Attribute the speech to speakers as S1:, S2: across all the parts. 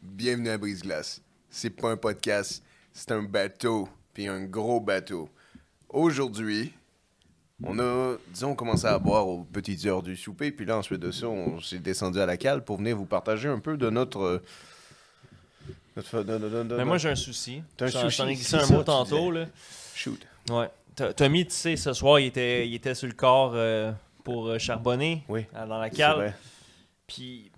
S1: bienvenue à Brise-Glace. C'est pas un podcast, c'est un bateau, puis un gros bateau. Aujourd'hui, on a, disons, commencé à boire aux petites heures du souper, puis là, ensuite de ça, on s'est descendu à la cale pour venir vous partager un peu de notre. euh, notre- de- de- de- de-
S2: Mais Ben, moi, j'ai un souci.
S1: euh, T'as un
S2: J'en-
S1: souci,
S2: J'en ai glissé
S1: c'est
S2: un
S1: ça,
S2: mot
S1: tu
S2: tantôt. Là.
S1: Shoot.
S2: Ouais. T- Tommy, tu sais, ce soir, il était, il était sur le corps euh, pour euh, charbonner
S1: Oui,
S2: à- dans la
S1: c'est
S2: cale.
S1: vrai.
S2: Puis,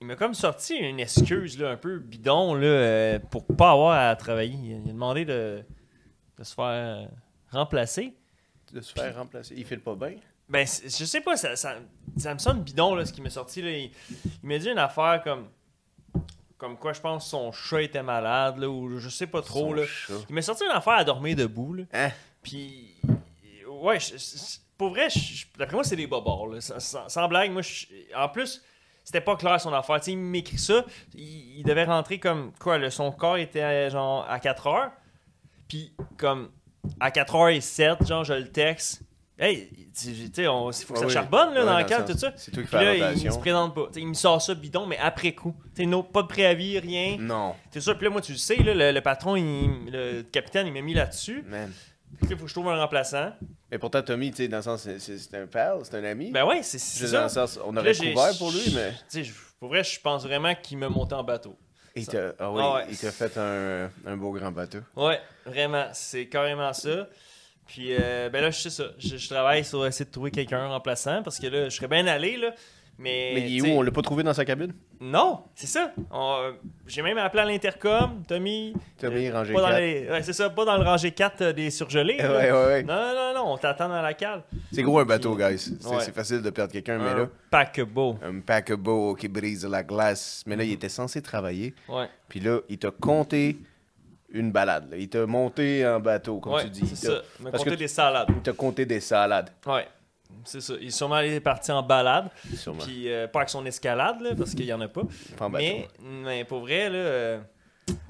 S2: il m'a comme sorti une excuse là, un peu bidon là, euh, pour pas avoir à travailler. Il a demandé de, de se faire euh, remplacer.
S1: De se faire remplacer. Il file pas bien.
S2: Ben, c- je sais pas, ça, ça, ça me semble bidon, là, ce qui m'est sorti. Là. Il, il m'a dit une affaire comme. Comme quoi, je pense son chat était malade, là, ou je sais pas trop.
S1: Son
S2: Là.
S1: chat.
S2: Il m'a sorti une affaire à dormir debout, là.
S1: Hein?
S2: Puis. Ouais, je- je- pour vrai, je- je- d'après moi, c'est des bobards, là. Sans, sans- sans blague, moi, je- en plus, c'était pas clair son affaire. Tu sais, il m'écrit ça, il, il devait rentrer comme. Quoi, le, son corps était euh, genre à 4 heures. Puis, comme, à 4h07, genre, je le texte. Hey, tu tu sais, on- il faut que
S1: Ah
S2: ça
S1: oui.
S2: charbonne, là,
S1: Ouais,
S2: dans la
S1: le
S2: cale,
S1: sens-
S2: tout ça.
S1: C'est toi qui
S2: Puis
S1: fais
S2: là,
S1: la
S2: il, il se
S1: rotation.
S2: présente pas. Tu sais, il me sort ça bidon, mais après coup. Tu sais, no- pas de préavis, rien.
S1: Non,
S2: C'est ça, puis là, moi, tu le sais, là, le, le patron, il- le capitaine, il m'a mis là-dessus.
S1: man.
S2: Fait que là, faut que je trouve un remplaçant.
S1: Mais pourtant, Tommy, tu sais, dans le sens, c'est- c'est c'est un pal, c'est un ami.
S2: Ben ouais, c'est c'est
S1: Je veux dire, dans
S2: ça.
S1: le sens, on
S2: Puis
S1: aurait
S2: là, j'ai-
S1: couvert pour lui, mais.
S2: Tu sais, je- pour vrai, je pense vraiment qu'il me montait en bateau.
S1: Il
S2: Ça-
S1: t'a ah oui,
S2: Ah ouais.
S1: il t'a fait un, un beau grand bateau.
S2: Ouais, vraiment, c'est carrément ça. Puis, euh, ben là, je sais ça. Je, je travaille sur essayer de trouver quelqu'un en remplaçant parce que là, je serais bien allé, là. Mais,
S1: Mais il est
S2: tu sais,
S1: où On l'a pas trouvé dans sa cabine
S2: Non, c'est ça. On, euh, J'ai même appelé à l'intercom, Tommy.
S1: Tommy,
S2: euh,
S1: rangé
S2: pas dans
S1: 4.
S2: les- ouais, c'est ça, pas dans le rangé 4 euh, des surgelés.
S1: Eh
S2: là.
S1: Ouais, ouais, ouais.
S2: Non, non, non, on t'attend dans la cale.
S1: C'est gros un bateau, guys. C'est
S2: Ouais. Ah.
S1: c'est facile de perdre quelqu'un, mais
S2: Un
S1: là,
S2: paquebot.
S1: un paquebot qui brise la glace. Mais là, il était censé travailler.
S2: Ouais.
S1: Puis là, il t'a compté une balade. là. Il t'a monté en bateau, comme
S2: ouais,
S1: tu dis.
S2: C'est
S1: Il
S2: ça.
S1: t'a-
S2: Me
S1: parce
S2: compter
S1: que
S2: des salades.
S1: Il t'a compté des salades,
S2: Ouais. C'est ça. Il est sûrement allé partir en balade.
S1: sûrement.
S2: Puis euh, pas avec son escalade, là, parce qu'il n'y en a pas.
S1: Pas en bateau.
S2: mais, mais pour vrai, là. euh,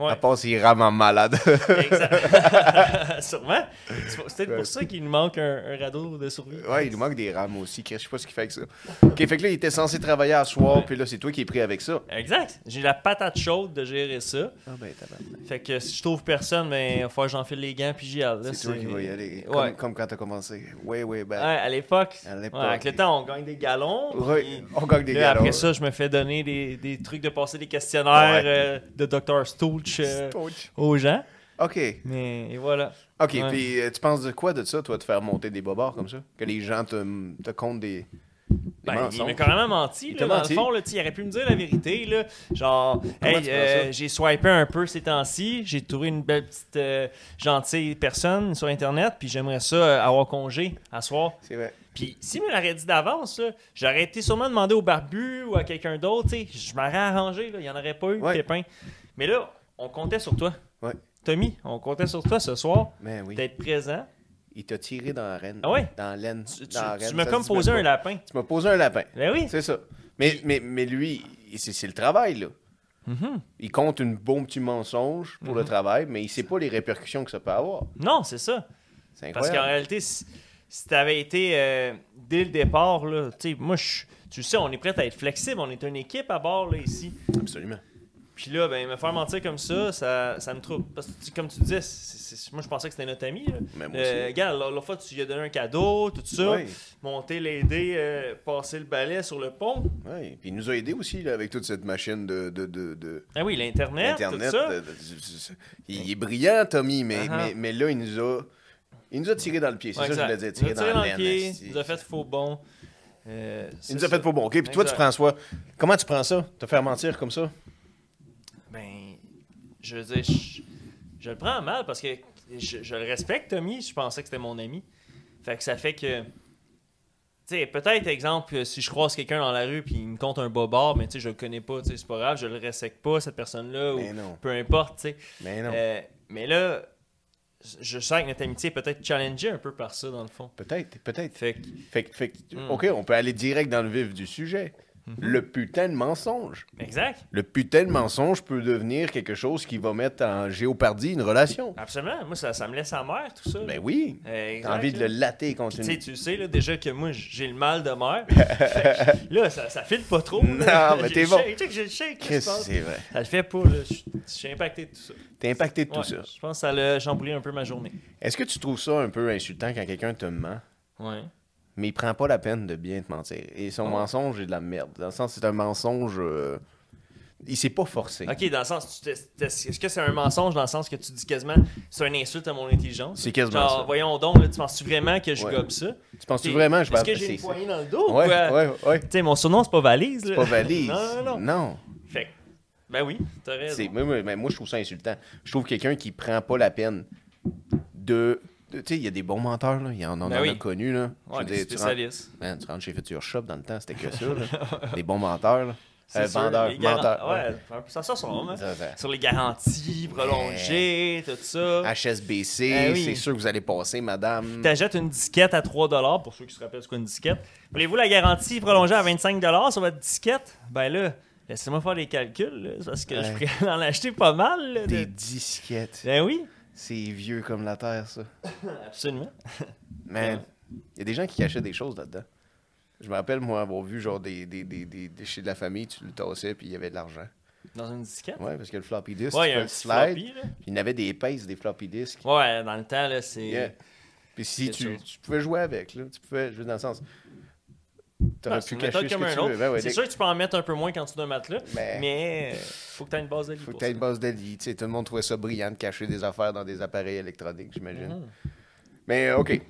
S1: À
S2: ouais.
S1: part s'il est vraiment malade.
S2: Exact. Sûrement. C'est pour- C'est peut-être
S1: Ouais.
S2: pour ça qu'il nous manque un, un radeau de survie.
S1: ouais, il nous manque des rames aussi. Chris. Je sais pas ce qu'il fait avec ça. OK, fait que là, il était censé travailler à soir,
S2: Ouais.
S1: puis là, c'est toi qui es pris avec ça.
S2: Exact. J'ai la patate chaude de gérer ça.
S1: Ah ben, tabarnak.
S2: Fait que si je trouve personne, ben, il va falloir que j'enfile les gants puis j'y aille. là.
S1: C'est toi qui vas y aller. Comme,
S2: Ouais.
S1: comme quand t'as commencé. Ouais, ouais,
S2: Ouais,
S1: ben.
S2: à l'époque.
S1: À l'époque.
S2: ouais, avec le temps, on gagne des galons. puis-
S1: on gagne des
S2: Là,
S1: galons.
S2: après ça, je me fais donner des, des trucs de passer des questionnaires euh, de Dr. Stooch euh,
S1: Stouch.
S2: aux gens.
S1: OK.
S2: Mais et voilà.
S1: OK,
S2: Ouais.
S1: puis euh, tu penses de quoi de ça, toi, de faire monter des bobards comme ça? Que les gens te, te comptent des, des
S2: Ben, il
S1: mensonges?
S2: m'a quand même menti.
S1: Il
S2: là,
S1: t'a
S2: dans
S1: menti.
S2: le fond, là, tu sais, il aurait pu me dire la vérité. Là, genre, hey,
S1: tu prends
S2: euh,
S1: ça?
S2: j'ai swipé un peu ces temps-ci. J'ai trouvé une belle petite euh, gentille personne sur Internet. Puis j'aimerais ça euh, avoir congé à soir.
S1: C'est vrai.
S2: Puis s'il me l'aurait dit d'avance, là, j'aurais été sûrement demandé au barbu ou à quelqu'un d'autre. tu sais, Je m'aurais arrangé. là, Il n'y en aurait pas eu,
S1: Ouais.
S2: Pépin. Mais là, on comptait sur toi.
S1: Ouais.
S2: Tommy, on comptait sur toi ce soir
S1: Mais oui.
S2: d'être présent.
S1: Il t'a tiré dans la reine.
S2: Ah ouais?
S1: Dans la laine.
S2: Tu, tu-
S1: dans la
S2: tu
S1: reine,
S2: m'as
S1: ça
S2: comme
S1: se dit
S2: posé
S1: même
S2: un
S1: pas.
S2: lapin.
S1: Tu m'as posé un lapin.
S2: Ben oui.
S1: C'est ça. Mais, mais, mais lui, il- c'est c'est le travail, là.
S2: Mhm.
S1: Il compte une bon petit mensonge
S2: Mm-hmm.
S1: pour le travail, mais il sait pas les répercussions que ça peut avoir.
S2: Non, c'est ça.
S1: C'est
S2: Parce qu'en
S1: incroyable.
S2: réalité, si, si t'avais été euh, dès le départ, là, tu sais, moi, je- tu sais, on est prêt à être flexible. On est une équipe à bord, là, ici.
S1: Absolument.
S2: Puis là, ben, me faire mentir comme ça, ça, ça me trouble. Parce que, tu- comme tu disais, c'est- c'est- moi, je pensais que c'était notre ami. Là.
S1: Mais moi aussi.
S2: Euh, regarde, la, la fois, tu lui as donné un cadeau, tout ça.
S1: Oui.
S2: Monter, l'aider, euh, passer le balai sur le pont.
S1: Oui, puis il nous a aidés aussi là, avec toute cette machine de, de, de, de-
S2: Ah oui, l'Internet,
S1: Internet.
S2: tout ça.
S1: de- de- de- de- il est brillant, Tommy, mais,
S2: Uh-huh.
S1: mais, mais là, il nous a. Il nous a tiré dans le pied, c'est
S2: Ouais,
S1: ça que je
S2: exact.
S1: voulais dire, tiré
S2: Il nous a
S1: dans,
S2: tiré
S1: la
S2: le
S1: laine,
S2: pied,
S1: esti.
S2: Il nous a fait faux bon. Euh,
S1: Il
S2: c'est
S1: nous a
S2: ça.
S1: fait pas bon, ok? Puis toi, tu
S2: Exact.
S1: prends ça. Comment tu prends ça? Te faire mentir comme ça?
S2: Ben, je veux dire, je, je le prends à mal parce que je, je le respecte, Tommy. Je pensais que c'était mon ami. Fait que ça fait que. Tu sais, peut-être, exemple, euh, si je croise quelqu'un dans la rue puis il me compte un bobard, mais tu sais, je le connais pas, tu sais, c'est pas grave, je le respecte pas, cette personne-là, ou
S1: Mais non,
S2: peu importe, tu sais.
S1: mais non.
S2: Euh, mais là, je sens que notre amitié est peut-être challengée un peu par ça, dans le fond.
S1: Peut-être, peut-être.
S2: Fait que.
S1: Fait, que- fait que-
S2: Hmm. Mhm.
S1: ok, on peut aller direct dans le vif du sujet. Le putain de mensonge.
S2: Exact.
S1: Le putain de mensonge peut devenir quelque chose qui va mettre en géopardie une relation.
S2: Absolument. Moi, ça, ça me laisse amer, tout ça.
S1: Ben oui.
S2: Euh, exact,
S1: T'as envie de le
S2: là.
S1: latter contre
S2: Tu sais,
S1: une...
S2: tu sais, là, déjà que moi, j'ai le mal de mer. Fait que, là, ça, ça file pas trop. là.
S1: Non, mais
S2: J'ai
S1: t'es
S2: le
S1: bon.
S2: shake, check, j'ai le shake, qu'est-ce qui
S1: Chris,
S2: se passe?
S1: c'est vrai.
S2: Ça le fait pas, là. Je suis- Je suis impacté de tout ça.
S1: T'es impacté de tout
S2: Ouais,
S1: ça.
S2: Je pense que ça l'a chamboulé un peu ma journée.
S1: Est-ce que tu trouves ça un peu insultant quand quelqu'un te ment,
S2: Ouais.
S1: mais il prend pas la peine de bien te mentir? Et son
S2: Ah.
S1: mensonge est de la merde. Dans le sens, c'est un mensonge... euh, Il s'est pas forcé.
S2: Ok, dans le sens, tu t'es- t'es- est-ce que c'est un mensonge dans le sens que tu dis quasiment c'est une insulte à mon intelligence?
S1: C'est quasiment
S2: Genre,
S1: ça.
S2: voyons donc, là, tu penses-tu vraiment que je
S1: Ouais.
S2: gobe ça?
S1: Tu penses-tu vraiment que je vais
S2: Est-ce que j'ai
S1: apprécier
S2: une
S1: ça?
S2: poignée dans le dos?
S1: Ouais,
S2: ou quoi?
S1: ouais, ouais.
S2: Tu sais, mon surnom, c'est pas valise. là.
S1: Pas valise.
S2: non, non, non.
S1: non.
S2: Fait que, ben oui, t'as raison.
S1: C'est- moi, moi, mais moi, je trouve ça insultant. Je trouve quelqu'un qui prend pas la peine de. de- tu sais, il y a des bons menteurs, là. Il y en, on en
S2: Ben oui.
S1: a connu, là. Je
S2: Ouais,
S1: veux
S2: des
S1: dire, tu rentres-
S2: spécialistes.
S1: man, tu rentres chez Future Shop dans le temps, c'était que ça, là. des bons menteurs, là.
S2: C'est
S1: Euh,
S2: sûr,
S1: vendeurs,
S2: les garan-
S1: menteurs. ouais.
S2: Ouais, un peu ça, ça, son nom, hein.
S1: Ça, ça.
S2: Sur les garanties prolongées, tout ça.
S1: HSBC,
S2: Ben oui.
S1: c'est sûr que vous allez passer, madame.
S2: T'achètes une disquette à 3 pour ceux qui se rappellent ce qu'est une disquette. Voulez-vous la garantie prolongée à 25 sur votre disquette? Ben là, laissez-moi faire les calculs, là, parce que je
S1: Ouais.
S2: pourrais en acheter pas mal. là, de-
S1: Des disquettes.
S2: Ben oui,
S1: C'est vieux comme la terre, ça.
S2: absolument.
S1: Man, il y a des gens qui cachaient des choses là-dedans. Je me rappelle, moi, avoir vu, genre, des, des, des, des déchets de la famille, tu le tassais, puis il y avait de l'argent.
S2: Dans une disquette?
S1: Ouais, parce que le floppy disk,
S2: Ouais,
S1: tu
S2: il y
S1: fais
S2: a un
S1: le
S2: petit
S1: slide,
S2: floppy, là.
S1: Il y en avait des épaisses, des floppy disks.
S2: Ouais, dans le temps, là, c'est...
S1: Yeah. Puis si
S2: Quelque
S1: tu,
S2: chose.
S1: tu pouvais jouer avec, là, tu pouvais, je veux dire, dans le sens,
S2: Non,
S1: t'aurais
S2: Ah, c'est
S1: pu
S2: une
S1: cacher
S2: méthode
S1: ce
S2: comme
S1: que
S2: un
S1: tu veux.
S2: autre.
S1: Ben ouais,
S2: c'est
S1: dès-
S2: sûr que tu peux en mettre un peu moins quand tu donnes un matelas,
S1: Mais-
S2: mais euh, faut que tu aies une base de lit
S1: Faut que
S2: pour
S1: t'aies
S2: ça.
S1: une base de lit. Tu sais, tout le monde trouvait ça brillant de cacher des affaires dans des appareils électroniques, j'imagine.
S2: Mm-hmm.
S1: Mais euh, OK.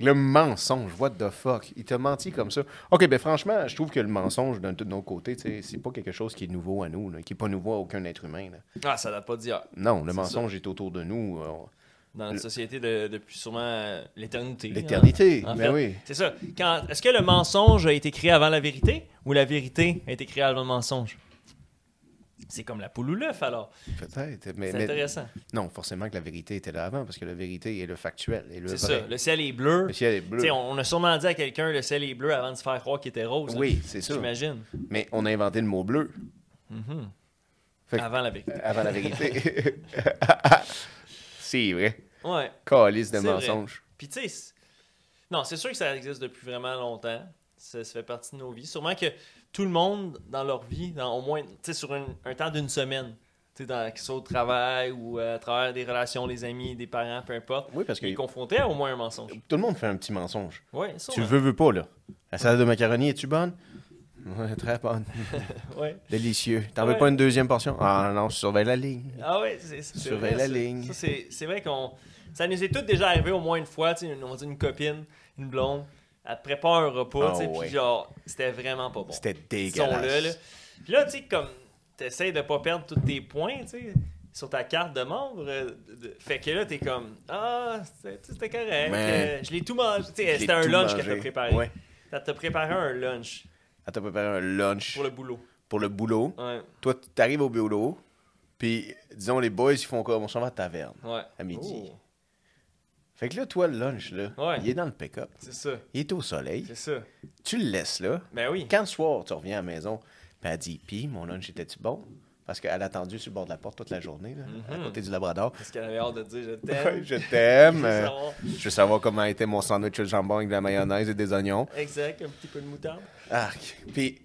S1: Le mensonge, what the fuck? Il t'a menti comme ça. OK, ben franchement, je trouve que le mensonge, d'un tout de nos côtés, tu sais, c'est pas quelque chose qui est nouveau à nous, là, qui est pas nouveau à aucun être humain. là.
S2: Ah, ça date pas d'hier.
S1: Non, le
S2: C'est
S1: mensonge est autour de nous. euh,
S2: dans la société de- depuis sûrement euh, l'éternité.
S1: L'éternité,
S2: En- en
S1: ben
S2: fait,
S1: oui.
S2: C'est ça. Quand- Est-ce que le mensonge a été créé avant la vérité ou la vérité a été créée avant le mensonge? C'est comme la poule ou l'œuf, alors.
S1: Peut-être, mais,
S2: C'est
S1: mais-
S2: intéressant.
S1: Non, forcément que la vérité était là avant, parce que la vérité est le factuel et le
S2: C'est
S1: vrai.
S2: ça. Le ciel est bleu.
S1: Le ciel est bleu.
S2: Tu sais, On, on a sûrement dit à quelqu'un le ciel est bleu avant de se faire croire qu'il était rose. hein.
S1: Oui, c'est ça.
S2: J'imagine.
S1: Mais on a inventé le mot bleu Fait que-
S2: Avant la vérité.
S1: euh, avant la vérité. c'est vrai.
S2: Ouais.
S1: Calice de
S2: C'est vrai.
S1: mensonge.
S2: Puis tu sais, c'est- non, c'est sûr que ça existe depuis vraiment longtemps. Ça, ça fait partie de nos vies. Sûrement que tout le monde dans leur vie, dans au moins, tu sais, sur un, un temps d'une semaine, tu sais, dans- qu'ils soient au travail ou euh, à travers des relations, des amis, des parents, peu importe,
S1: Oui, parce que
S2: ils sont confrontés à au moins un mensonge.
S1: tout le monde fait un petit mensonge.
S2: Ouais,
S1: Tu le
S2: sûrement.
S1: veux, veux pas, là. La salade de macaroni, es-tu bonne? Ouais, très bonne.
S2: Ouais.
S1: Délicieux. T'en
S2: Ouais.
S1: veux pas une deuxième portion? Ah non, je surveille la ligne.
S2: Ah ouais, c'est c'est
S1: Surveille
S2: vrai,
S1: la
S2: ça.
S1: ligne.
S2: Ça, c'est c'est vrai qu'on. Ça nous est toutes déjà arrivé au moins une fois, tu sais, une- on va dire une copine, une blonde, elle te prépare un
S1: Ah
S2: repas, tu sais,
S1: ouais.
S2: puis genre, c'était vraiment pas bon.
S1: C'était
S2: sont
S1: dégueulasse.
S2: là, là. Puis là, tu sais, comme, t'essayes de pas perdre tous tes points, tu sais, sur ta carte de membre. euh, de- fait que là, t'es comme, ah, c'était c'était correct.
S1: Mais-
S2: euh, je l'ai tout mangé. Tu sais,
S1: J'ai
S2: c'était un
S1: tout
S2: lunch qu'elle
S1: mangé.
S2: t'a préparé.
S1: Ouais.
S2: Elle t'a préparé un lunch
S1: Elle t'a préparé un lunch
S2: pour le boulot.
S1: pour le boulot.
S2: Ouais,
S1: Toi, tu arrives au bureau, puis disons, les boys, ils font comme on s'en va à la taverne.
S2: ouais.
S1: À midi.
S2: Oh,
S1: Fait que là, toi, le lunch, là,
S2: Ouais.
S1: il est dans le pick-up.
S2: c'est ça,
S1: Il est au soleil.
S2: c'est ça.
S1: Tu le laisses là.
S2: Ben oui.
S1: Quand le soir, tu reviens à la maison, puis elle dit Pis, mon lunch était-tu bon Parce qu'elle a attendu sur le bord de la porte toute la journée, là,
S2: Mm-hmm.
S1: à côté du Labrador.
S2: Parce qu'elle avait hâte de dire, je
S1: Ouais,
S2: t'aime.
S1: je t'aime.
S2: veux
S1: euh,
S2: savoir.
S1: Je veux savoir comment était mon sandwich au jambon avec de la mayonnaise et des oignons.
S2: Exact, un petit peu de moutarde.
S1: Arc. Puis.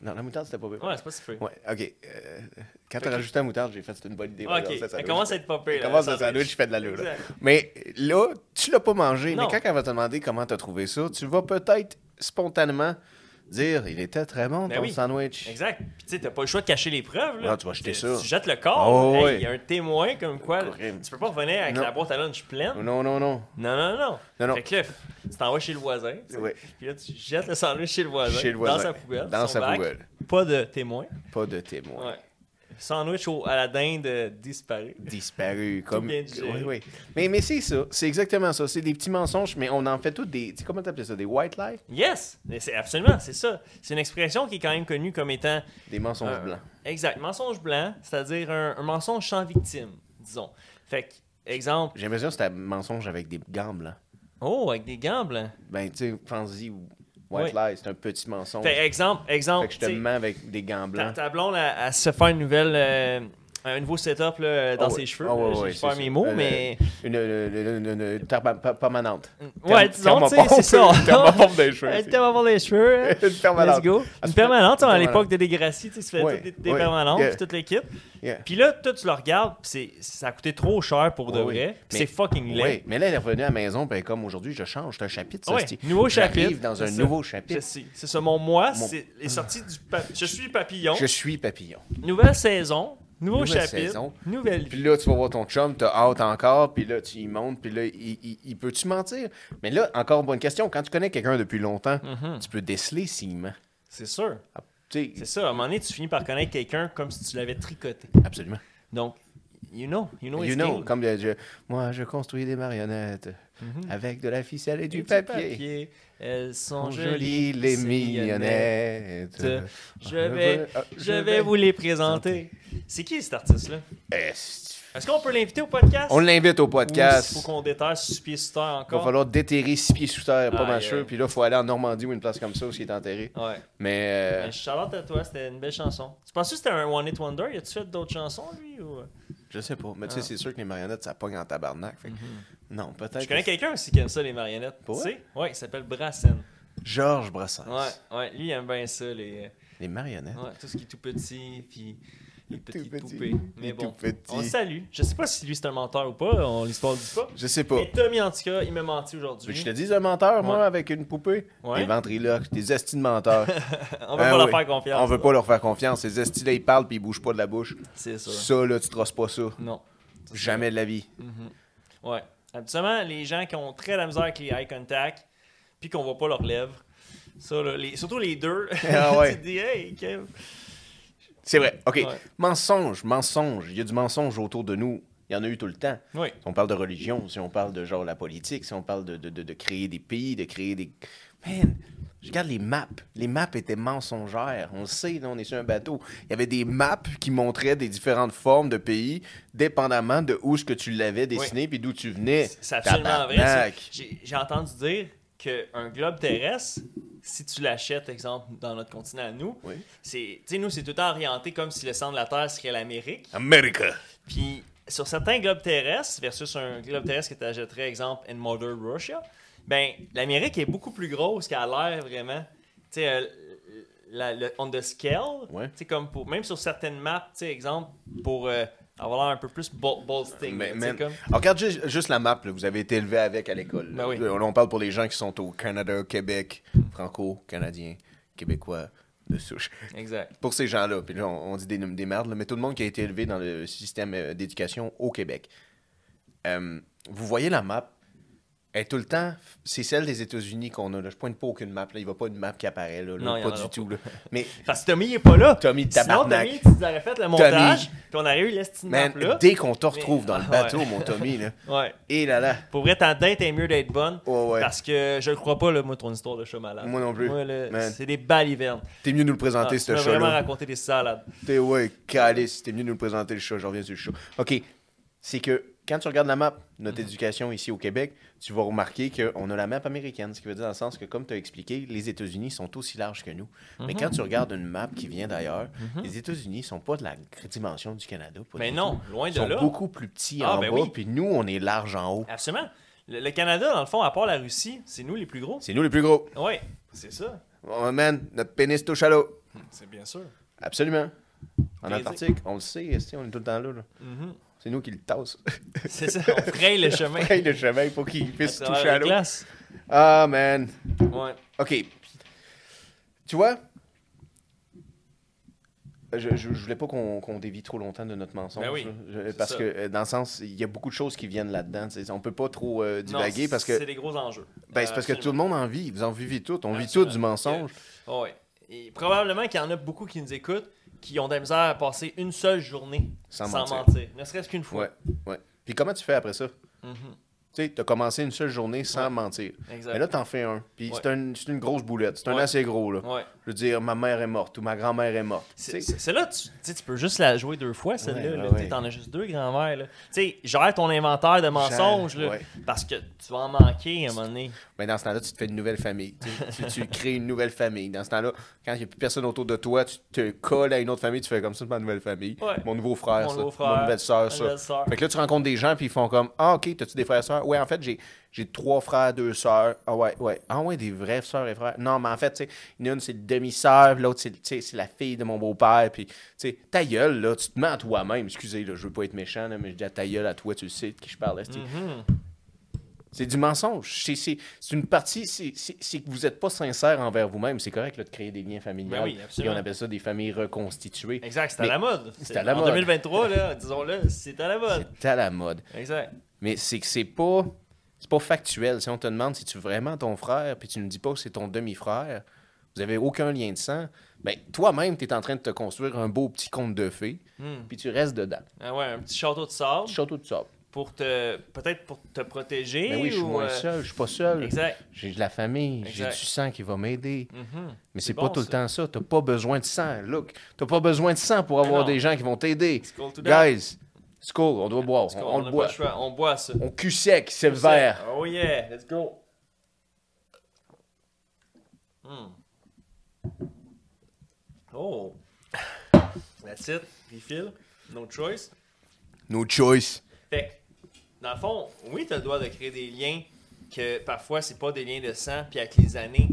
S1: Non, la moutarde, c'était pas bien.
S2: Ouais, c'est pas si peu.
S1: Ouais, ok. euh, quand t'as rajouté la moutarde, j'ai fait c'est une bonne idée. par
S2: Ok,
S1: exemple, ça, ça
S2: elle
S1: doit-
S2: commence à être pas pire.
S1: Elle commence le sandwich, je fais de la là.
S2: Exact.
S1: Mais là, tu l'as pas mangé.
S2: Non.
S1: Mais quand elle va te demander comment t'as trouvé ça, tu vas peut-être spontanément dire il était très bon
S2: Ben
S1: ton
S2: oui.
S1: sandwich.
S2: Exact. Puis tu sais, t'as pas le choix de cacher les preuves. Là.
S1: Non, Ah, tu vas jeter ça.
S2: Tu jettes le corps.
S1: Oh,
S2: Hey, Il
S1: ouais.
S2: y a un témoin comme quoi. là,
S1: Horrible.
S2: Tu peux pas revenir avec
S1: Non.
S2: la boîte à lunch pleine.
S1: Non, non, non.
S2: Non, non, non.
S1: Non, non.
S2: Fait que là, tu t'en vas chez le voisin. tu sais.
S1: Ouais.
S2: Puis là, tu jettes le sandwich chez le voisin.
S1: Chez le voisin.
S2: Dans sa poubelle.
S1: Dans
S2: son
S1: sa
S2: bac.
S1: poubelle.
S2: Pas de témoin.
S1: Pas de témoin.
S2: Ouais. Sandwich au- à la dinde euh, disparu.
S1: Disparu. Comme...
S2: bien digéré.
S1: Oui, oui. Mais, mais c'est ça. C'est exactement ça. C'est des petits mensonges, mais on en fait tous des. Tu sais, comment t'appelles ça Des white lies
S2: Yes! Mais c'est absolument, c'est ça. C'est une expression qui est quand même connue comme étant
S1: Des mensonges
S2: Un-
S1: blancs.
S2: Exact. Mensonge blanc, c'est-à-dire un, un mensonge sans victime, disons. Fait que, exemple,
S1: J'ai l'impression que c'est un mensonge avec des gants blancs.
S2: oh, avec des gants blancs.
S1: Ben, tu sais, pense-y. ou- White
S2: Ouais.
S1: lie, c'est un petit mensonge.
S2: Fait, exemple, exemple.
S1: Fait que je te
S2: t'sais,
S1: mens avec des gants
S2: Ta,
S1: blancs.
S2: ta blonde, elle, elle se fait une nouvelle, euh, un nouveau setup là, dans
S1: Ah
S2: ses
S1: ouais.
S2: cheveux.
S1: Ah ouais,
S2: là,
S1: ouais,
S2: J'espère
S1: c'est
S2: mes
S1: ça.
S2: mots,
S1: Euh,
S2: mais.
S1: Une, une- une- une- une terma- pa- permanente. Therm-
S2: ouais, disons, tu sais,
S1: thermopompe.
S2: c'est ça.
S1: Une thermopompe des cheveux.
S2: Elle était avoir les cheveux. hein.
S1: Une permanente.
S2: Let's go.
S1: Elle
S2: Une
S1: se
S2: permanente, hein,
S1: fait-
S2: à
S1: une
S2: l'époque de Degrassi, tu sais, tu fais
S1: Ouais,
S2: toutes des, des
S1: ouais.
S2: permanentes,
S1: Yeah.
S2: puis toute l'équipe.
S1: Yeah.
S2: Puis là, toi, tu le regardes, puis c'est- ça a coûté trop cher pour de
S1: Ouais,
S2: vrai.
S1: oui. Mais-
S2: puis c'est fucking laid.
S1: Oui, mais là, elle est revenue à la maison, puis elle est comme aujourd'hui, je change, c'est un chapitre. ça,
S2: Ouais,
S1: c'est-
S2: nouveau
S1: J'arrive
S2: chapitre.
S1: dans
S2: c'est
S1: un
S2: ça.
S1: nouveau
S2: Je
S1: chapitre.
S2: sais. C'est ça, mon moi,
S1: Mon- Ah.
S2: c'est est sorti du. pa- Je suis papillon.
S1: Je suis papillon.
S2: Nouvelle saison, nouveau
S1: Nouvelle
S2: chapitre,
S1: saison.
S2: nouvelle vie.
S1: Puis là, tu vas voir ton chum, t'as hâte encore, puis là, tu y montes, puis là, il, il- il peut-tu mentir? Mais là, encore bonne question, quand tu connais quelqu'un depuis longtemps,
S2: Mhm.
S1: tu peux déceler s'il ment.
S2: C'est sûr.
S1: Ah, tu
S2: C'est
S1: sais,
S2: ça, à un moment donné, tu finis par connaître quelqu'un comme si tu l'avais tricoté.
S1: absolument.
S2: Donc, you know, you know,
S1: you
S2: it's
S1: know,
S2: game.
S1: comme le- je- moi, je construis des marionnettes
S2: Mhm.
S1: avec de la ficelle et du,
S2: Et
S1: papier.
S2: Elles sont
S1: Sont
S2: jolies,
S1: jolies les
S2: ces
S1: millionnettes.
S2: millionnettes. Je
S1: Je
S2: vais,
S1: veux- ah,
S2: je vais vous les présenter. C'est qui cet artiste-là?
S1: Est-ce-
S2: Est-ce qu'on peut l'inviter au podcast?
S1: Eh, On l'invite au
S2: Ou
S1: podcast.
S2: faut qu'on déterre sous pieds sous terre
S1: Il va
S2: encore?
S1: falloir déterrer six pieds sous terre, pas
S2: Aïe,
S1: mal sûr.
S2: aïe.
S1: Puis là, il faut aller en Normandie ou une place comme ça où il est enterré.
S2: Ouais.
S1: Mais euh,
S2: Mais Charlotte à toi, c'était une belle chanson. Tu penses que c'était un One Hit Wonder? Y a-tu fait d'autres chansons, lui? Ou...
S1: je sais pas. Mais tu sais,
S2: Ah. Mm-hmm.
S1: c'est sûr que les marionnettes, ça pogne en tabarnak. Fait que- Non, peut-être.
S2: Je connais quelqu'un aussi qui aime ça, les marionnettes.
S1: Pour
S2: Tu
S1: vrai?
S2: sais? Ouais, il s'appelle Brassen.
S1: Georges Brassens.
S2: Ouais, ouais, lui, il aime bien ça, les...
S1: Les marionnettes.
S2: Ouais, tout ce qui est tout petit, puis les petites
S1: petit.
S2: poupées. Mais
S1: Les
S2: bon,
S1: tout petits.
S2: on le salue. Je sais pas si lui c'est un menteur ou pas, on l'histoire dit pas.
S1: Je sais pas.
S2: Mais Tommy, en tout cas, il m'a menti
S1: Tu veux que
S2: aujourd'hui.
S1: je te dise un menteur, moi,
S2: Ouais.
S1: avec une poupée?
S2: Ouais.
S1: Des ventriloques, des estis de menteurs.
S2: on va
S1: Ah
S2: pas
S1: oui.
S2: leur faire confiance.
S1: On veut pas leur faire confiance. Ces estis-là, ils parlent puis ils bougent pas de la bouche.
S2: C'est ça.
S1: Ça, là, tu trosses pas ça.
S2: Non. Ça, c'est-
S1: Jamais de la vie.
S2: Ouais. Habituellement, les gens qui ont très la misère avec les eye contact, puis qu'on voit pas leurs lèvres, ça, là, les- surtout les deux,
S1: Ah ouais.
S2: tu te dis, hey, Kev.
S1: C'est vrai. OK.
S2: Ouais.
S1: Mensonge, mensonge. Il y a du mensonge autour de nous. Il y en a eu tout le temps.
S2: Oui.
S1: Si on parle de religion, si on parle de genre la politique, si on parle de, de- de- de créer des pays, de créer des. Man, je regarde les maps. Les maps étaient mensongères. On le sait, là, on est sur un bateau. Il y avait des maps qui montraient des différentes formes de pays, dépendamment de où ce que tu l'avais dessiné puis d'où tu venais.
S2: C'est absolument
S1: Eh,
S2: vrai. ça.
S1: Tabarnak.
S2: J'ai j'ai entendu dire qu'un globe terrestre, si tu l'achètes, exemple, dans notre continent à nous,
S1: Oui.
S2: c'est, tu sais, nous, c'est tout le temps orienté comme si le centre de la Terre serait l'Amérique.
S1: America.
S2: Puis, sur certains globes terrestres, versus un globe terrestre que tu achèterais, exemple, in Modern Russia, ben l'Amérique est beaucoup plus grosse qu'à l'air, vraiment. Tu sais, euh, la- le, on the scale,
S1: Ouais.
S2: tu sais, comme pour, même sur certaines maps, tu sais, exemple, pour euh, avoir l'air un peu plus bol- bolsting.
S1: Mais,
S2: là, tu sais,
S1: man,
S2: comme-
S1: regarde ju- juste, la map, là, vous avez été élevé avec à l'école. là.
S2: Ben oui.
S1: Là, On parle pour les gens qui sont au Canada, Québec, franco-canadien, québécois de souche.
S2: Exact.
S1: Pour ces gens-là, puis là, on, on dit des, des merdes, là, mais tout le monde qui a été élevé dans le système euh, d'éducation au Québec. Euh, vous voyez la map, elle est tout le temps, c'est celle des États-Unis qu'on a. Là. Je pointe pas aucune map, là. il n'y a pas une map qui apparaît, là, là,
S2: Non, il y en
S1: pas
S2: a
S1: du
S2: pas.
S1: tout. là. Mais
S2: Parce que Tommy il est pas là.
S1: Tommy,
S2: Sinon,
S1: tabarnak.
S2: Tommy, tu nous aurais fait le montage, puis on aurait eu l'estimap
S1: man,
S2: là.
S1: dès qu'on te retrouve dans le
S2: Ah Ouais.
S1: bateau, mon Tommy, là,
S2: Ouais.
S1: et là là,
S2: Pour vrai, ta date est mieux d'être bonne.
S1: Ouais, ouais.
S2: Parce que je le crois pas, là, moi, ton histoire de chat malade.
S1: Moi non plus.
S2: Moi, là,
S1: Man.
S2: c'est des balivernes.
S1: t'es mieux nous le
S2: Ah,
S1: présenter,
S2: Tu
S1: ce
S2: m'as
S1: chat-là.
S2: vraiment raconté des salades.
S1: T'es ouais, calice, c'était mieux de nous présenter le chat, je reviens sur le chat. OK, c'est que quand tu regardes la map,
S2: Mm-hmm.
S1: notre éducation ici au Québec, tu vas remarquer qu'on a la map américaine, ce qui veut dire dans le sens que, comme tu as expliqué, les États-Unis sont aussi larges que nous. Mais
S2: Mm-hmm.
S1: quand tu regardes une map qui vient d'ailleurs, les États-Unis sont pas de la dimension du Canada. pas
S2: Mais
S1: du
S2: non,
S1: tout.
S2: loin
S1: Ils
S2: de
S1: sont
S2: là.
S1: beaucoup plus petits
S2: Ah,
S1: en
S2: ben
S1: bas,
S2: oui.
S1: puis nous, on est large en haut.
S2: Absolument. Le, le Canada, dans le fond, à part la Russie, c'est nous les plus gros.
S1: C'est nous les plus gros.
S2: Ouais, c'est ça.
S1: Oh man, notre pénis touche à l'eau.
S2: C'est bien sûr.
S1: Absolument. En
S2: Plaisir.
S1: Antarctique, on le sait, esti, on est tout le temps là. là.
S2: Mhm.
S1: C'est nous qui le tassent.
S2: C'est ça. On fraye le chemin.
S1: Hey, le chemin pour qu'il
S2: à
S1: puisse toucher
S2: travers
S1: à
S2: la
S1: l'eau.
S2: glace.
S1: Ah, man.
S2: Ouais.
S1: OK. Tu vois, je, je, je voulais pas qu'on qu'on dévie trop longtemps de notre mensonge.
S2: Ben oui,
S1: là. Je-
S2: c'est
S1: parce
S2: ça.
S1: que, euh, dans le sens, il y a beaucoup de choses qui viennent là-dedans. tu sais. On peut pas trop euh,
S2: Non,
S1: divaguer parce que...
S2: C'est des gros enjeux. Euh,
S1: Ben, c'est parce que
S2: Absolument.
S1: tout le monde en vit. Vous en vivez tout. On vit tout
S2: Absolument.
S1: du mensonge.
S2: Ah ouais. Et probablement qu'il y en a beaucoup qui nous écoutent qui ont de la misère à passer une seule journée
S1: Sans
S2: sans,
S1: mentir.
S2: mentir. Ne serait-ce qu'une fois.
S1: Ouais, ouais. Puis comment tu fais après ça?
S2: Mhm.
S1: Tu sais, t'as commencé une seule journée sans
S2: Ouais.
S1: mentir.
S2: Exact.
S1: Mais là, t'en fais un. Puis
S2: Ouais.
S1: c'est un- c'est une grosse boulette. C'est un
S2: Ouais.
S1: assez gros, là.
S2: Ouais.
S1: Je veux dire, ma mère est morte ou ma grand-mère est morte.
S2: C'est-
S1: Tu sais,
S2: c'est- Celle-là, tu, tu sais, tu peux juste la jouer deux fois, celle-là.
S1: Ouais,
S2: là.
S1: ouais,
S2: Tu sais,
S1: ouais.
S2: T'en as juste deux, grand-mère. là. Tu sais, gère ton inventaire de mensonges, là,
S1: ouais.
S2: parce que tu vas en manquer à un moment donné.
S1: Mais dans ce temps-là, tu te fais une nouvelle famille. tu sais. tu, tu crées une nouvelle famille. Dans ce temps-là, quand il n'y a plus personne autour de toi, tu te colles à une autre famille, tu fais comme ça, c'est ma nouvelle famille.
S2: Ouais.
S1: Mon nouveau frère,
S2: Mon
S1: ça.
S2: nouveau frère,
S1: Ma nouvelle
S2: ma
S1: soeur, ça.
S2: nouvelle sœur.
S1: Fait que là, tu rencontres des gens, puis ils font comme Ah, ok, t'as-tu des frères et sœurs Ouais, en fait, j'ai, j'ai trois frères, deux sœurs. Ah, ouais, ouais. Ah, ouais, des vraies sœurs et frères. Non, mais en fait, tu sais, il y en a une, c'est le demi-sœur, puis l'autre, c'est, le- tu sais, c'est la fille de mon beau-père. Puis, tu sais, ta gueule, là, tu te mens à toi-même. Excusez, là, je veux pas être méchant, là, mais je dis à ta gueule, à toi, tu le sais de qui je parle. là, tu sais. C'est du mensonge. C'est, c'est- c'est une partie, c'est, c'est- c'est que vous n'êtes pas sincère envers vous-même. C'est correct là, de créer des liens familiaux.
S2: Ben oui, absolument.
S1: Et on appelle ça des familles reconstituées.
S2: Exact, c'est à
S1: Mais
S2: la mode.
S1: c'est à la
S2: en
S1: mode.
S2: 2023, là, disons-le, c'est à la mode.
S1: C'est à la mode.
S2: Exact.
S1: Mais c'est que c'est pas, c'est pas factuel. Si on te demande si tu es vraiment ton frère, puis tu ne dis pas que c'est ton demi-frère, vous avez aucun lien de sang, ben toi-même, tu es en train de te construire un beau petit conte de fées,
S2: Hmm.
S1: puis tu restes dedans.
S2: Ah ouais, un petit château de sable
S1: Petit château de sable.
S2: pour te peut-être pour te protéger.
S1: Ben oui, je suis
S2: ou,
S1: moins
S2: euh,
S1: seul, je suis pas seul.
S2: Exact.
S1: J'ai de la famille,
S2: Exact.
S1: j'ai du sang qui va m'aider.
S2: Mhm.
S1: Mais
S2: C'est
S1: c'est
S2: bon,
S1: pas tout
S2: ça.
S1: le temps ça. T'as pas besoin de sang, Look. T'as pas besoin de sang pour avoir
S2: non.
S1: des gens qui vont t'aider.
S2: Skull to death.
S1: Guys, school, on doit boire.
S2: Parce
S1: On,
S2: qu'on-
S1: on
S2: on
S1: le
S2: n'a pas
S1: boit.
S2: le choix, on boit ça.
S1: On cul sec, c'est vert.
S2: Oh yeah, let's go. Hmm. Oh. That's it. Refill. No choice.
S1: No choice.
S2: Fait que, dans le fond, oui, tu as le droit de créer des liens que parfois, c'est pas des liens de sang, puis avec les années,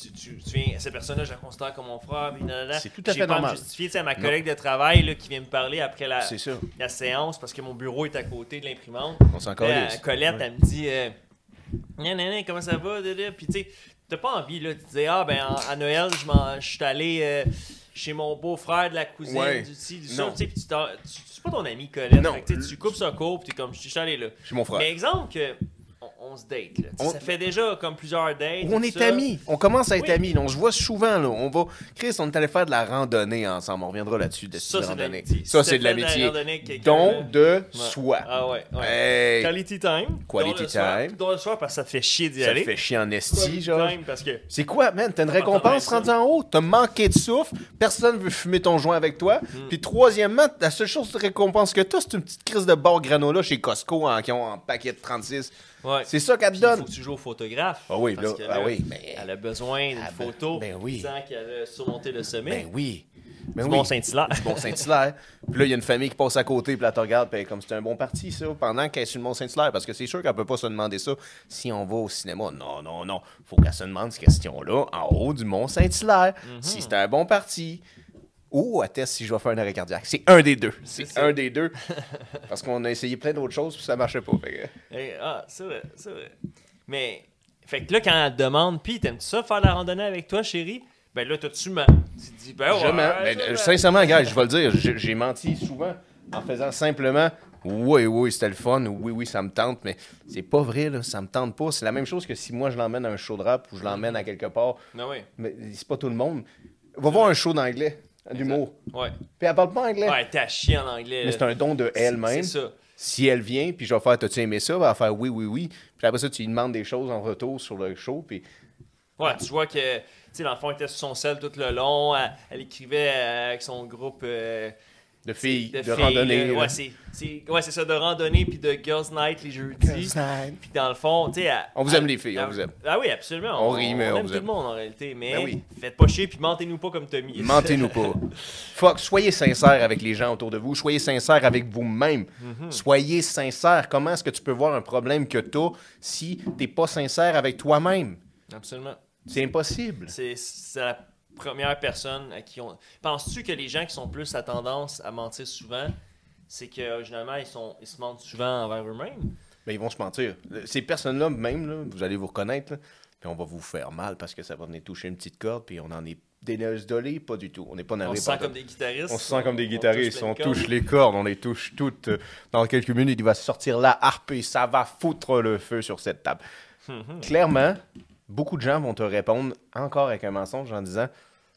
S2: tu, tu, tu viens, cette personne-là, je la considère comme mon frère, puis nanana.
S1: C'est tout à
S2: J'ai
S1: fait
S2: pas à me
S1: normal.
S2: justifier, tu sais, à ma collègue de travail là, qui vient me parler après la,
S1: C'est ça.
S2: la séance parce que mon bureau est à côté de l'imprimante.
S1: On s'en
S2: Là,
S1: calisse.
S2: Colette, elle me dit euh, Nan, nan, nan, comment ça va da, da? Puis tu sais, t'as pas envie, là. Tu disais Ah, ben en- à Noël, je m'en- je suis allé euh, chez mon beau-frère de la cousine,
S1: Ouais.
S2: du ci, du
S1: Non.
S2: ça. Tu sais, puis tu t'en- tu- c'est pas ton ami, Colette.
S1: Non.
S2: Fait que, tu sais, tu coupes ça court, puis t'es comme Je suis allé là.
S1: Je suis mon frère.
S2: Mais exemple que. On, on se date, là. Tu sais,
S1: On-
S2: Ça fait déjà comme plusieurs dates.
S1: On
S2: tout
S1: est
S2: ça.
S1: amis. On commence à être
S2: Oui.
S1: amis. là. On se voit souvent. Là. On va... Chris, on est allé faire de la randonnée ensemble. On reviendra là-dessus. De
S2: Ça,
S1: cette
S2: c'est de
S1: randonnée.
S2: l'amitié.
S1: Ça,
S2: Si
S1: c'est de
S2: t'as fait de la
S1: l'amitié.
S2: randonnée avec quelqu'un, là-
S1: Don de
S2: Ouais.
S1: soi.
S2: Ah ouais, ouais.
S1: Hey!
S2: Quality time.
S1: Quality
S2: Dans le soir-
S1: time.
S2: Dans le soir, parce que ça te fait chier d'y
S1: Ça
S2: aller.
S1: te fait chier en esti,
S2: Quality
S1: genre.
S2: time, parce que.
S1: C'est quoi, man? T'as une
S2: Important,
S1: récompense
S2: ben,
S1: rendue en haut, t'as manqué de souffle, personne veut fumer ton joint avec toi. Puis troisièmement, la seule chose de récompense que t'as, c'est une petite crise de bar granola chez Costco en, qui ont en paquet de 36.
S2: Ouais.
S1: C'est ça qu'elle te
S2: Puis Il
S1: Ah, donne.
S2: faut que tu joues au photographe.
S1: Ah oui,
S2: parce
S1: là,
S2: que
S1: ah oui, mais-
S2: Elle a besoin d'une
S1: Ah ben-
S2: photo
S1: ben oui.
S2: disant qu'elle a surmonté le sommet.
S1: Ben oui. Ben
S2: Du
S1: oui.
S2: Mont Saint-Hilaire.
S1: Du Mont Saint-Hilaire. Puis là, il y a une famille qui passe à côté, puis là, te regarde, puis comme c'était un bon parti, ça, pendant qu'elle est sur le Mont Saint-Hilaire, parce que c'est sûr qu'elle peut pas se demander ça si on va au cinéma. Non, non, non. Faut qu'elle se demande cette question-là en haut du Mont Saint-Hilaire,
S2: Mhm.
S1: si c'était un bon parti. Ou elle teste si je vais faire un arrêt cardiaque. C'est un des deux. C'est
S2: ça.
S1: un des deux. Parce qu'on a essayé plein d'autres choses, puis ça marchait pas. Fait que-
S2: Eh, ah, c'est vrai, c'est vrai. Mais, fait que là, quand elle te demande, puis t'aimes-tu ça faire la randonnée avec toi, chérie? Ben là, toi, tu mens. Tu te dis, ben ouais.
S1: Je mens. Mais,
S2: je
S1: euh,
S2: mens.
S1: sincèrement, gars, je vais le dire, j'ai j'ai menti souvent en faisant simplement oui, oui, c'était le fun, oui, oui, ça me tente, mais c'est pas vrai, là, ça me tente pas. C'est la même chose que si moi je l'emmène à un show de rap ou je l'emmène à quelque part,
S2: Non, oui.
S1: mais c'est pas tout le monde. Va voir un show d'anglais, d'humour.
S2: Ouais.
S1: Puis elle parle pas anglais.
S2: Ouais, t'as chié en anglais.
S1: Mais
S2: là.
S1: c'est un don de
S2: C'est-
S1: elle-même.
S2: C'est ça.
S1: Si elle vient, puis je vais faire T'as-tu aimé ça Elle va faire Oui, oui, oui. Puis après ça, tu lui demandes des choses en retour sur le show, puis
S2: Ouais, tu vois que, tu sais, l'enfant était sur son sel tout le long. Elle, elle écrivait euh, avec son groupe. euh,
S1: de filles, de,
S2: filles,
S1: randonnée.
S2: là.
S1: là.
S2: Ouais, c'est c'est- ouais, c'est ça, de randonnée puis de Girls Night les jeudis. Puis dans le fond, tu sais. à-
S1: On vous aime,
S2: à-
S1: les filles, on
S2: à-
S1: vous aime.
S2: Ah oui, absolument.
S1: On rit, mais on
S2: aime
S1: vous
S2: tout le
S1: aime.
S2: monde en réalité. Mais
S1: Ben oui.
S2: faites pas chier puis mentez-nous pas comme Tommy.
S1: Mentez-nous pas. Fuck, soyez sincère avec les gens autour de vous. Soyez sincère avec vous-même.
S2: Mhm.
S1: Soyez sincère. Comment est-ce que tu peux voir un problème que t'as si t'es pas sincère avec toi-même?
S2: absolument.
S1: C'est impossible.
S2: C'est c'est la première personne à qui on. Penses-tu que les gens qui sont plus à tendance à mentir souvent, c'est que euh, généralement ils, sont, ils se mentent souvent envers eux-mêmes?
S1: Mais Ben, ils vont se mentir. Le- Ces personnes-là, même, là, vous allez vous reconnaître, là, puis on va vous faire mal parce que ça va venir toucher une petite corde, puis on en est désolé, pas du tout. On n'est Ben pas
S2: On
S1: navré
S2: se
S1: par
S2: sent
S1: ça.
S2: comme des guitaristes.
S1: On se sent comme des
S2: on
S1: guitaristes,
S2: plein de
S1: on
S2: cordes.
S1: touche les cordes, on les touche toutes. Euh, Dans quelques minutes, il va sortir la harpe et ça va foutre le feu sur cette table. Mhm. Clairement, beaucoup de gens vont te répondre encore avec un mensonge en disant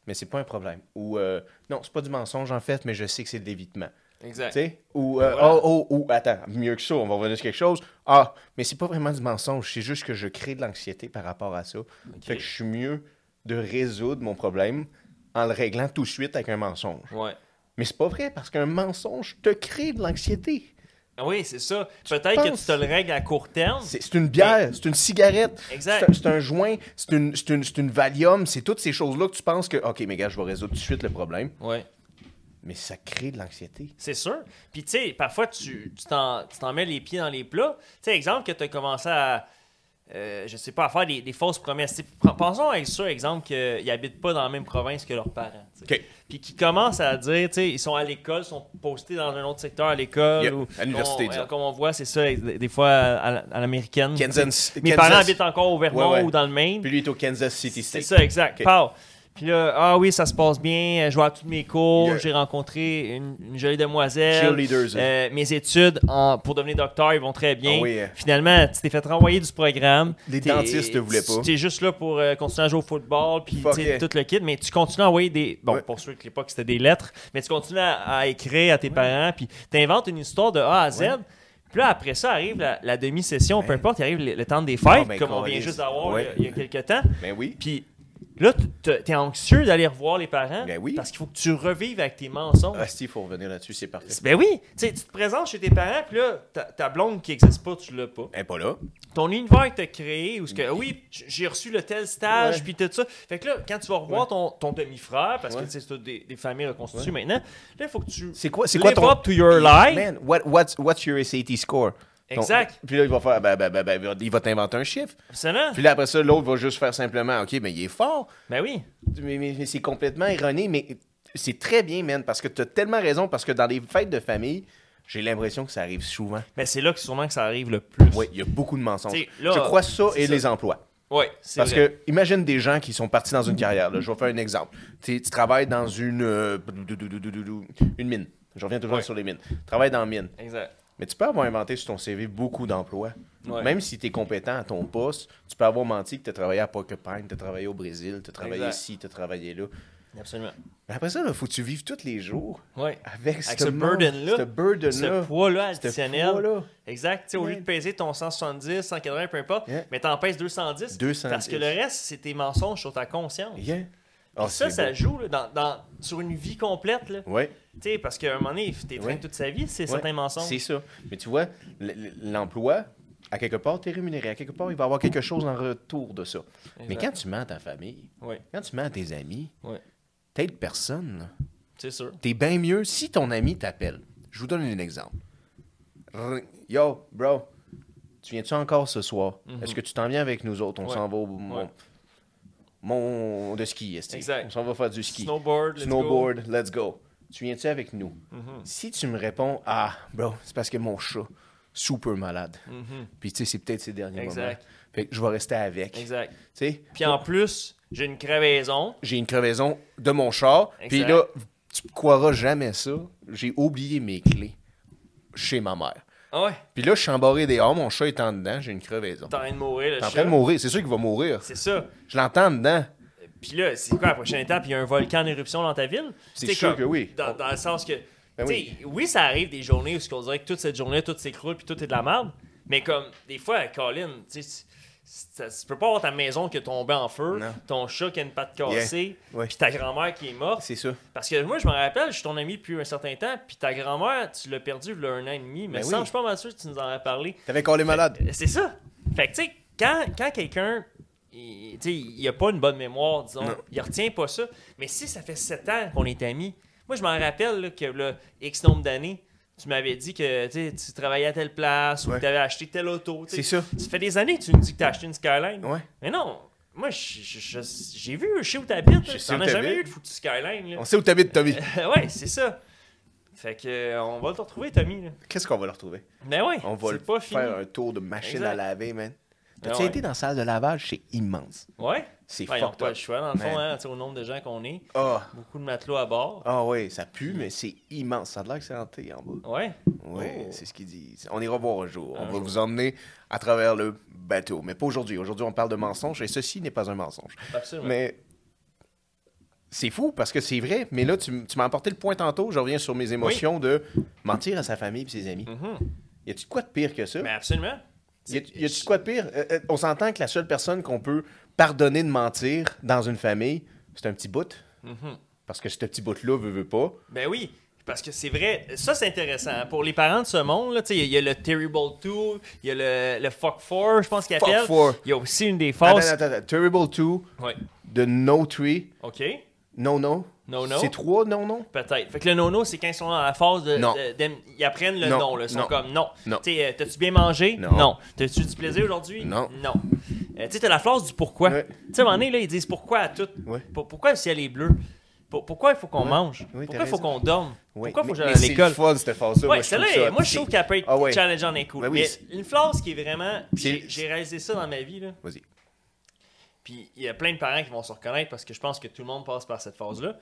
S1: Mais c'est pas un problème. Ou euh, Non, c'est pas du mensonge en fait, mais je sais que c'est de l'évitement. Tu
S2: Exact.
S1: sais? Ou, euh,
S2: Voilà.
S1: oh, oh, oh, attends, mieux que ça, on va revenir sur quelque chose. Ah, mais c'est pas vraiment du mensonge, c'est juste que je crée de l'anxiété par rapport à ça. Fait que je suis mieux de résoudre mon problème en le réglant tout de suite avec un mensonge.
S2: Ouais.
S1: Mais c'est pas vrai, parce qu'un mensonge te crée de l'anxiété.
S2: Ah Oui, c'est ça. Peut-être que tu
S1: penses-
S2: te le règles à court terme.
S1: C'est c'est une bière, c'est une cigarette,
S2: Exact.
S1: c'est un- c'est un joint, c'est une, c'est une, c'est une Valium, c'est toutes ces choses-là que tu penses que, OK, mes gars, je vais résoudre tout de suite le problème.
S2: Ouais.
S1: Mais ça crée de l'anxiété.
S2: C'est sûr. Puis, tu sais, parfois, tu tu t'en tu t'en mets les pieds dans les plats. Tu sais, exemple, que tu as commencé à, euh, je sais pas, à faire des, des fausses promesses. Tu sais, pr- Pensons à ça, exemple, qu'ils habitent pas dans la même province que leurs parents. tu sais.
S1: OK.
S2: Puis qui commencent à dire, tu sais, ils sont à l'école, sont postés dans un autre secteur à l'école.
S1: Yeah,
S2: ou-
S1: à l'université,
S2: on-
S1: disons.
S2: Comme on voit, c'est ça, des des fois à, à- à l'américaine.
S1: Kansas.
S2: Mes
S1: Kansas.
S2: parents habitent encore au Vermont
S1: Ouais, ouais.
S2: ou dans le Maine.
S1: Puis lui est au Kansas City
S2: C'est
S1: State.
S2: ça, exact.
S1: Ok.
S2: Pow. Puis là, ah oui, ça se passe bien, Euh, je vais à tous mes cours,
S1: Yeah.
S2: j'ai rencontré une, une jolie demoiselle.
S1: Cheerleaders, hein.
S2: Euh, mes études en- pour devenir docteur, ils vont très bien.
S1: Ah oui, hein.
S2: Finalement, tu t'es fait renvoyer du programme.
S1: Les
S2: T'es-
S1: dentistes te voulaient pas.
S2: Tu es juste là pour euh, continuer à jouer au football, puis
S1: Fuck
S2: tu sais,
S1: yeah.
S2: tout le kit, mais tu continues à envoyer des. Bon,
S1: Ouais.
S2: pour ceux qui à l'époque, c'était des lettres, mais tu continues à, à écrire à tes parents, puis tu inventes une histoire de A à Z. Puis là, après ça, arrive la, la demi-session, peu importe, il arrive le, le temps des fêtes,
S1: ben,
S2: comme on vient
S1: calisse.
S2: juste d'avoir
S1: Ouais.
S2: il y a- il y a quelques temps.
S1: Ben oui.
S2: Puis là, tu- t'es t'es anxieux d'aller revoir les parents
S1: Ben oui.
S2: parce qu'il faut que tu revives avec tes mensonges.
S1: Ah, si, il faut revenir là-dessus, c'est parfait.
S2: C'est- Ben oui, tu sais, tu te présentes chez tes parents, puis là, ta, ta blonde qui n'existe pas, tu l'as pas.
S1: Elle est Ben, pas là.
S2: Ton univers que t'as créé, ou ce que, ah oui, j- j'ai reçu le tel stage,
S1: Ouais.
S2: puis tout ça. Fait que là, quand tu vas revoir
S1: Ouais.
S2: ton, ton demi-frère, parce que
S1: Ouais.
S2: tu sais, c'est toutes des, des familles reconstituées maintenant, là, il faut que tu.
S1: C'est quoi, c'est quoi
S2: live
S1: ton.
S2: up to your life.
S1: Man, what, what's, what's your SAT score? Ton-
S2: Exact.
S1: Puis là, il va faire. Ben, ben, ben, ben, il va t'inventer un chiffre.
S2: Absolument.
S1: Puis là, après ça, l'autre va juste faire simplement. OK, mais il est fort.
S2: hein? Ben oui.
S1: Mais, mais- mais c'est complètement erroné, mais c'est très bien, man, parce que t'as tellement raison, parce que dans les fêtes de famille, j'ai l'impression que ça arrive souvent.
S2: Mais Ben, c'est là que sûrement que ça arrive le plus.
S1: Oui, il y a beaucoup de mensonges.
S2: T'sais, là,
S1: je crois ça
S2: c'est
S1: et
S2: ça.
S1: les emplois.
S2: Ouais, c'est
S1: Parce
S2: vrai. Mmh.
S1: que, imagine des gens qui sont partis dans une carrière. là. Je vais faire un exemple. T'sais, tu travailles dans une, euh, une mine. Je reviens toujours
S2: Ouais.
S1: sur les mines. Tu travailles dans une mine.
S2: Exact.
S1: Mais tu peux avoir inventé sur ton CV beaucoup d'emplois.
S2: Ouais.
S1: Même si tu es compétent à ton poste, tu peux avoir menti que tu as travaillé à Porcupine, tu as travaillé au Brésil, tu as travaillé
S2: Exact.
S1: ici, tu as travaillé là.
S2: Absolument.
S1: Mais après ça, il faut que tu vives tous les jours
S2: Ouais.
S1: avec,
S2: Avec ce burden-là,
S1: Ce burden-là.
S2: ce poids-là
S1: ce
S2: additionnel.
S1: poids-là.
S2: Exact. Tu sais, Au lieu
S1: Ouais.
S2: de peser ton 170, 180, peu importe,
S1: Yeah.
S2: mais t'en pèses 210,
S1: 210.
S2: Parce que le reste, c'est tes mensonges sur ta conscience.
S1: Yeah.
S2: Puis
S1: Ah,
S2: ça,
S1: c'est
S2: ça
S1: beau.
S2: joue là, dans, dans- sur une vie complète. Là.
S1: Ouais,
S2: Tu sais, parce qu'à un moment donné, t'es traîné
S1: Ouais.
S2: toute sa vie, c'est
S1: ouais.
S2: certains mensonges.
S1: C'est ça. Mais tu vois, l- l- l'emploi, à quelque part, tu es rémunéré. À quelque part, il va y avoir quelque chose en retour de ça. Mais
S2: Exact.
S1: quand tu mens à ta famille,
S2: Oui,
S1: quand tu mens à tes amis,
S2: Ouais.
S1: t'aides personne. là.
S2: c'est sûr.
S1: T'es bien mieux si ton ami t'appelle. Je vous donne un exemple. Ring. Yo, bro, tu viens-tu encore ce soir? Est-ce que tu t'en viens avec nous autres? On
S2: Mhm. Ouais.
S1: s'en va au
S2: Ouais.
S1: mon, mon- de ski. est-ce que-
S2: Exact.
S1: On s'en va faire du ski.
S2: Snowboard, let's
S1: Snowboard, let's go. Tu viens-tu avec nous?
S2: go. Mhm,
S1: Si tu me réponds, ah, bro, c'est parce que mon chat, super malade.
S2: mhm.
S1: Puis tu sais, c'est peut-être ses derniers
S2: Exact.
S1: moments. Fait que je vais rester avec. Tu
S2: Exact.
S1: sais,
S2: Puis en plus, j'ai une crevaison.
S1: j'ai une crevaison de mon char.
S2: Exact.
S1: Puis là, tu croiras jamais ça. J'ai oublié mes clés chez ma mère.
S2: Ah ouais,
S1: Puis là, je suis embarré dehors, mon chat est en dedans, j'ai une crevaison.
S2: t'es en train de mourir, le
S1: T'es en
S2: chat.
S1: train de mourir, c'est sûr qu'il va mourir.
S2: C'est ça.
S1: Je l'entends dedans.
S2: Puis là, c'est quoi la prochaine étape? Il y a un volcan en éruption dans ta ville?
S1: C'est
S2: T'sais,
S1: sûr
S2: comme,
S1: que oui.
S2: Dans, dans le sens que.
S1: Ben
S2: tu sais, oui. ça arrive des journées où on dirait que toute cette journée, tout s'écroule puis tout est de la merde. Mais comme, des fois, Colin, tu sais, tu- tu- tu peux pas avoir ta maison qui est tombée en feu,
S1: Non.
S2: ton chat qui a une patte cassée,
S1: Ouais.
S2: puis ta grand-mère qui est morte.
S1: C'est ça.
S2: Parce que moi, je me rappelle, je suis ton ami depuis un certain temps, puis ta grand-mère, tu l'as perdue il y a un an et demi. Mais
S1: Ben oui.
S2: sans, je suis pas mal sûr que tu nous en as parlé.
S1: T'avais collé malade.
S2: Euh, C'est ça. Fait que, tu sais, quand, quand quelqu'un, il- tu sais, il a pas une bonne mémoire, disons,
S1: Non.
S2: il retient pas ça, mais si ça fait 7 ans qu'on est amis, moi, je m'en rappelle là, que, là, X nombre d'années, tu m'avais dit que tu sais, tu travaillais à telle place ou
S1: Ouais.
S2: que tu avais acheté telle auto. tu sais.
S1: C'est ça.
S2: Ça fait des années que tu nous dis que tu as acheté une Skyline.
S1: Ouais.
S2: Mais non, moi, je- je- je- j'ai vu, je sais où t'habites.
S1: Je
S2: là.
S1: sais
S2: T'en
S1: où
S2: as jamais
S1: t'habites.
S2: eu de foutu Skyline. là.
S1: On sait où t'habites, Tommy.
S2: ouais, c'est ça. Fait que, euh, on va le retrouver, Tommy. Là.
S1: Qu'est-ce qu'on va le retrouver?
S2: Mais ouais,
S1: On va le
S2: c'est pas
S1: faire
S2: fini.
S1: un tour de machine
S2: Exact.
S1: à laver, man. T'as-tu
S2: Ah ouais.
S1: été dans la salle de lavage? C'est immense.
S2: Ouais.
S1: C'est
S2: Ben, ils ont
S1: fucked
S2: pas le
S1: up.
S2: choix, dans le fond,
S1: Man.
S2: hein, tu sais, au nombre de gens qu'on est.
S1: Ah,
S2: Beaucoup de matelots à bord.
S1: ah ouais, ça pue, mais c'est immense. Ça a l'air que c'est hanté en bas.
S2: Ouais.
S1: Oui,
S2: Oh.
S1: c'est ce qu'ils disent. On ira voir un jour.
S2: Un
S1: on va
S2: jour.
S1: vous emmener à travers le bateau. Mais pas aujourd'hui. Aujourd'hui, on parle de mensonge et ceci n'est pas un mensonge.
S2: Absolument.
S1: Mais c'est fou parce que c'est vrai, mais là, tu, m- tu m'as apporté le point tantôt. Je reviens sur mes émotions de mentir à sa famille et ses amis.
S2: Mhm.
S1: Y a-tu de quoi de pire que ça?
S2: Mais absolument.
S1: Y a- y a-tu de quoi de pire? Euh, euh, on s'entend que la seule personne qu'on peut pardonner de mentir dans une famille, c'est un petit bout.
S2: Mhm.
S1: Parce que ce petit bout-là veut, veut pas.
S2: Ben oui, parce que c'est vrai. Ça, c'est intéressant. hein. Pour les parents de ce monde, là, tu sais, il y, a- il y a le Terrible 2, il y a le, le Fuck 4, je pense qu'il
S1: Fuck
S2: appelle.
S1: four.
S2: Il y a aussi une des
S1: Attends,
S2: phases.
S1: attends, attends. Terrible 2,
S2: Ouais.
S1: de No Tree,
S2: OK.
S1: No No.
S2: No No.
S1: C'est trois No No?
S2: Peut-être. Fait que le nono, c'est quand ils sont dans la phase de.
S1: Non.
S2: de- d'aim- ils apprennent le
S1: Non.
S2: non. là. Ils sont
S1: Non.
S2: comme non.
S1: Non.
S2: Tu sais, euh, t'as-tu bien mangé?
S1: Non.
S2: T'as-tu du plaisir aujourd'hui?
S1: Non.
S2: Non. Euh, tu sais, t'as la phrase du pourquoi.
S1: Ouais.
S2: Tu sais, à un moment donné, là, ils disent pourquoi à tout.
S1: Ouais.
S2: Pour- pourquoi le ciel est bleu? Pour- pourquoi il faut qu'on
S1: Ouais.
S2: mange?
S1: Oui, t'as
S2: pourquoi il faut
S1: raison.
S2: qu'on dorme?
S1: Oui.
S2: Pourquoi il faut
S1: Mais-
S2: que j'aille
S1: mais
S2: à l'école?
S1: C'est le fun, cette phase-là.
S2: Ouais,
S1: je trouve
S2: celle-là,
S1: ça-
S2: moi, je trouve qu'elle peut être
S1: Ah ouais.
S2: challengeante et cool.
S1: Ben oui,
S2: Mais
S1: c'est-
S2: une phrase qui est vraiment.
S1: C'est-
S2: J'ai j'ai réalisé ça dans ma vie, là.
S1: Vas-y.
S2: Puis il y a plein de parents qui vont se reconnaître parce que je pense que tout le monde passe par cette phase-là.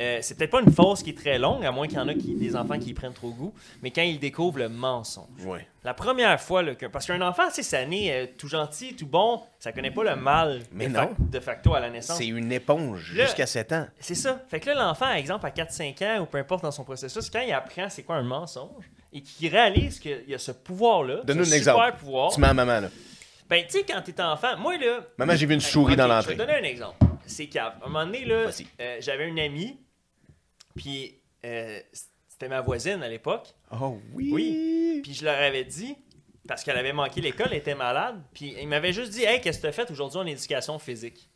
S2: Euh, c'est peut-être pas une phase qui est très longue, à moins qu'il y en a qui, des enfants qui y prennent trop goût, mais quand ils découvrent le mensonge.
S1: Ouais.
S2: La première fois, là, que- parce qu'un enfant, c'est sa née euh, tout gentil, tout bon, ça connaît pas le mal
S1: Mais
S2: de,
S1: non.
S2: fac- de facto à la naissance.
S1: C'est une éponge
S2: Là-
S1: jusqu'à 7 ans.
S2: C'est ça. Fait que là, l'enfant, par exemple, à 4-5 ans, ou peu importe dans son processus, quand il apprend c'est quoi un mensonge, et qu'il réalise qu'il y a ce pouvoir-là,
S1: Donne-nous
S2: ce
S1: un
S2: super
S1: exemple.
S2: pouvoir,
S1: Tu mets à maman, là.
S2: ben, tu sais, quand t'es enfant, moi, là,
S1: Maman, j'ai vu une souris
S2: Ok,
S1: dans
S2: Je vais
S1: l'entrée.
S2: te donner un exemple. C'est cave. À un moment donné, là,
S1: Vas-y.
S2: euh, j'avais une amie, puis euh, c'était ma voisine à l'époque,
S1: Oh oui.
S2: puis je leur avais dit, parce qu'elle avait manqué l'école, elle était malade, puis ils m'avaient juste dit Hey, qu'est-ce que tu as fait aujourd'hui en éducation physique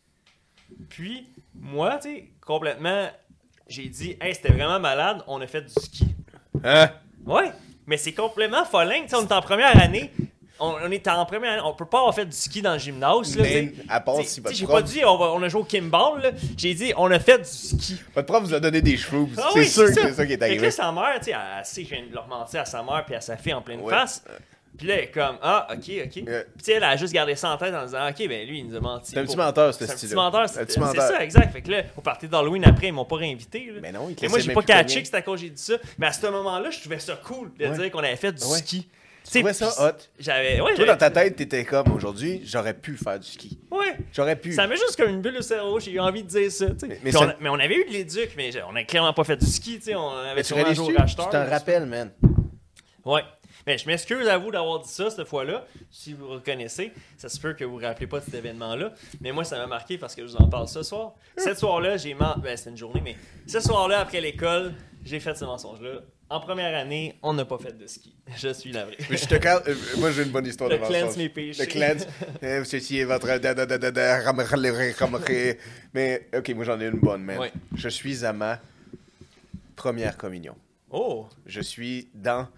S2: Puis, moi, tu sais, complètement, j'ai dit Hey, c'était vraiment malade, on a fait du ski.
S1: Hein?
S2: Ouais, mais c'est complètement folingue, tu sais, on est en première année. On, on est en première année, on peut pas avoir fait du ski dans le gymnase. là,
S1: Mais
S2: tu sais.
S1: à part
S2: T'sais,
S1: si
S2: t'sais,
S1: votre
S2: J'ai pas
S1: prof,
S2: dit on, va- on a joué au Kimball, là. j'ai dit on a fait du ski.
S1: votre prof vous a donné des cheveux.
S2: Ah
S1: c'est
S2: oui,
S1: sûr que c'est ça qui est
S2: Fait que
S1: arrivé.
S2: là, sa mère, tu sais, elle sait que je viens de leur mentir à sa mère puis à sa fille en pleine
S1: Ouais.
S2: face. Puis là, elle est comme ah, ok, ok. Puis
S1: Euh.
S2: tu sais, elle a juste gardé ça en tête en disant ok, ben lui, il nous a menti.
S1: C'est un petit
S2: Pour-
S1: menteur, ce
S2: C'est un
S1: style-là.
S2: petit menteur,
S1: Un
S2: c'est
S1: petit
S2: c'est
S1: menteur.
S2: ça, exact. Fait que là, au party d'Halloween après, ils m'ont pas réinvité. là.
S1: Mais non, il te
S2: Et moi,
S1: laissait même
S2: j'ai pas
S1: plus
S2: catché
S1: pogner.
S2: que c'était à cause que j'ai dit ça. Mais à ce moment-là, je trouvais ça cool de
S1: Ouais. Ah
S2: dire qu'on avait fait du
S1: Ouais.
S2: ski.
S1: Tu trouvais ça hot.
S2: J'avais. Ouais,
S1: Toi,
S2: j'avais-
S1: dans ta tête, t'étais comme aujourd'hui, j'aurais pu faire du ski.
S2: ouais.
S1: J'aurais pu.
S2: Ça met juste comme une bulle au cerveau, j'ai eu envie de dire ça. tu sais.
S1: Mais-
S2: Puis
S1: mais
S2: on
S1: ça-
S2: a- mais on avait eu de l'éduc, mais je- on a clairement pas fait du ski, tu sais, on avait
S1: Mais tu
S2: tourné un
S1: réalises
S2: jour
S1: tu
S2: au
S1: Tu
S2: racheteur.
S1: t'en rappelles, man.
S2: Ouais. Mais je m'excuse à vous d'avoir dit ça cette fois-là. Si vous reconnaissez, ça se peut que vous vous rappelez pas de cet événement-là. Mais moi, ça m'a marqué parce que je vous en parle ce soir. Cette soir-là, j'ai menti. Ben, c'est une journée, mais ce soir-là, après l'école, j'ai fait ce mensonge-là. En première année, on n'a pas fait de ski. Je suis navré.
S1: Mais je te cal- euh, Moi, j'ai une bonne histoire
S2: Le
S1: de mensonge.
S2: cleanse mes péchés.
S1: Le cleanse. Euh, Ceci est votre. da- da- da- da- da- ram- ram- ram- ram- ram- Mais, ok, moi, j'en ai une bonne, man.
S2: Ouais.
S1: Je suis à ma première communion.
S2: Oh,
S1: Je suis dans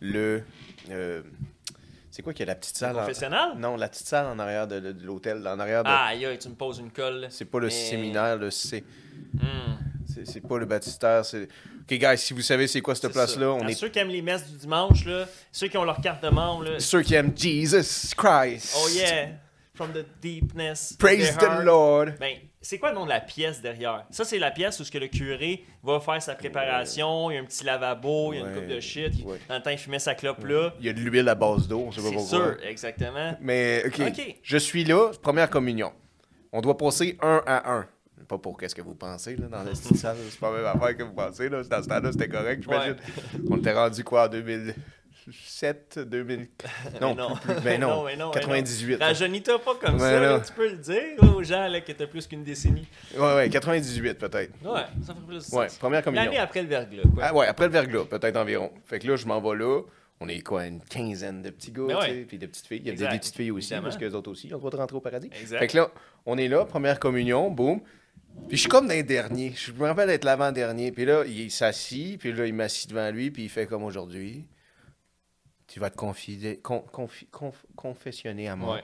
S1: le. euh, c'est quoi qu'il y a la petite salle? en-
S2: professionnel?
S1: Non, la petite salle en arrière de, de- de l'hôtel, en arrière de.
S2: Ah, aïe, aïe, tu me poses une colle.
S1: C'est pas le
S2: Mais-
S1: séminaire, le C.
S2: Hmm.
S1: C'est c'est pas le baptistère. c'est... Ok, guys, si vous savez c'est quoi cette
S2: C'est
S1: place-là,
S2: ça.
S1: on
S2: À
S1: est
S2: Ceux qui aiment les messes du dimanche, là, ceux qui ont leur carte de membre, là,
S1: ceux qui aiment Jesus Christ.
S2: oh yeah, from the deepness. of
S1: Praise
S2: their
S1: the
S2: heart.
S1: Lord.
S2: Ben, c'est quoi le nom de la pièce derrière? Ça, c'est la pièce où ce que le curé va faire sa préparation, il y a un petit lavabo, il y a une
S1: Ouais.
S2: coupe de shit, il-
S1: Ouais.
S2: dans le temps, il fumait sa clope là.
S1: Il y a de l'huile à base d'eau, on sait pas
S2: C'est
S1: pourquoi.
S2: sûr, exactement.
S1: Mais ok.
S2: Ok.
S1: je suis là, première communion. On doit passer un à un. Pas pour qu'est-ce que vous pensez là, dans cette salle, c'est pas la même affaire que vous pensez là. Dans ce temps-là, c'était correct, j'imagine. On était rendu quoi en 2007, 2000 Non,
S2: Mais non.
S1: plus- plus- ben non,
S2: Mais non, mais non, mais non.
S1: 98.
S2: Rajeunis-toi pas comme
S1: Ouais,
S2: ça, là,
S1: non.
S2: tu peux le dire aux gens là, que t'as plus qu'une décennie.
S1: Ouais ouais, 98 peut-être.
S2: Ouais, ça ferait plus de sens.
S1: Ouais, première communion.
S2: L'année après le verglas, quoi.
S1: Ah ouais, après le verglas, peut-être environ. Fait que là, je m'en vais là. On est quoi, une quinzaine de petits gars,
S2: Mais
S1: tu sais,
S2: Ben ouais.
S1: puis de petites filles. Il y a
S2: Exact,
S1: des petites filles aussi, hein, parce
S2: évidemment.
S1: qu'eux autres aussi, ils ont le droit de rentrer au paradis.
S2: Exact.
S1: Fait que là, on est là, première communion, boum. Puis je suis comme dans les derniers. Je me rappelle être l'avant-dernier. Puis là, il s'assit, puis là, il m'assit devant lui, puis il fait comme aujourd'hui. Tu vas te confider- con- confi- conf- confessionner à moi.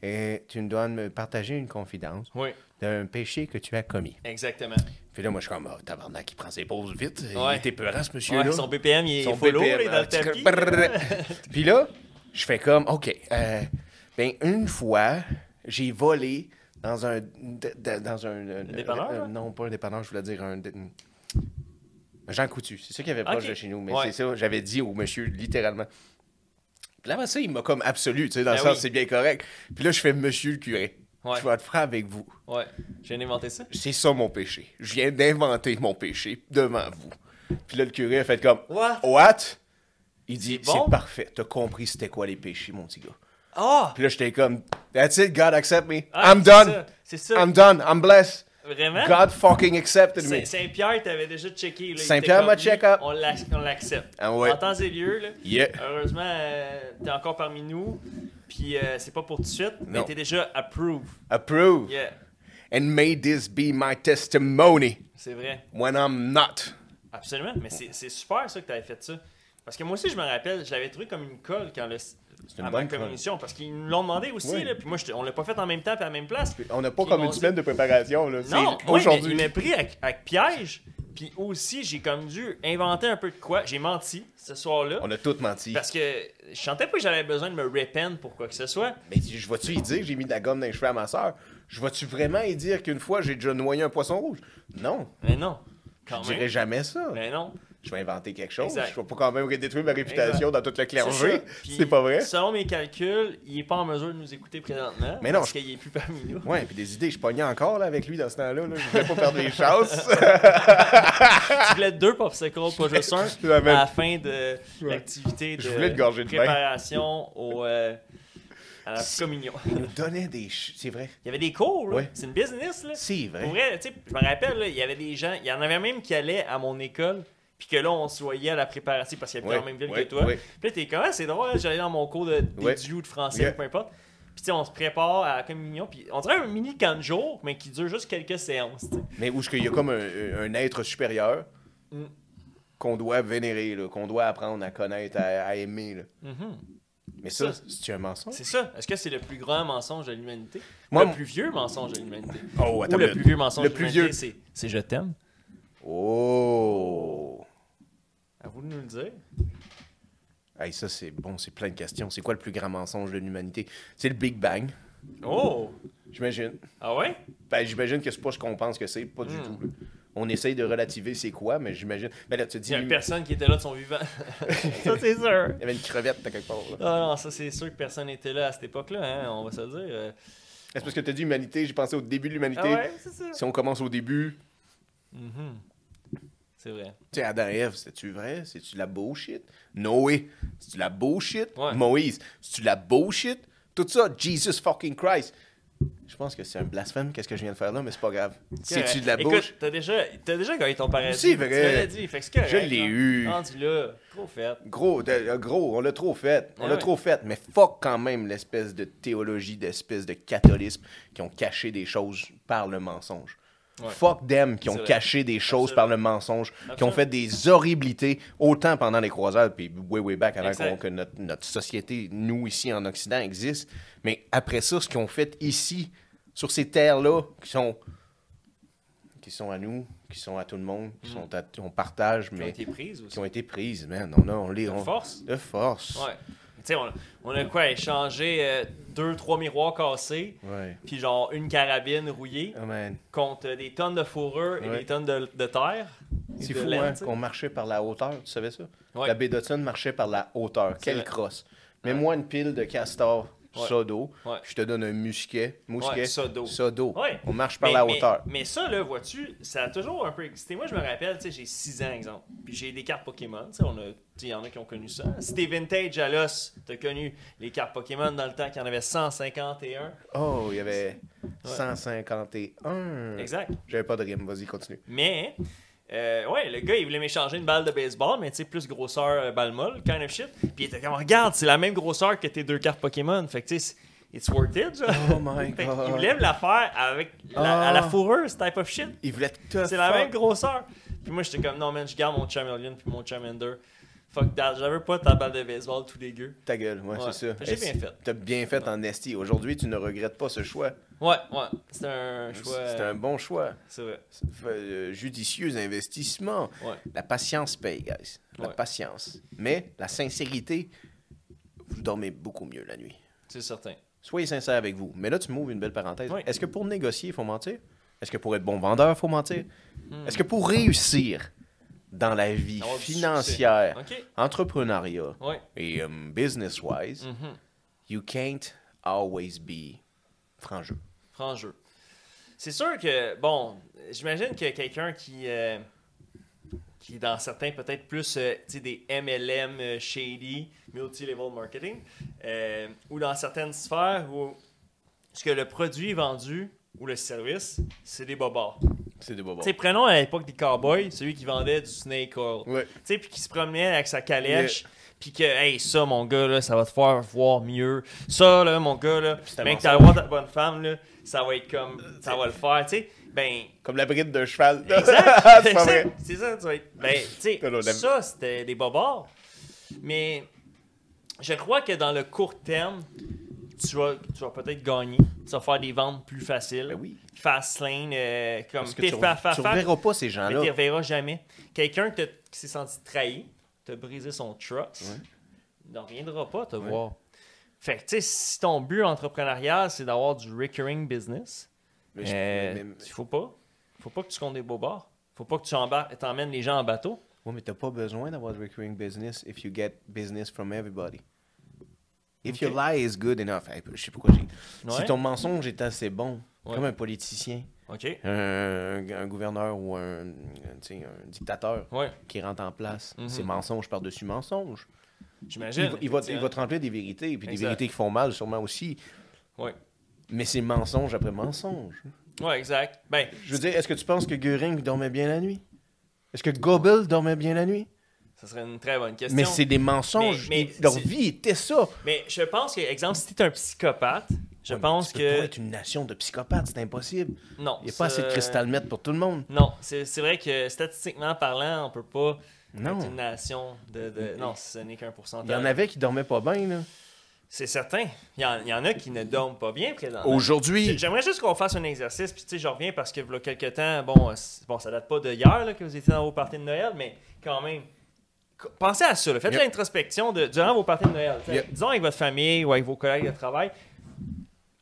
S2: Ouais.
S1: Et tu me dois me partager une confidence
S2: Oui,
S1: d'un péché que tu as commis.
S2: exactement.
S1: Puis là, moi, je suis comme, Ah, tabarnak, il prend ses pauses vite.
S2: Ouais.
S1: Il était peurant, ce monsieur-là.
S2: Ouais, son BPM, il est
S1: Son
S2: follow,
S1: BPM,
S2: là, il est dans le tapis.
S1: hein. Puis là, je fais comme, OK, euh, ben une fois, j'ai volé dans un... d- d- Dans un, euh,
S2: dépanneur,
S1: euh,
S2: là?
S1: non, pas un dépanneur, je voulais dire un... d- un Jean Coutu, c'est ça qu'il y avait proche
S2: Ok.
S1: de chez nous, mais
S2: Ouais.
S1: c'est ça, j'avais dit au monsieur, littéralement. Puis là, après ça, il m'a comme absolu, tu sais, dans
S2: Ben
S1: le sens,
S2: oui.
S1: c'est bien correct. Puis là, je fais monsieur le curé.
S2: Ouais.
S1: Je vais être franc avec vous.
S2: Ouais. J'ai inventé ça.
S1: C'est ça mon péché. Je viens d'inventer mon péché devant vous. Puis là, le curé a fait comme
S2: What?
S1: What? Il dit
S2: C'est bon?
S1: C'est parfait. T'as compris c'était quoi les péchés, mon petit gars.
S2: Ah!
S1: Puis là, j'étais comme That's it, God accept me.
S2: Ah,
S1: I'm
S2: c'est
S1: done.
S2: ça, C'est ça.
S1: I'm done. I'm blessed.
S2: Vraiment?
S1: God fucking accepted me.
S2: Saint- Saint-Pierre, t'avais déjà checké. là, il
S1: Saint-Pierre
S2: était
S1: m'a
S2: comme,
S1: check up.
S2: On l'ac- on l'accepte.
S1: Ah ouais.
S2: En temps et lieu, là.
S1: Yeah.
S2: Heureusement, euh, t'es encore parmi nous. Puis euh, c'est pas pour tout de suite, mais
S1: Non.
S2: t'es déjà approved.
S1: Approve.
S2: Yeah,
S1: And may this be my testimony
S2: c'est vrai.
S1: when I'm not.
S2: Absolument. Mais c'est c'est super ça que t'avais fait ça. Parce que moi aussi, je me rappelle, je l'avais trouvé comme une colle quand le.
S1: une
S2: avant la
S1: bonne colle.
S2: communion, parce qu'ils nous l'ont demandé aussi,
S1: Oui.
S2: là, puis moi, j'étais- on l'a pas fait en même temps, puis à la même place.
S1: On n'a pas
S2: Puis
S1: comme
S2: ils
S1: une
S2: m'ont
S1: semaine de préparation. Là.
S2: Non,
S1: C'est
S2: moi, il m'a-
S1: aujourd'hui.
S2: il m'a pris avec, avec piège, puis aussi, j'ai comme dû inventer un peu de quoi. J'ai menti ce soir-là,
S1: On a tout menti.
S2: parce que je sentais pas que j'avais besoin de me repent pour quoi que ce soit.
S1: Mais je vais-tu y dire j'ai mis de la gomme dans les cheveux à ma soeur? Je vais-tu vraiment y dire qu'une fois j'ai déjà noyé un poisson rouge? Non,
S2: Mais non, quand
S1: je dirais
S2: même.
S1: jamais ça.
S2: Mais non.
S1: Je vais inventer quelque chose.
S2: Ah Exact.
S1: Je vais pas quand même détruire ma réputation dans toute la
S2: C'est
S1: clergé.
S2: ça. Puis,
S1: C'est pas vrai?
S2: Selon mes calculs, il n'est pas en mesure de nous écouter présentement.
S1: Mais non,
S2: Parce
S1: je-
S2: qu'il n'est plus parmi nous.
S1: Ouais, puis des idées, je pognais encore là, avec lui dans ce temps-là. Là. Je voulais pas perdre les chances.
S2: tu voulais deux popsicles, pas juste un.
S1: Je l'avais-
S2: À la fin de
S1: Ouais.
S2: l'activité de
S1: Je voulais te gorger de vin.
S2: préparation au, euh, à la communion.
S1: Il nous donnait des. ch- C'est vrai.
S2: Il y avait des cours, là.
S1: Ouais.
S2: C'est une business, là.
S1: C'est
S2: Pour
S1: vrai.
S2: vrai, tu sais, je me rappelle, là, il y avait des gens, il y en avait même qui allaient à mon école, puis que là, on se voyait à la préparation parce qu'il y avait dans la même ville
S1: ouais,
S2: que toi.
S1: ouais.
S2: Puis là, t'es comme, Ah, c'est drôle, j'allais dans mon cours de, des
S1: Ouais.
S2: duos de français,
S1: Yeah.
S2: peu importe. Puis tu sais, on se prépare à la communion, puis on dirait un mini camp de jour, mais qui dure juste quelques séances, tu sais.
S1: Mais où est-ce qu'il y a comme un, un être supérieur
S2: Mm.
S1: qu'on doit vénérer, là, qu'on doit apprendre à connaître, à, à aimer. là.
S2: Mhm.
S1: Mais ça,
S2: Ça-
S1: c'est un mensonge?
S2: C'est ça. Est-ce que c'est le plus grand mensonge de l'humanité?
S1: Moi,
S2: le
S1: mon-
S2: plus vieux mensonge de l'humanité.
S1: Oh,
S2: Ou
S1: attends.
S2: le
S1: une
S2: plus
S1: minute.
S2: vieux mensonge
S1: Le
S2: de
S1: plus
S2: l'humanité,
S1: vieux.
S2: c'est- c'est je t'aime.
S1: Oh!
S2: À vous de nous le dire.
S1: Hey, ça, c'est bon, c'est plein de questions. C'est quoi le plus grand mensonge de l'humanité? C'est le Big Bang,
S2: Oh!
S1: j'imagine.
S2: Ah ouais?
S1: Ben, j'imagine que c'est pas ce qu'on pense que c'est, pas du
S2: Mm.
S1: tout. là. On essaye de relativer c'est quoi, mais j'imagine. Ben là, tu
S2: Il
S1: dis,
S2: y a
S1: il
S2: personne qui était là de son vivant. ça, c'est sûr.
S1: y avait une crevette à quelque part. là.
S2: Ah non, ça, c'est sûr que personne n'était là à cette époque-là, hein, on va se le dire. Euh,
S1: C'est parce que tu as dit humanité, j'ai pensé au début de l'humanité.
S2: Ah ouais, c'est ça.
S1: Si on commence au début,
S2: Mhm. C'est vrai.
S1: tu sais, Adam et Ève, c'est-tu vrai? C'est-tu de la bullshit? Noé, c'est-tu de la bullshit?
S2: Ouais.
S1: Moïse, c'est-tu de la bullshit? Tout ça, Jesus fucking Christ. Je pense que c'est un blasphème, qu'est-ce que je viens de faire là, mais c'est pas grave. C'est-tu de la
S2: Écoute,
S1: bullshit?
S2: T'as déjà, t'as déjà gagné ton paradis.
S1: C'est vrai.
S2: Tu me l'as dit, fait que c'est correct,
S1: Je l'ai
S2: hein.
S1: eu.
S2: Rendu là, trop fait.
S1: Gros, de- euh, gros, on l'a trop fait. On
S2: Ah
S1: l'a
S2: ouais.
S1: trop fait. Mais fuck quand même l'espèce de théologie, d'espèce de catholisme qui ont caché des choses par le mensonge.
S2: Ouais.
S1: Fuck them qui
S2: C'est
S1: ont
S2: vrai.
S1: caché des choses
S2: Absolument.
S1: par le mensonge, qui ont
S2: Absolument.
S1: fait des horribilités autant pendant les croisades, puis way, way back avant
S2: Exact.
S1: qu'on- que notre, notre société, nous ici en Occident, existe. Mais après ça, ce qu'ils ont fait ici, sur ces terres-là, qui sont, qui sont à nous, qui sont à tout le monde, qui sont à, on partage,
S2: Mm. Qui ont
S1: mais
S2: été prises aussi.
S1: qui ont été prises, man. On, a, on les
S2: De
S1: on-
S2: force.
S1: de force.
S2: Ouais. Tu sais, on, a- on a quoi, échangé euh, deux, trois miroirs cassés,
S1: Ouais.
S2: puis genre une carabine rouillée
S1: Oh, man.
S2: contre euh, des tonnes de fourrure et
S1: Ouais.
S2: des tonnes de, de terre. et
S1: C'est
S2: de
S1: fou,
S2: laine,
S1: hein,
S2: tu sais.
S1: qu'on marchait par la hauteur, tu savais ça?
S2: Ouais.
S1: La baie d'Hudson marchait par la hauteur.
S2: C'est
S1: Quelle
S2: vrai.
S1: crosse. Mets-moi une pile de castor,
S2: Ouais.
S1: sodo,
S2: Ouais.
S1: je te donne un musquet, mousquet,
S2: Ouais, sodo. Ouais.
S1: On marche par
S2: Mais-
S1: la
S2: mais-
S1: hauteur.
S2: Mais, ça, là, vois-tu, ça a toujours un peu existé. Moi, je me rappelle, tu sais, j'ai 6 ans, exemple. Puis j'ai des cartes Pokémon. Tu sais, on a- tu sais, il y en a qui ont connu ça. Si t'es vintage à l'os, t'as connu les cartes Pokémon dans le temps qu'il y en avait 151.
S1: Oh, il y avait 151.
S2: Exact.
S1: J'avais pas de rime, vas-y, continue.
S2: Mais, euh, ouais, le gars, il voulait m'échanger une balle de baseball, mais tu sais, plus grosseur euh, balle molle, kind of shit. Puis il était comme, regarde, c'est la même grosseur que tes deux cartes Pokémon. Fait que, tu sais, c'est- it's worth it, genre.
S1: Oh my
S2: Fait
S1: God.
S2: qu'il voulait me la faire avec la, à la
S1: Ah.
S2: fourrure, ce type of shit.
S1: Il voulait te
S2: C'est la
S1: fuck.
S2: même grosseur. Puis moi, j'étais comme, non, man, je garde mon Chameleon puis mon Charmander. Fuck that, j'avais pas ta balle de baseball tout dégueu.
S1: Ta gueule, ouais,
S2: Ouais.
S1: c'est ça.
S2: J'ai bien fait.
S1: T'as bien fait en esti. Aujourd'hui, tu ne regrettes pas ce choix.
S2: Ouais, ouais, c'était un choix.
S1: C'est un bon choix.
S2: C'est vrai.
S1: Euh, judicieux investissement.
S2: Ouais.
S1: La patience paye, guys. La
S2: Ouais.
S1: patience. Mais la sincérité, vous dormez beaucoup mieux la nuit.
S2: C'est certain.
S1: Soyez sincère avec vous. Mais là, tu m'ouvres une belle parenthèse.
S2: Oui.
S1: Est-ce que pour négocier, il faut mentir? Est-ce que pour être bon vendeur, il faut mentir? Est-ce que pour réussir dans la vie
S2: Hmm. Avoir du
S1: financière,
S2: succès. Ok.
S1: entrepreneuriat
S2: Ouais.
S1: et euh, business-wise,
S2: Mhm.
S1: you can't always be franc-jeu?
S2: prend jeu. C'est sûr que, bon, j'imagine que quelqu'un qui, euh, qui, dans certains, peut-être plus euh, tu sais, des MLM euh, shady, multi-level marketing, euh, ou dans certaines sphères où ce que le produit vendu ou le service, c'est des bobards.
S1: C'est des bobards.
S2: Tu sais, prenons à l'époque des cowboys, celui qui vendait du snake oil.
S1: Ouais.
S2: Tu sais, puis qui se promenait avec sa calèche. Puis que, hey, ça, mon gars, là, ça va te faire voir mieux. Ça, là, mon gars, là,
S1: c'est un
S2: même que t'as
S1: mensonge.
S2: le droit d'être bonne femme, là, ça va être comme, ça va le faire, tu sais. Ben,
S1: Comme la bride d'un cheval. Ah,
S2: exact.
S1: c'est pas vrai.
S2: C'est ça, tu vas être. Ben, tu
S1: Non, non,
S2: sais, ça, c'était des bobards. Mais je crois que dans le court terme, tu vas, tu vas peut-être gagner. Tu vas faire des ventes plus faciles.
S1: Ben oui.
S2: Fast lane, euh, comme
S1: Parce que
S2: pif,
S1: tu,
S2: paf,
S1: ne
S2: paf, paf.
S1: reverras pas ces
S2: Mais tu ne
S1: gens-là.
S2: reverras jamais. Quelqu'un que t'as- qui s'est senti trahi, t'a brisé son trust, n'en reviendra pas te voir. Fait que, tu sais, si ton but entrepreneurial, c'est d'avoir du recurring business,
S1: Mais
S2: euh, il
S1: je- mais- mais-
S2: faut pas. faut pas que tu comptes des bobards. faut pas que tu embar- t'emmènes les gens en bateau.
S1: Ouais, mais t'as pas besoin d'avoir de recurring business if you get business from everybody. If
S2: Ok.
S1: your lie is good enough. Hey, je sais pas pourquoi j'ai.
S2: Ouais.
S1: Si ton mensonge est assez bon,
S2: Ouais.
S1: comme un politicien,
S2: OK?
S1: un, un gouverneur ou un, un, tu sais, un dictateur
S2: Ouais,
S1: qui rentre en place,
S2: Mhm.
S1: c'est mensonge par-dessus mensonge. Il,
S2: j'imagine.
S1: va- il va, il va te remplir des vérités, puis des
S2: Exact.
S1: vérités qui font mal sûrement aussi,
S2: Ouais.
S1: mais c'est mensonge après mensonge.
S2: ouais, exact. Ben,
S1: Je veux dire, est-ce que tu penses que Göring dormait bien la nuit? Est-ce que Goebbels dormait bien la nuit?
S2: ça serait une très bonne question.
S1: Mais c'est des mensonges.
S2: Mais- mais
S1: Ils- leur
S2: c'est-
S1: vie était ça.
S2: Mais je pense que, exemple, si t'es un psychopathe, je
S1: Ouais, mais
S2: pense
S1: tu peux
S2: que.
S1: pas être une nation de psychopathes, c'est impossible.
S2: Non.
S1: Il n'y a pas assez de
S2: ça-
S1: cristal mètre pour tout le monde.
S2: Non, c'est c'est vrai que statistiquement parlant, on peut pas
S1: Non.
S2: être une nation de. de- Non, ce n'est qu'un pourcentage.
S1: Il y en avait qui dormaient pas bien, là.
S2: C'est certain. Il y, en, il y en a qui ne dorment pas bien présentement. J-
S1: Aujourd'hui,
S2: J'aimerais juste qu'on fasse un exercice, puis tu sais, je reviens parce que, a quelques temps, bon, euh, c- bon ça date pas de hier là, que vous étiez dans vos parties de Noël, mais quand même, co- pensez à ça, là. faites
S1: Yep.
S2: l'introspection de, durant vos parties de Noël. Fait-
S1: Yep.
S2: Disons avec votre famille ou avec vos collègues de travail,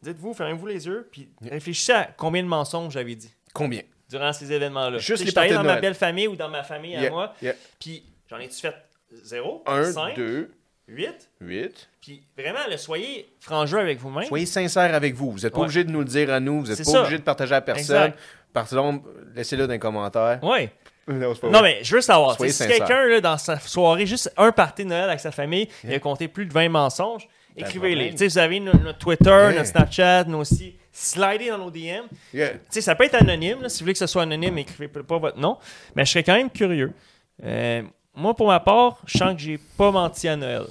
S2: dites-vous, fermez-vous les yeux, puis réfléchissez à combien de mensonges j'avais dit
S1: combien?
S2: durant ces événements-là.
S1: Juste
S2: Tu sais,
S1: les
S2: j'étais
S1: parties
S2: allé
S1: de
S2: dans ma
S1: Noël.
S2: belle famille ou dans ma famille à
S1: Yeah,
S2: moi,
S1: yeah.
S2: puis j'en ai-tu fait 0,
S1: Un,
S2: 5,
S1: deux,
S2: 8?
S1: huit.
S2: Puis vraiment, le soyez franc jeu avec vous-même.
S1: Soyez sincères avec vous. Vous n'êtes pas
S2: Ouais.
S1: obligé de nous le dire à nous. Vous n'êtes
S2: C'est
S1: pas
S2: ça.
S1: obligé de partager à personne.
S2: Exact.
S1: Pardon, laissez-le dans les commentaires.
S2: Ouais.
S1: Non, c'est pas
S2: Non,
S1: vrai.
S2: mais je veux savoir, tu
S1: Soyez
S2: sais, si
S1: sincère.
S2: quelqu'un, là, dans sa soirée, juste un party de Noël avec sa famille, il a compté plus de 20 mensonges,
S1: Ben,
S2: écrivez-les.
S1: problème.
S2: Tu sais, vous avez no- notre Twitter, notre Snapchat, nos aussi. Slidez dans nos DM.
S1: Yeah.
S2: Tu sais, ça peut être anonyme. là. Si vous voulez que ce soit anonyme, écrivez p- pas votre nom. Mais je serais quand même curieux. Euh, moi, pour ma part, je sens que j'ai pas menti à Noël.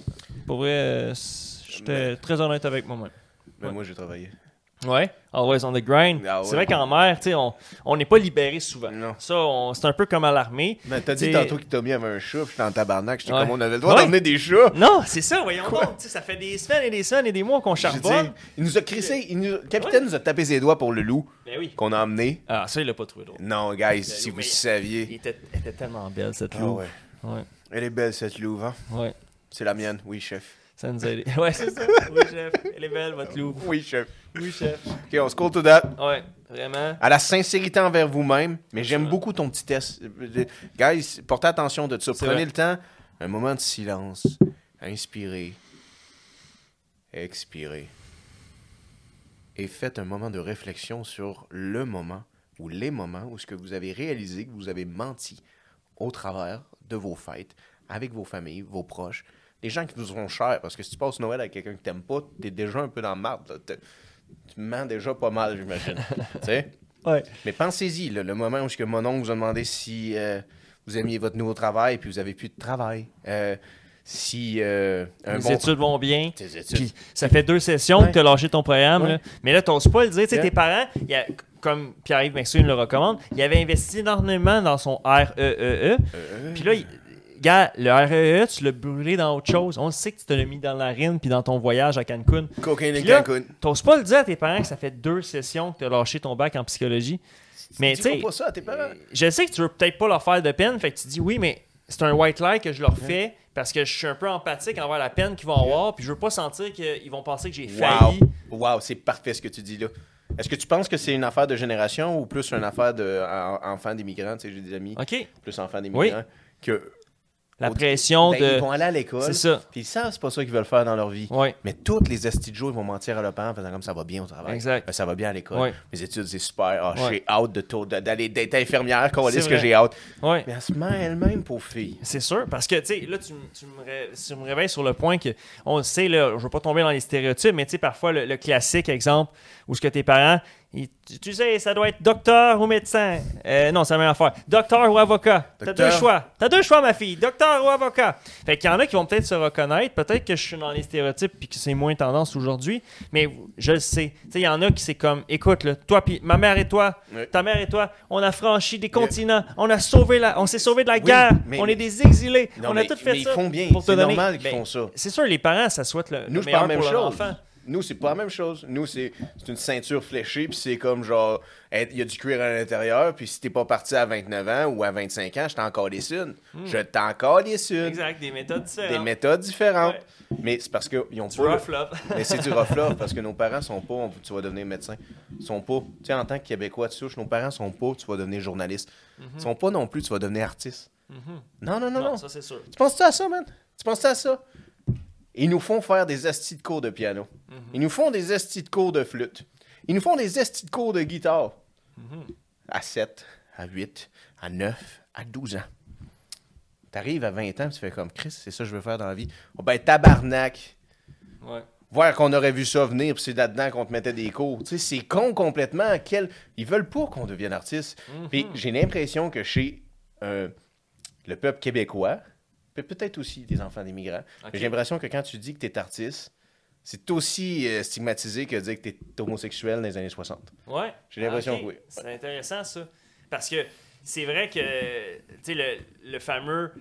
S2: Pour vrai, euh, c- j'étais très honnête avec moi-même.
S1: Mais Ben, moi, j'ai travaillé.
S2: Ouais, always on the grind.
S1: Ah ouais.
S2: C'est vrai qu'en mer, tu sais, on on n'est pas libéré souvent.
S1: Non.
S2: Ça, on- c'est un peu comme à l'armée.
S1: Mais t'as
S2: T'sais-
S1: dit tantôt que Tommy avait un chat, puis j'étais en tabarnak. J'étais
S2: Ouais.
S1: comme, on avait le droit
S2: Ouais.
S1: d'emmener des chats.
S2: Non, c'est ça, voyons donc. Tu sais, ça fait des semaines et des semaines et des mois qu'on
S1: J'ai
S2: charbonne.
S1: dit, il nous a crissé. il nous- Le capitaine nous a tapé ses doigts pour le loup
S2: Ben oui.
S1: qu'on a emmené.
S2: Ah, ça, il l'a pas trouvé drôle.
S1: Non, guys, si vous
S2: Mais- Il
S1: saviez.
S2: était, elle était tellement belle, cette
S1: Ah
S2: louve.
S1: ouais.
S2: Ouais,
S1: Elle est belle, cette louve, hein?
S2: ouais.
S1: C'est la mienne, oui, chef.
S2: Ça nous a aidé. Ouais, c'est ça. Oui, chef. Elle est belle, votre louve.
S1: Oui, chef.
S2: Oui, chef.
S1: OK, on se call to that.
S2: Ouais, vraiment.
S1: À la sincérité envers vous-même, mais j'aime beaucoup ton petit test. Euh, Guys, portez attention de ça.
S2: C'est
S1: Prenez
S2: vrai.
S1: le temps, un moment de silence. Inspirez. Expirez. Et faites un moment de réflexion sur le moment ou les moments où ce que vous avez réalisé que vous avez menti au travers de vos fêtes, avec vos familles, vos proches, les gens qui vous seront chers. Parce que si tu passes Noël avec quelqu'un que t'aimes pas, t'es déjà un peu dans le marde. là. T'es- Tu mens déjà pas mal, j'imagine. tu sais?
S2: Ouais.
S1: Mais pensez-y, là, le moment où ce que mon oncle vous a demandé si euh, vous aimiez votre nouveau travail puis vous avez plus de travail. Euh, si euh, un
S2: Les
S1: bon
S2: études vont bien.
S1: Tes études.
S2: Puis ça fait deux sessions
S1: Ouais.
S2: que tu as lâché ton programme.
S1: Ouais.
S2: là. Mais là, t'oses pas le dire. Tu sais,
S1: Yeah.
S2: Tes parents, il y a- comme Pierre-Yves Maxime le recommande, il avait investi énormément dans son REEE.
S1: Euh,
S2: E. Puis là, il- gars, le REE, E, tu l'as brûlé dans autre chose. On le sait que tu te l'as mis dans la rine puis dans ton voyage à Cancun.
S1: cocaine et
S2: Puis là,
S1: Cancun.
S2: T'oses pas le dire à tes parents que ça fait deux sessions que tu as lâché ton bac en psychologie. Mais tu
S1: Dis-moi
S2: sais, euh,
S1: pas ça à tes parents.
S2: je sais que tu veux peut-être pas leur faire de peine, fait que tu dis oui, mais c'est un white lie que je leur fais parce que je suis un peu empathique envers la peine qu'ils vont avoir, puis je veux pas sentir qu'ils vont penser que j'ai failli.
S1: Wow, wow c'est parfait ce que tu dis là. Est-ce que tu penses que c'est une affaire de génération ou plus une affaire d'enfants de, en- enfants d'immigrants? Tu sais, j'ai des amis
S2: Ok.
S1: plus enfants
S2: Oui.
S1: d'immigrants que
S2: la
S3: Au-
S2: pression
S1: Ben, Ils
S2: de.
S1: vont aller à l'école.
S2: C'est ça.
S1: Puis ils savent, c'est pas ça qu'ils veulent faire dans leur vie.
S2: Ouais.
S1: Mais toutes les estis de Joe, ils vont mentir à leurs parents en faisant comme ça va bien au travail.
S2: Exact.
S1: Euh, Ça va bien à l'école.
S2: Ouais.
S1: Mes études, c'est super. Ah,
S2: Ouais.
S1: J'ai hâte de taux- de- d'aller d'être infirmière, qu'on
S2: C'est
S1: ce que
S2: vrai.
S1: j'ai hâte.
S2: Ouais.
S1: Mais elle se ment elle-même, pauvre fille.
S2: C'est sûr, parce que, tu sais, là, tu, m- tu me ré- tu me réveilles sur le point que, on le sait, là, je veux pas tomber dans les stéréotypes, mais tu sais, parfois, le, le classique exemple, où ce que tes parents, ils- tu, tu sais, ça doit être docteur ou médecin. Euh, non, c'est la même affaire. Docteur ou avocat. T'as
S3: Docteur.
S2: deux choix. T'as deux choix, ma fille. Docteur ou avocat. Fait qu'il y en a qui vont peut-être se reconnaître. Peut-être que je suis dans les stéréotypes puis que c'est moins tendance aujourd'hui, mais je le sais. Tu sais, il y en a qui c'est comme, écoute, là, toi, puis ma mère et toi,
S3: Oui.
S2: ta mère et toi, on a franchi des continents, on a sauvé la, on s'est sauvé de la
S1: Oui,
S2: guerre,
S1: mais-
S2: on est des exilés.
S1: Non,
S2: on a
S1: mais-
S2: tout fait
S1: mais ils
S2: ça.
S1: font bien.
S2: pour te
S1: C'est
S2: donner-
S1: normal qu'ils
S2: Ben,
S1: font ça.
S2: C'est sûr, les parents, ça souhaite le,
S1: Nous,
S2: le
S1: c'est pas
S2: meilleur
S1: la même
S2: pour leur
S1: chose.
S2: enfant.
S1: Nous, c'est pas la même chose. Nous, c'est c'est une ceinture fléchée, puis c'est comme genre, hey, il y a du cuir à l'intérieur, puis si t'es pas parti à 29 ans ou à 25 ans, je t'en des une.
S2: Hmm.
S1: Je t'en des une.
S2: Exact, des méthodes
S1: Des
S2: différentes.
S1: méthodes différentes. Mais c'est parce qu'ils ont
S2: Du
S1: pas. le-
S2: rough love.
S1: Mais c'est du rough love parce que nos parents sont pas, on- tu vas devenir médecin. Ils sont pas, tu sais, en tant que Québécois de souche, nos parents sont pas, tu vas devenir journaliste. Ils sont pas non plus, tu vas devenir artiste. Non, non, non, non.
S2: Mhm. Non, ça c'est sûr.
S1: Tu penses-tu à ça, man? Tu penses-tu à ça? Ils nous font faire des astis de cours de piano.
S2: Mhm.
S1: Ils nous font des astis de cours de flûte. Ils nous font des astis de cours de guitare.
S2: Mhm.
S1: À 7, à 8, à 9, à 12 ans. T'arrives à 20 ans, tu fais comme Chris, c'est ça que je veux faire dans la vie. Oh, ben, tabarnak!
S2: Ouais.
S1: voir qu'on aurait vu ça venir, puis c'est là-dedans qu'on te mettait des cours. Tu sais, c'est con complètement. Quel... Ils veulent pas qu'on devienne artiste.
S2: Mhm.
S1: Puis j'ai l'impression que chez euh, le peuple québécois, peut- peut-être aussi des enfants d'immigrants,
S2: Ok.
S1: mais j'ai l'impression que quand tu dis que t'es artiste, c'est aussi euh, stigmatisé que dire que t'es homosexuel dans les années 60.
S2: Ouais.
S1: J'ai l'impression
S2: Ah, ok.
S1: que oui.
S2: C'est intéressant ça. Parce que c'est vrai que tu sais, le, le fameux.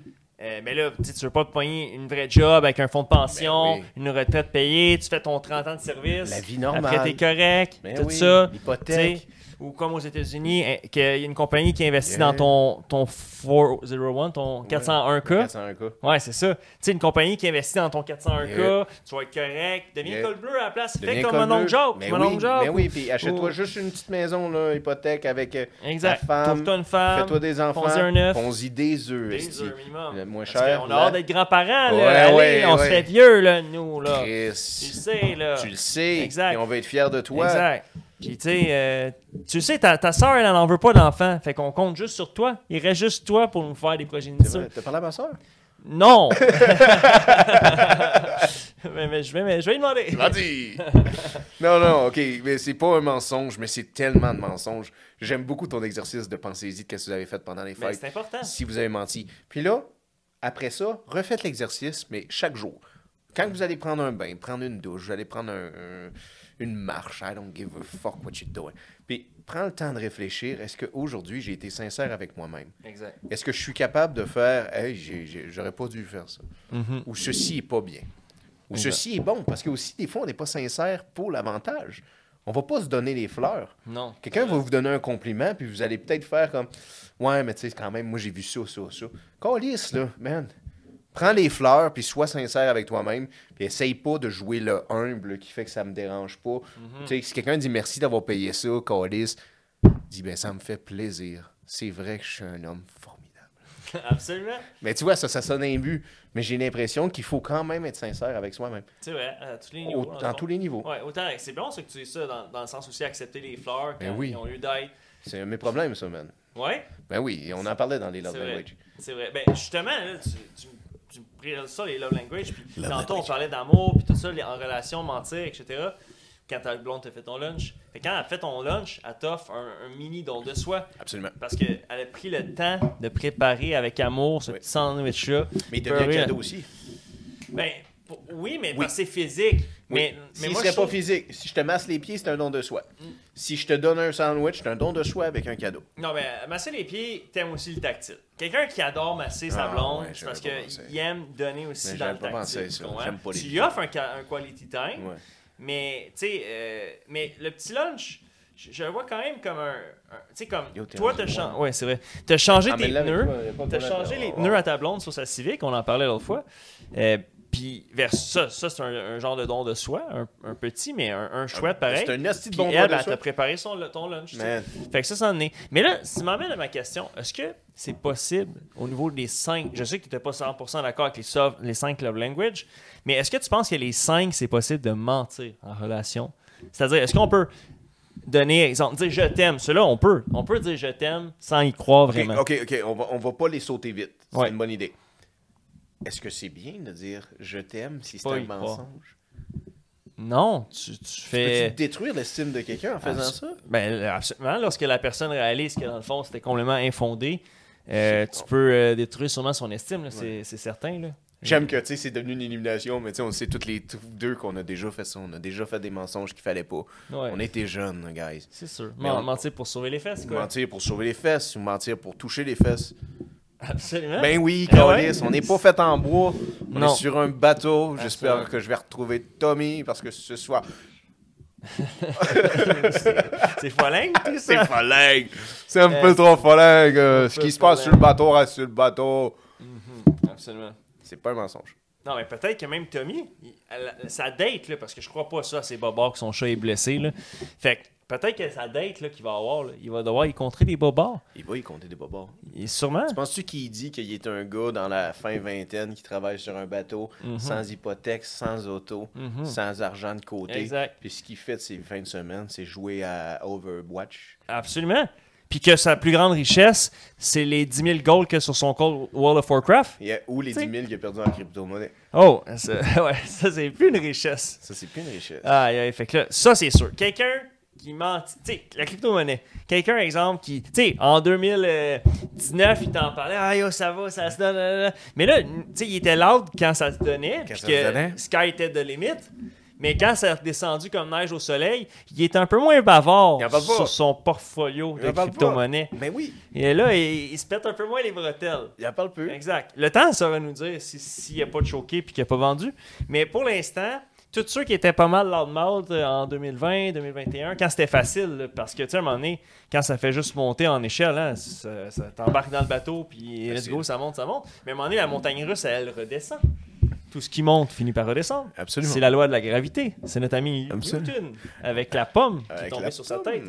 S2: euh, mais là, tu sais, tu veux pas te pogner une vraie job avec un fonds de pension,
S1: Ben oui.
S2: une retraite payée, tu fais ton 30 ans de service.
S1: La vie normale.
S2: Après, t'es correct.
S1: Mais
S2: tout
S1: oui,
S2: ça.
S1: l'hypothèque.
S2: tu sais. Ou comme aux États-Unis, eh, qu'il y a une compagnie qui investit
S1: Yeah.
S2: dans ton, ton 401, ton 401K.
S1: 401 cas.
S2: Ouais, c'est ça. Tu sais, une compagnie qui investit dans ton 401K,
S1: Yeah.
S2: tu vas être correct. Deviens
S1: Yeah.
S2: col bleu à la place. Fais
S1: Deviens
S2: comme
S1: comme
S2: mon oncle
S1: eux.
S2: Jacques.
S1: Mais
S2: Mon
S1: oui, ben
S2: oncle Jacques.
S1: Mais oui, puis achète-toi
S2: Ou-
S1: juste une petite maison, là, hypothèque, avec euh,
S2: Exact.
S1: ta femme.
S2: Trouve-toi une femme.
S1: Fais-toi des enfants.
S2: Ponzi Euh, un œuf.
S1: Ponzi des œufs.
S2: Des
S1: esti.
S2: heures minimum.
S1: Le moins
S2: Parce
S1: cher,
S2: qu'on a
S1: là.
S2: hâte d'être grands-parents, là.
S1: Ouais,
S2: Allez,
S1: ouais,
S2: on se
S1: ouais.
S2: fait vieux, là, nous, là. Tu le
S1: Chris.
S2: sais, là.
S1: Tu le sais.
S2: Exact.
S1: Et on va être fiers de toi.
S2: Exact. Puis, tu sais, euh, tu sais, ta, ta soeur, elle n'en veut pas d'enfant. Fait qu'on compte juste sur toi. Il reste juste toi pour nous faire des
S1: C'est
S2: progénitures.
S1: vrai, T'as parlé à ma soeur?
S2: Non! mais, mais je vais, mais je vais lui demander.
S3: Vas-y!
S1: Non, non, ok. Mais c'est pas un mensonge, mais c'est tellement de mensonges. J'aime beaucoup ton exercice de pensée-y de qu'est-ce que vous avez fait pendant les
S2: Mais
S1: fêtes.
S2: c'est important.
S1: si vous avez menti. Puis là, après ça, refaites l'exercice, mais chaque jour. Quand vous allez prendre un bain, prendre une douche, vous allez prendre un- un- une marche, I don't give a fuck what you doing. Puis prends le temps de réfléchir. Est-ce qu'aujourd'hui, j'ai été sincère avec moi-même?
S2: Exact.
S1: Est-ce que je suis capable de faire Hey, j'ai- j'ai- j'aurais pas dû faire ça Ou ceci est pas bien. Ou ceci est bon. Parce que aussi, des fois, on n'est pas sincère pour l'avantage. On va pas se donner les fleurs.
S2: Non.
S1: Quelqu'un va vous donner un compliment, puis vous allez peut-être faire comme Ouais, mais tu sais, quand même, moi j'ai vu ça, ça, ça. Calisse, là, man. Prends les fleurs, puis sois sincère avec toi-même, puis essaye pas de jouer le humble qui fait que ça me dérange pas. Tu sais, si quelqu'un dit merci d'avoir payé ça, Calisse, dis Ben, ça me fait plaisir. C'est vrai que je suis un homme formidable.
S2: Absolument.
S1: Mais tu vois, ça, ça sonne imbu, mais j'ai l'impression qu'il faut quand même être sincère avec soi-même,
S2: C'est vrai, à tous les
S1: au-
S2: niveaux. dans le
S1: dans
S2: fond.
S1: tous les niveaux.
S2: Ouais, autant c'est bon ça que tu dis ça dans, dans le sens aussi accepter les fleurs
S1: Ben
S2: quand
S1: oui.
S2: ils ont lieu d'être.
S1: C'est un de mes problèmes, ça, man.
S2: Ouais,
S1: Ben oui, on en parlait dans les Love
S2: c'est vrai.
S1: Language.
S2: C'est vrai. Ben justement, là, tu, tu, tu me pris ça les love language puis tantôt on parlait d'amour puis tout ça les- en relation mentir etc. Quand ta blonde te fait ton lunch, fait quand elle fait ton lunch, elle t'offre un, un mini don de soi
S1: Absolument.
S2: parce qu'elle a pris le temps de préparer avec amour ce
S1: Oui.
S2: petit sandwich là.
S1: Mais il devient cadeau aussi.
S2: Ben pour- oui, mais parce que c'est physique. Mais, mais
S1: si
S2: moi,
S1: serait
S2: je
S1: pas
S2: trouve- Mm.
S1: physique, si je te masse les pieds, c'est un don de soi. Si je te donne un sandwich, c'est un don de soi avec un cadeau.
S2: Non, mais euh, masser les pieds, t'aimes aussi le tactile. Quelqu'un qui adore masser sa
S1: Ah,
S2: blonde,
S1: ouais,
S2: c'est
S1: j'avais
S2: parce
S1: pas pensé.
S2: qu'il aime donner aussi
S1: Mais
S2: dans le
S1: j'avais pas
S2: tactile.
S1: pensé ça.
S2: tu comprends?
S1: J'aime pas les
S2: tu lui
S1: pieds.
S2: offres un, ca- un quality time,
S1: Ouais.
S2: mais, tu sais, euh, mais le petit lunch, je, je le vois quand même comme un. un- tu sais, comme.
S1: Yo, t'es
S2: toi,
S1: rendu
S2: t'as
S1: loin.
S2: changé. Ouais, c'est vrai. T'as changé
S1: Ah, mais
S2: tes
S1: là, avec
S2: pneus.
S1: toi, y a pas de
S2: T'as
S1: problème.
S2: changé les
S1: Oh,
S2: pneus
S1: wow.
S2: à ta blonde sur sa Civic, on en parlait l'autre fois. Euh, Puis vers ça, ça c'est un, un genre de don de soi, un, un petit, mais un, un chouette pareil.
S1: Ah, C'est un esti de
S2: Puis
S1: bon
S2: elle,
S1: don de
S2: elle t'a
S1: soi.
S2: préparé son, le- ton lunch. tu sais.
S1: Man.
S2: Fait que ça, c'en est. Mais là, ça m'amène à ma question. Est-ce que c'est possible au niveau des cinq Je sais que tu n'étais pas 100% d'accord avec les, soft- les cinq love language, mais est-ce que tu penses que les cinq, c'est possible de mentir en relation C'est-à-dire, est-ce qu'on peut donner exemple, dire je t'aime Cela, on peut. On peut dire je t'aime sans y croire
S1: Ok,
S2: vraiment.
S1: ok, ok, on va, on va pas les sauter vite. C'est
S2: Ouais.
S1: une bonne idée. Est-ce que c'est bien de dire je t'aime si c'est
S2: pas
S1: un
S2: y croire.
S1: mensonge?
S2: Non, tu, tu fais.
S1: Peux-tu détruire l'estime de quelqu'un en faisant
S2: Abs-
S1: ça?
S2: Ben, absolument. Lorsque la personne réalise que, dans le fond, c'était complètement infondé, euh, tu peux euh, détruire sûrement son estime, là, c'est- c'est certain. Là.
S1: J'aime que, tu sais, c'est devenu une illumination, mais tu sais, on sait toutes les t- deux qu'on a déjà fait ça. On a déjà fait des mensonges qu'il fallait pas.
S2: Ouais.
S1: On était jeunes, guys.
S2: C'est sûr.
S1: Mais
S2: Men-
S1: on-
S2: Mentir pour sauver les fesses, quoi.
S1: Mentir pour sauver les fesses ou mentir pour toucher les fesses.
S2: Absolument.
S1: Ben oui,
S2: Eh
S1: Carolis,
S2: ouais.
S1: on n'est pas fait en bois. On
S2: Non.
S1: est sur un bateau.
S2: Absolument.
S1: J'espère que je vais retrouver Tommy parce que ce soir,
S2: c'est folingue, tout
S1: c'est
S2: ça.
S1: folingue. C'est un
S2: Euh,
S1: peu trop folingue. euh, Ce
S2: peu
S1: qui se passe
S2: folingue.
S1: sur le bateau reste sur le bateau.
S2: Absolument.
S1: C'est pas un mensonge.
S2: Non, mais peut-être que même Tommy, il- elle- sa date, là, parce que je crois pas ça, c'est bobards que son chat est blessé. Là. Fait que peut-être que sa date là, qu'il va avoir, là, il va devoir y contrer des bobards.
S1: Il va y compter des bobards.
S2: Et sûrement.
S1: Penses-tu qu'il dit qu'il est un gars dans la fin vingtaine qui travaille sur un bateau
S2: Mhm.
S1: sans hypothèque, sans auto, sans argent de côté?
S2: Exact.
S1: Puis ce qu'il fait de ses fins de semaine, c'est jouer à Overwatch.
S2: Absolument. Puis que sa plus grande richesse, c'est les 10 000 gold que sur son compte World of Warcraft.
S1: Et, euh, ou les
S2: T'sais.
S1: 10 000 qu'il a perdu en crypto-monnaie.
S2: Oh, ça, ouais, ça c'est plus une richesse.
S1: Ça, c'est plus une richesse.
S2: Aïe, aïe, fait que là, ça c'est sûr. Quelqu'un qui ment, tu sais, la crypto-monnaie. Quelqu'un, exemple, qui, tu sais, en 2019, il t'en parlait, ah yo, ça va, ça se donne, là, là, là. mais là, tu sais, il était loud quand ça se donnait,
S1: Quand
S2: puis
S1: ça
S2: que
S1: se donnait.
S2: Sky était de limite. Mais quand ça a redescendu comme neige au soleil, il est un peu moins bavard
S1: Il en parle pas.
S2: sur son portfolio
S1: Il
S2: de
S1: en parle pas.
S2: crypto-monnaie.
S1: Mais Ben oui,
S2: Et là, il, il se pète un peu moins les bretelles.
S1: il en parle peu.
S2: Exact. Le temps, ça va nous dire si- s'il n'y a pas de choqué puis qu'il n'a pas vendu. Mais pour l'instant, tous ceux qui étaient pas mal loudmouth euh, en 2020, 2021, quand c'était facile, là, parce que tu sais, à un moment donné, quand ça fait juste monter en échelle, hein, ça, ça t'embarque dans le bateau puis let's
S1: Facile.
S2: go, ça monte, ça monte. Mais à un moment donné, la montagne russe, elle redescend. Tout ce qui monte finit par redescendre.
S1: Absolument.
S2: C'est la loi de la gravité. C'est notre ami
S1: Absolument.
S2: Newton avec la pomme qui est
S1: Avec
S2: tombée
S1: la
S2: sur sa
S1: pomme.
S2: tête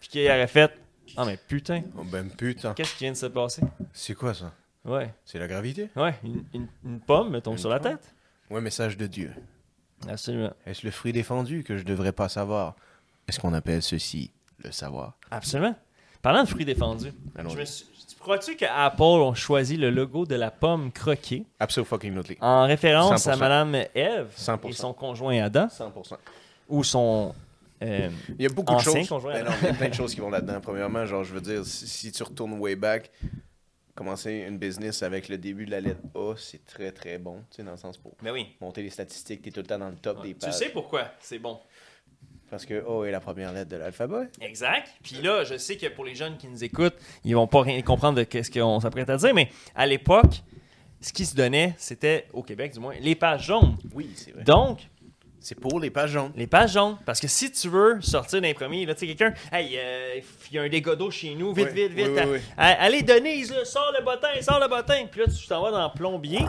S2: puis qui aurait fait Ah, mais putain,
S1: Oh ben putain,
S2: qu'est-ce qui vient de se passer
S1: c'est quoi ça?
S2: Ouais.
S1: C'est la gravité?
S2: Ouais, une, une- une pomme me tombe sur la
S1: pomme.
S2: tête.
S1: Ouais, message de Dieu.
S2: Absolument.
S1: Est-ce le fruit défendu que je devrais pas savoir? Est-ce qu'on appelle ceci le savoir?
S2: Absolument. Parlant de fruits défendus,
S1: Allons-y.
S2: Ben je me suis- tu crois-tu que Apple ont choisi le logo de la pomme croquée
S1: Absolument fucking notely.
S2: en référence
S1: 100%.
S2: à Madame Eve
S1: 100%.
S2: et son conjoint Adam
S1: 100%.
S2: ou son euh,
S1: Il y a beaucoup
S2: Ancien
S1: de choses.
S2: conjoint,
S1: Ben
S2: alors.
S1: non, il y a plein de choses qui vont là-dedans. Premièrement, genre, je veux dire, si, si tu retournes way back, commencer une business avec le début de la lettre A, c'est très très bon, tu sais, dans le sens pour
S2: Ben oui.
S1: monter les statistiques, t'es tout le temps dans le top des
S2: Tu
S1: pages.
S2: sais pourquoi c'est bon.
S1: Parce que A est la première lettre de l'alphabet.
S2: Exact. Puis là, je sais que pour les jeunes qui nous écoutent, ils vont pas rien comprendre de quest ce qu'on s'apprête à dire, mais à l'époque, ce qui se donnait, c'était, au Québec du moins, les pages jaunes.
S1: Oui, c'est vrai.
S2: Donc,
S1: C'est pour les pages jaunes.
S2: Les pages jaunes. Parce que si tu veux sortir d'un premier, là, tu sais, quelqu'un, hey, euh, il y a un dégât d'eau chez nous, vite,
S1: Oui,
S2: vite, vite.
S1: oui, oui,
S2: à-
S1: oui.
S2: à- allez, Denise, là, sors le bottin, sors le bottin. Puis là, tu t'en vas dans le plombier.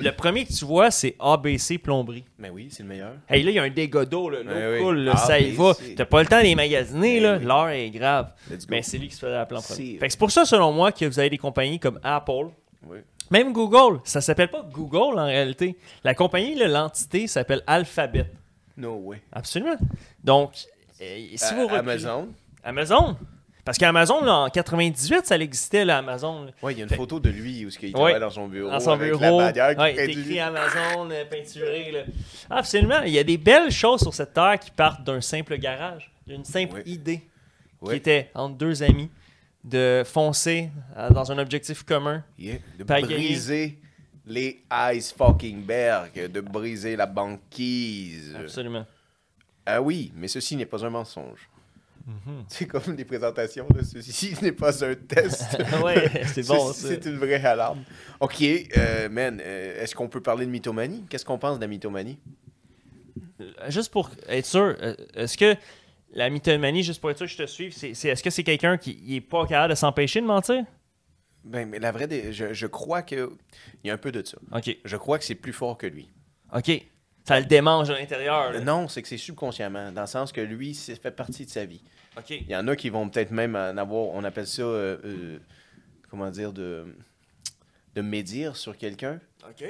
S2: Le premier que tu vois, c'est ABC plomberie.
S1: Mais Ben oui, c'est le meilleur.
S2: Hey, là, il y a un dégât d'eau, là, l'eau
S1: Oui, oui.
S2: coule, là,
S1: Ah,
S2: ça y
S1: mais
S2: va.
S1: c'est-
S2: T'as pas le temps de les magasiner,
S1: Mais
S2: là.
S1: Eh oui.
S2: L'heure est grave.
S1: Let's go.
S2: Mais c'est lui qui se fait la plan premier.
S1: C'est-
S2: Fait que c'est pour ça, selon moi, que vous avez des compagnies comme Apple,
S1: Oui.
S2: même Google. Ça s'appelle pas Google en réalité. La compagnie, là, l'entité, s'appelle Alphabet.
S1: No way.
S2: Absolument. Donc, euh, si
S1: À-
S2: vous reprenez-
S1: Amazon.
S2: Amazon. Parce qu'Amazon, là, en 98, ça existait, là, Amazon. là.
S1: Ouais, il y a une
S2: Fait-
S1: photo de lui où il
S2: Ouais.
S1: travaille dans son bureau.
S2: Dans son
S1: avec
S2: bureau.
S1: la bannière qui
S2: Ouais,
S1: prend
S2: c'est
S1: du-
S2: écrit Amazon euh, peinturé. là. Ah, Absolument. Il y a des belles choses sur cette terre qui partent d'un simple garage, d'une simple
S1: Oui.
S2: idée qui
S1: Ouais.
S2: était entre deux amis de foncer euh, dans un objectif commun.
S1: Yeah, De
S2: Pagayer.
S1: briser les ice fucking berg, de briser la banquise.
S2: Absolument.
S1: Ah oui, mais ceci n'est pas un mensonge.
S2: Mhm.
S1: C'est comme des présentations, là, ceci n'est pas un test.
S2: ouais, c'est bon.
S1: Ceci,
S2: ça.
S1: C'est une vraie alarme. Ok, euh, man, euh, est-ce qu'on peut parler de mythomanie Qu'est-ce qu'on pense de la mythomanie
S2: Euh, juste pour être sûr, euh, est-ce que la mythomanie, juste pour être sûr que je te suive, c'est, c'est- est-ce que c'est quelqu'un qui n'est pas capable de s'empêcher de mentir?
S1: Ben, mais la vraie, dé- je, je crois que il y a un peu de ça.
S2: OK.
S1: Je crois que c'est plus fort que lui.
S2: OK. Ça le démange à l'intérieur. là.
S1: Non, c'est que c'est subconsciemment, dans le sens que lui, ça fait partie de sa vie.
S2: OK.
S1: Il y en a qui vont peut-être même en avoir, on appelle ça, euh, euh, comment dire, de, de médire sur quelqu'un.
S2: OK.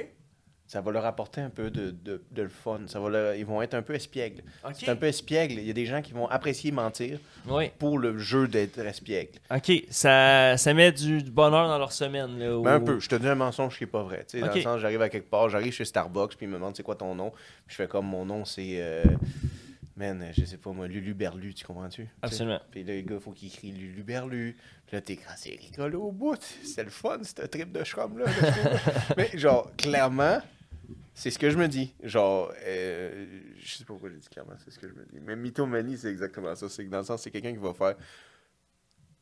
S1: Ça va leur apporter un peu de, de, de le fun. Ça va leur- ils vont être un peu espiègles.
S2: OK.
S1: C'est un peu espiègle. Il y a des gens qui vont apprécier mentir
S2: Oui.
S1: pour le jeu d'être espiègle.
S2: OK. Ça, ça met du, du bonheur dans leur semaine. Là,
S1: Mais Ben, un
S2: au-
S1: peu. Je te dis un mensonge qui n'est pas vrai. Tu sais, Dans
S2: Oh. Ok.
S1: le sens, j'arrive à quelque part, j'arrive chez Starbucks, puis ils me demandent c'est quoi ton nom. Puis je fais comme mon nom, c'est. euh, man, je sais pas moi, Lulu Berlu, tu comprends-tu? Tu sais?
S2: Absolument.
S1: Puis là, le gars, faut qu'il crie Lulu Berlu. Puis là, t'es Ah, c'est rigolo au bout. C'est le fun, cette trip de chum là Mais genre, clairement, c'est ce que je me dis. Genre, euh, je sais pas pourquoi j'ai dit clairement, c'est ce que je me dis. Mais mythomanie, c'est exactement ça. C'est que dans le sens, c'est quelqu'un qui va faire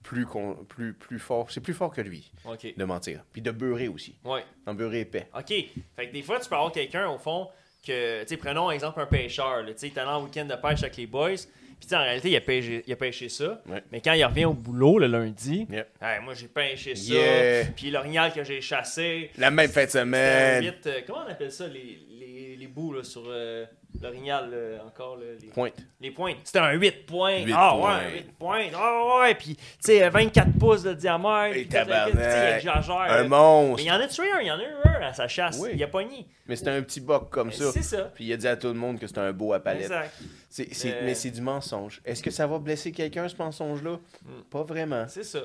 S1: plus, con- plus, plus fort. C'est plus fort que lui
S2: OK.
S1: de mentir. Puis de beurrer aussi.
S2: Ouais.
S1: Un beurrer épais.
S2: OK. Fait que des fois, tu peux avoir quelqu'un, au fond, que, tu sais, prenons exemple un pêcheur, là, tu sais, il est allé en week-end de pêche avec les boys, puis tu sais, en réalité, il a pêché, il a pêché ça,
S1: Ouais.
S2: mais quand il revient au boulot le lundi,
S1: Yep.
S2: Hey, moi, j'ai pêché ça,
S1: Yeah.
S2: puis l'orignal que j'ai chassé,
S1: La même fin de
S2: c'était un
S1: semaine.
S2: huit, euh, comment on appelle ça, les, les, les bouts, là, sur euh, l'orignal, là, encore, là, les,
S1: Pointe.
S2: les points. C'était un 8 points.
S1: Huit
S2: ah
S1: points.
S2: ouais, 8 points. Ah ouais, puis, tu sais, 24 pouces de diamètre,
S1: Et
S2: puis tout le kit, tu sais, il
S1: tabarnak.
S2: exagère,
S1: Un
S2: là. Mais il
S1: monstre.
S2: y en a tué un, il y en a eu un à sa chasse.
S1: Oui.
S2: Il a pogné. Euh,
S1: Mais c'était un petit boc comme ça.
S2: C'est ça.
S1: Puis il a dit à tout le monde que c'était un beau à palette.
S2: Exact.
S1: C'est- c'est-
S2: Euh.
S1: Mais c'est du mensonge. Est-ce que ça va blesser quelqu'un, ce mensonge-là?
S2: Hmm.
S1: Pas vraiment.
S2: C'est ça.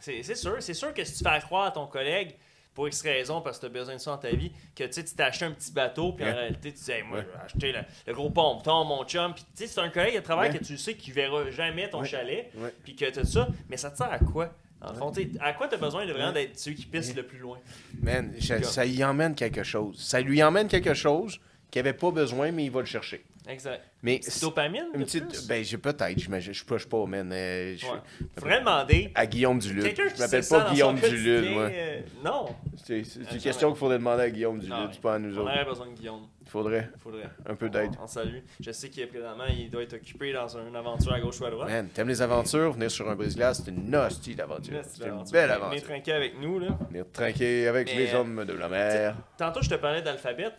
S2: C'est c'est sûr. C'est sûr que si tu fais croire à ton collègue, pour X raison, parce que tu as besoin de ça dans ta vie, que tu sais, tu t'es acheté un petit bateau, puis en
S1: Ouais.
S2: réalité, tu dis, Hey, moi,
S1: Ouais.
S2: je vais acheter le, le gros ponton, mon chum. Puis tu sais, c'est un collègue de travail
S1: Ouais.
S2: que tu sais qu'il verra jamais ton
S1: Ouais.
S2: chalet,
S1: Ouais.
S2: puis que tu ça. Mais ça te sert à quoi? Dans le fond, tu sais, à quoi tu as besoin de vraiment d'être celui qui pisse le plus loin?
S1: Man, je- ça y emmène quelque chose. Ça lui emmène quelque chose qu'il avait pas besoin, mais il va le chercher.
S2: Exact.
S1: Mais
S2: Petite
S1: c'est-
S2: dopamine?
S1: une
S2: de
S1: petite.
S2: plus?
S1: Ben, j'ai peut-être, j'imagine. Je push pas, man. Euh, je-
S2: Ouais. Faudrait demander.
S1: À Guillaume Duluth.
S2: Quelqu'un
S1: Je
S2: qui sait
S1: m'appelle
S2: ça
S1: pas
S2: dans
S1: Guillaume
S2: son
S1: Duluth,
S2: quotidien,
S1: moi.
S2: euh, Non.
S1: C'est c'est
S2: Absolument.
S1: une question qu'il faudrait demander à Guillaume
S2: Non,
S1: Duluth, pas à nous
S2: On
S1: autres.
S2: aurait besoin de Guillaume.
S1: Il faudrait
S2: Faudrait.
S1: un peu d'aide.
S2: On salue. Je sais qu'il est présentement, il doit être occupé dans une aventure à gauche ou à droite.
S1: Man, t'aimes les aventures? Venir sur un brise-glace, c'est une hostie d'aventure.
S2: Là,
S1: C'est une belle
S2: Venez
S1: aventure.
S2: trinquer avec nous. Là.
S1: Venir trinquer avec
S2: Mais,
S1: les
S2: euh,
S1: hommes de la mer.
S2: Tantôt, je te parlais d'Alphabet,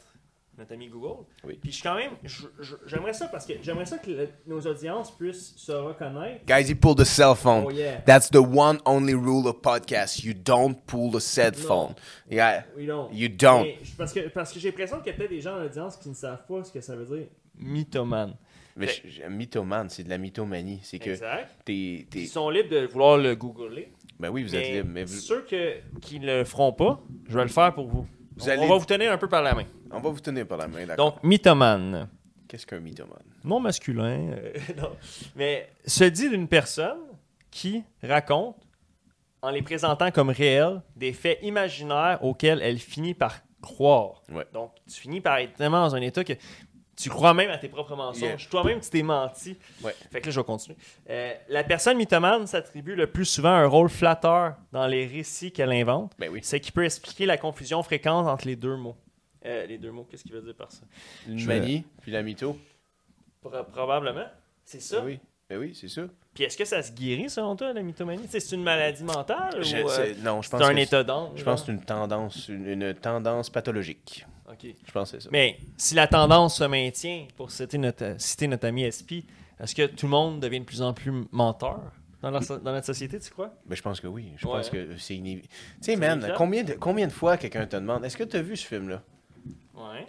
S2: notre ami Google.
S1: Oui.
S2: Puis je suis quand même. je- je- J'aimerais ça parce que j'aimerais ça que le- nos audiences puissent se reconnaître.
S1: Guys, he pulled the cell phone.
S2: Oh, yeah.
S1: That's the one only rule of podcast. You don't pull the cell
S2: Non.
S1: phone. Yeah.
S2: Oui, non.
S1: You don't.
S2: Mais je- parce que, parce que j'ai l'impression qu'il y a peut-être des gens dans l'audience qui ne savent pas ce que ça veut dire. Mythomane.
S1: Mais
S2: Fait-
S1: je- je- mythomane, c'est de la mythomanie. C'est que
S2: Exact.
S1: t'es.
S2: Ils
S1: t'es-
S2: sont libres de vouloir le googler.
S1: Ben oui, vous êtes libre, mais vous-
S2: ceux que, qui ne le feront pas, je vais le faire pour vous.
S1: Vous
S2: on,
S1: allez-
S2: on va vous tenir un peu par la main.
S1: on va vous tenir par la main, d'accord?
S2: Donc, mythomane.
S1: Qu'est-ce qu'un mythomane?
S2: non masculin, euh, non. mais se dit d'une personne qui raconte, en les présentant comme réels, des faits imaginaires auxquels elle finit par croire.
S1: Ouais.
S2: Donc, tu finis par être tellement dans un état que tu crois même à tes propres mensonges.
S1: Yeah.
S2: Toi-même, tu t'es menti.
S1: Ouais.
S2: Fait que là, je vais continuer. Euh, la personne mythomane s'attribue le plus souvent un rôle flatteur dans les récits qu'elle invente
S1: Ben oui.
S2: ce qui peut expliquer la confusion fréquente entre les deux mots. Euh, les deux mots, qu'est-ce qu'il veut dire par ça?
S1: Une
S2: Je vais-
S1: manie, puis la mytho.
S2: Pro- probablement. C'est ça.
S1: Ben oui, ben oui c'est ça.
S2: Puis est-ce que ça se guérit selon toi, la mythomanie? Tu sais, C'est une maladie mentale
S1: Je-
S2: ou euh,
S1: c'est- non, je
S2: c'est
S1: pense
S2: un
S1: que
S2: état d'âme?
S1: Je pense que c'est une tendance, une, une tendance pathologique.
S2: genre? OK.
S1: Je pense que c'est ça.
S2: Mais si la tendance se maintient, pour citer notre, citer notre ami SP, est-ce que tout le monde devient de plus en plus menteur dans, la so- dans notre société, tu crois?
S1: Mais Ben, je pense que oui. Je
S2: Ouais,
S1: pense
S2: hein.
S1: que c'est inévitable. Tu sais, man,
S2: inévitable.
S1: combien de, combien de fois quelqu'un te demande Est-ce que tu as vu ce film-là
S2: Ouais.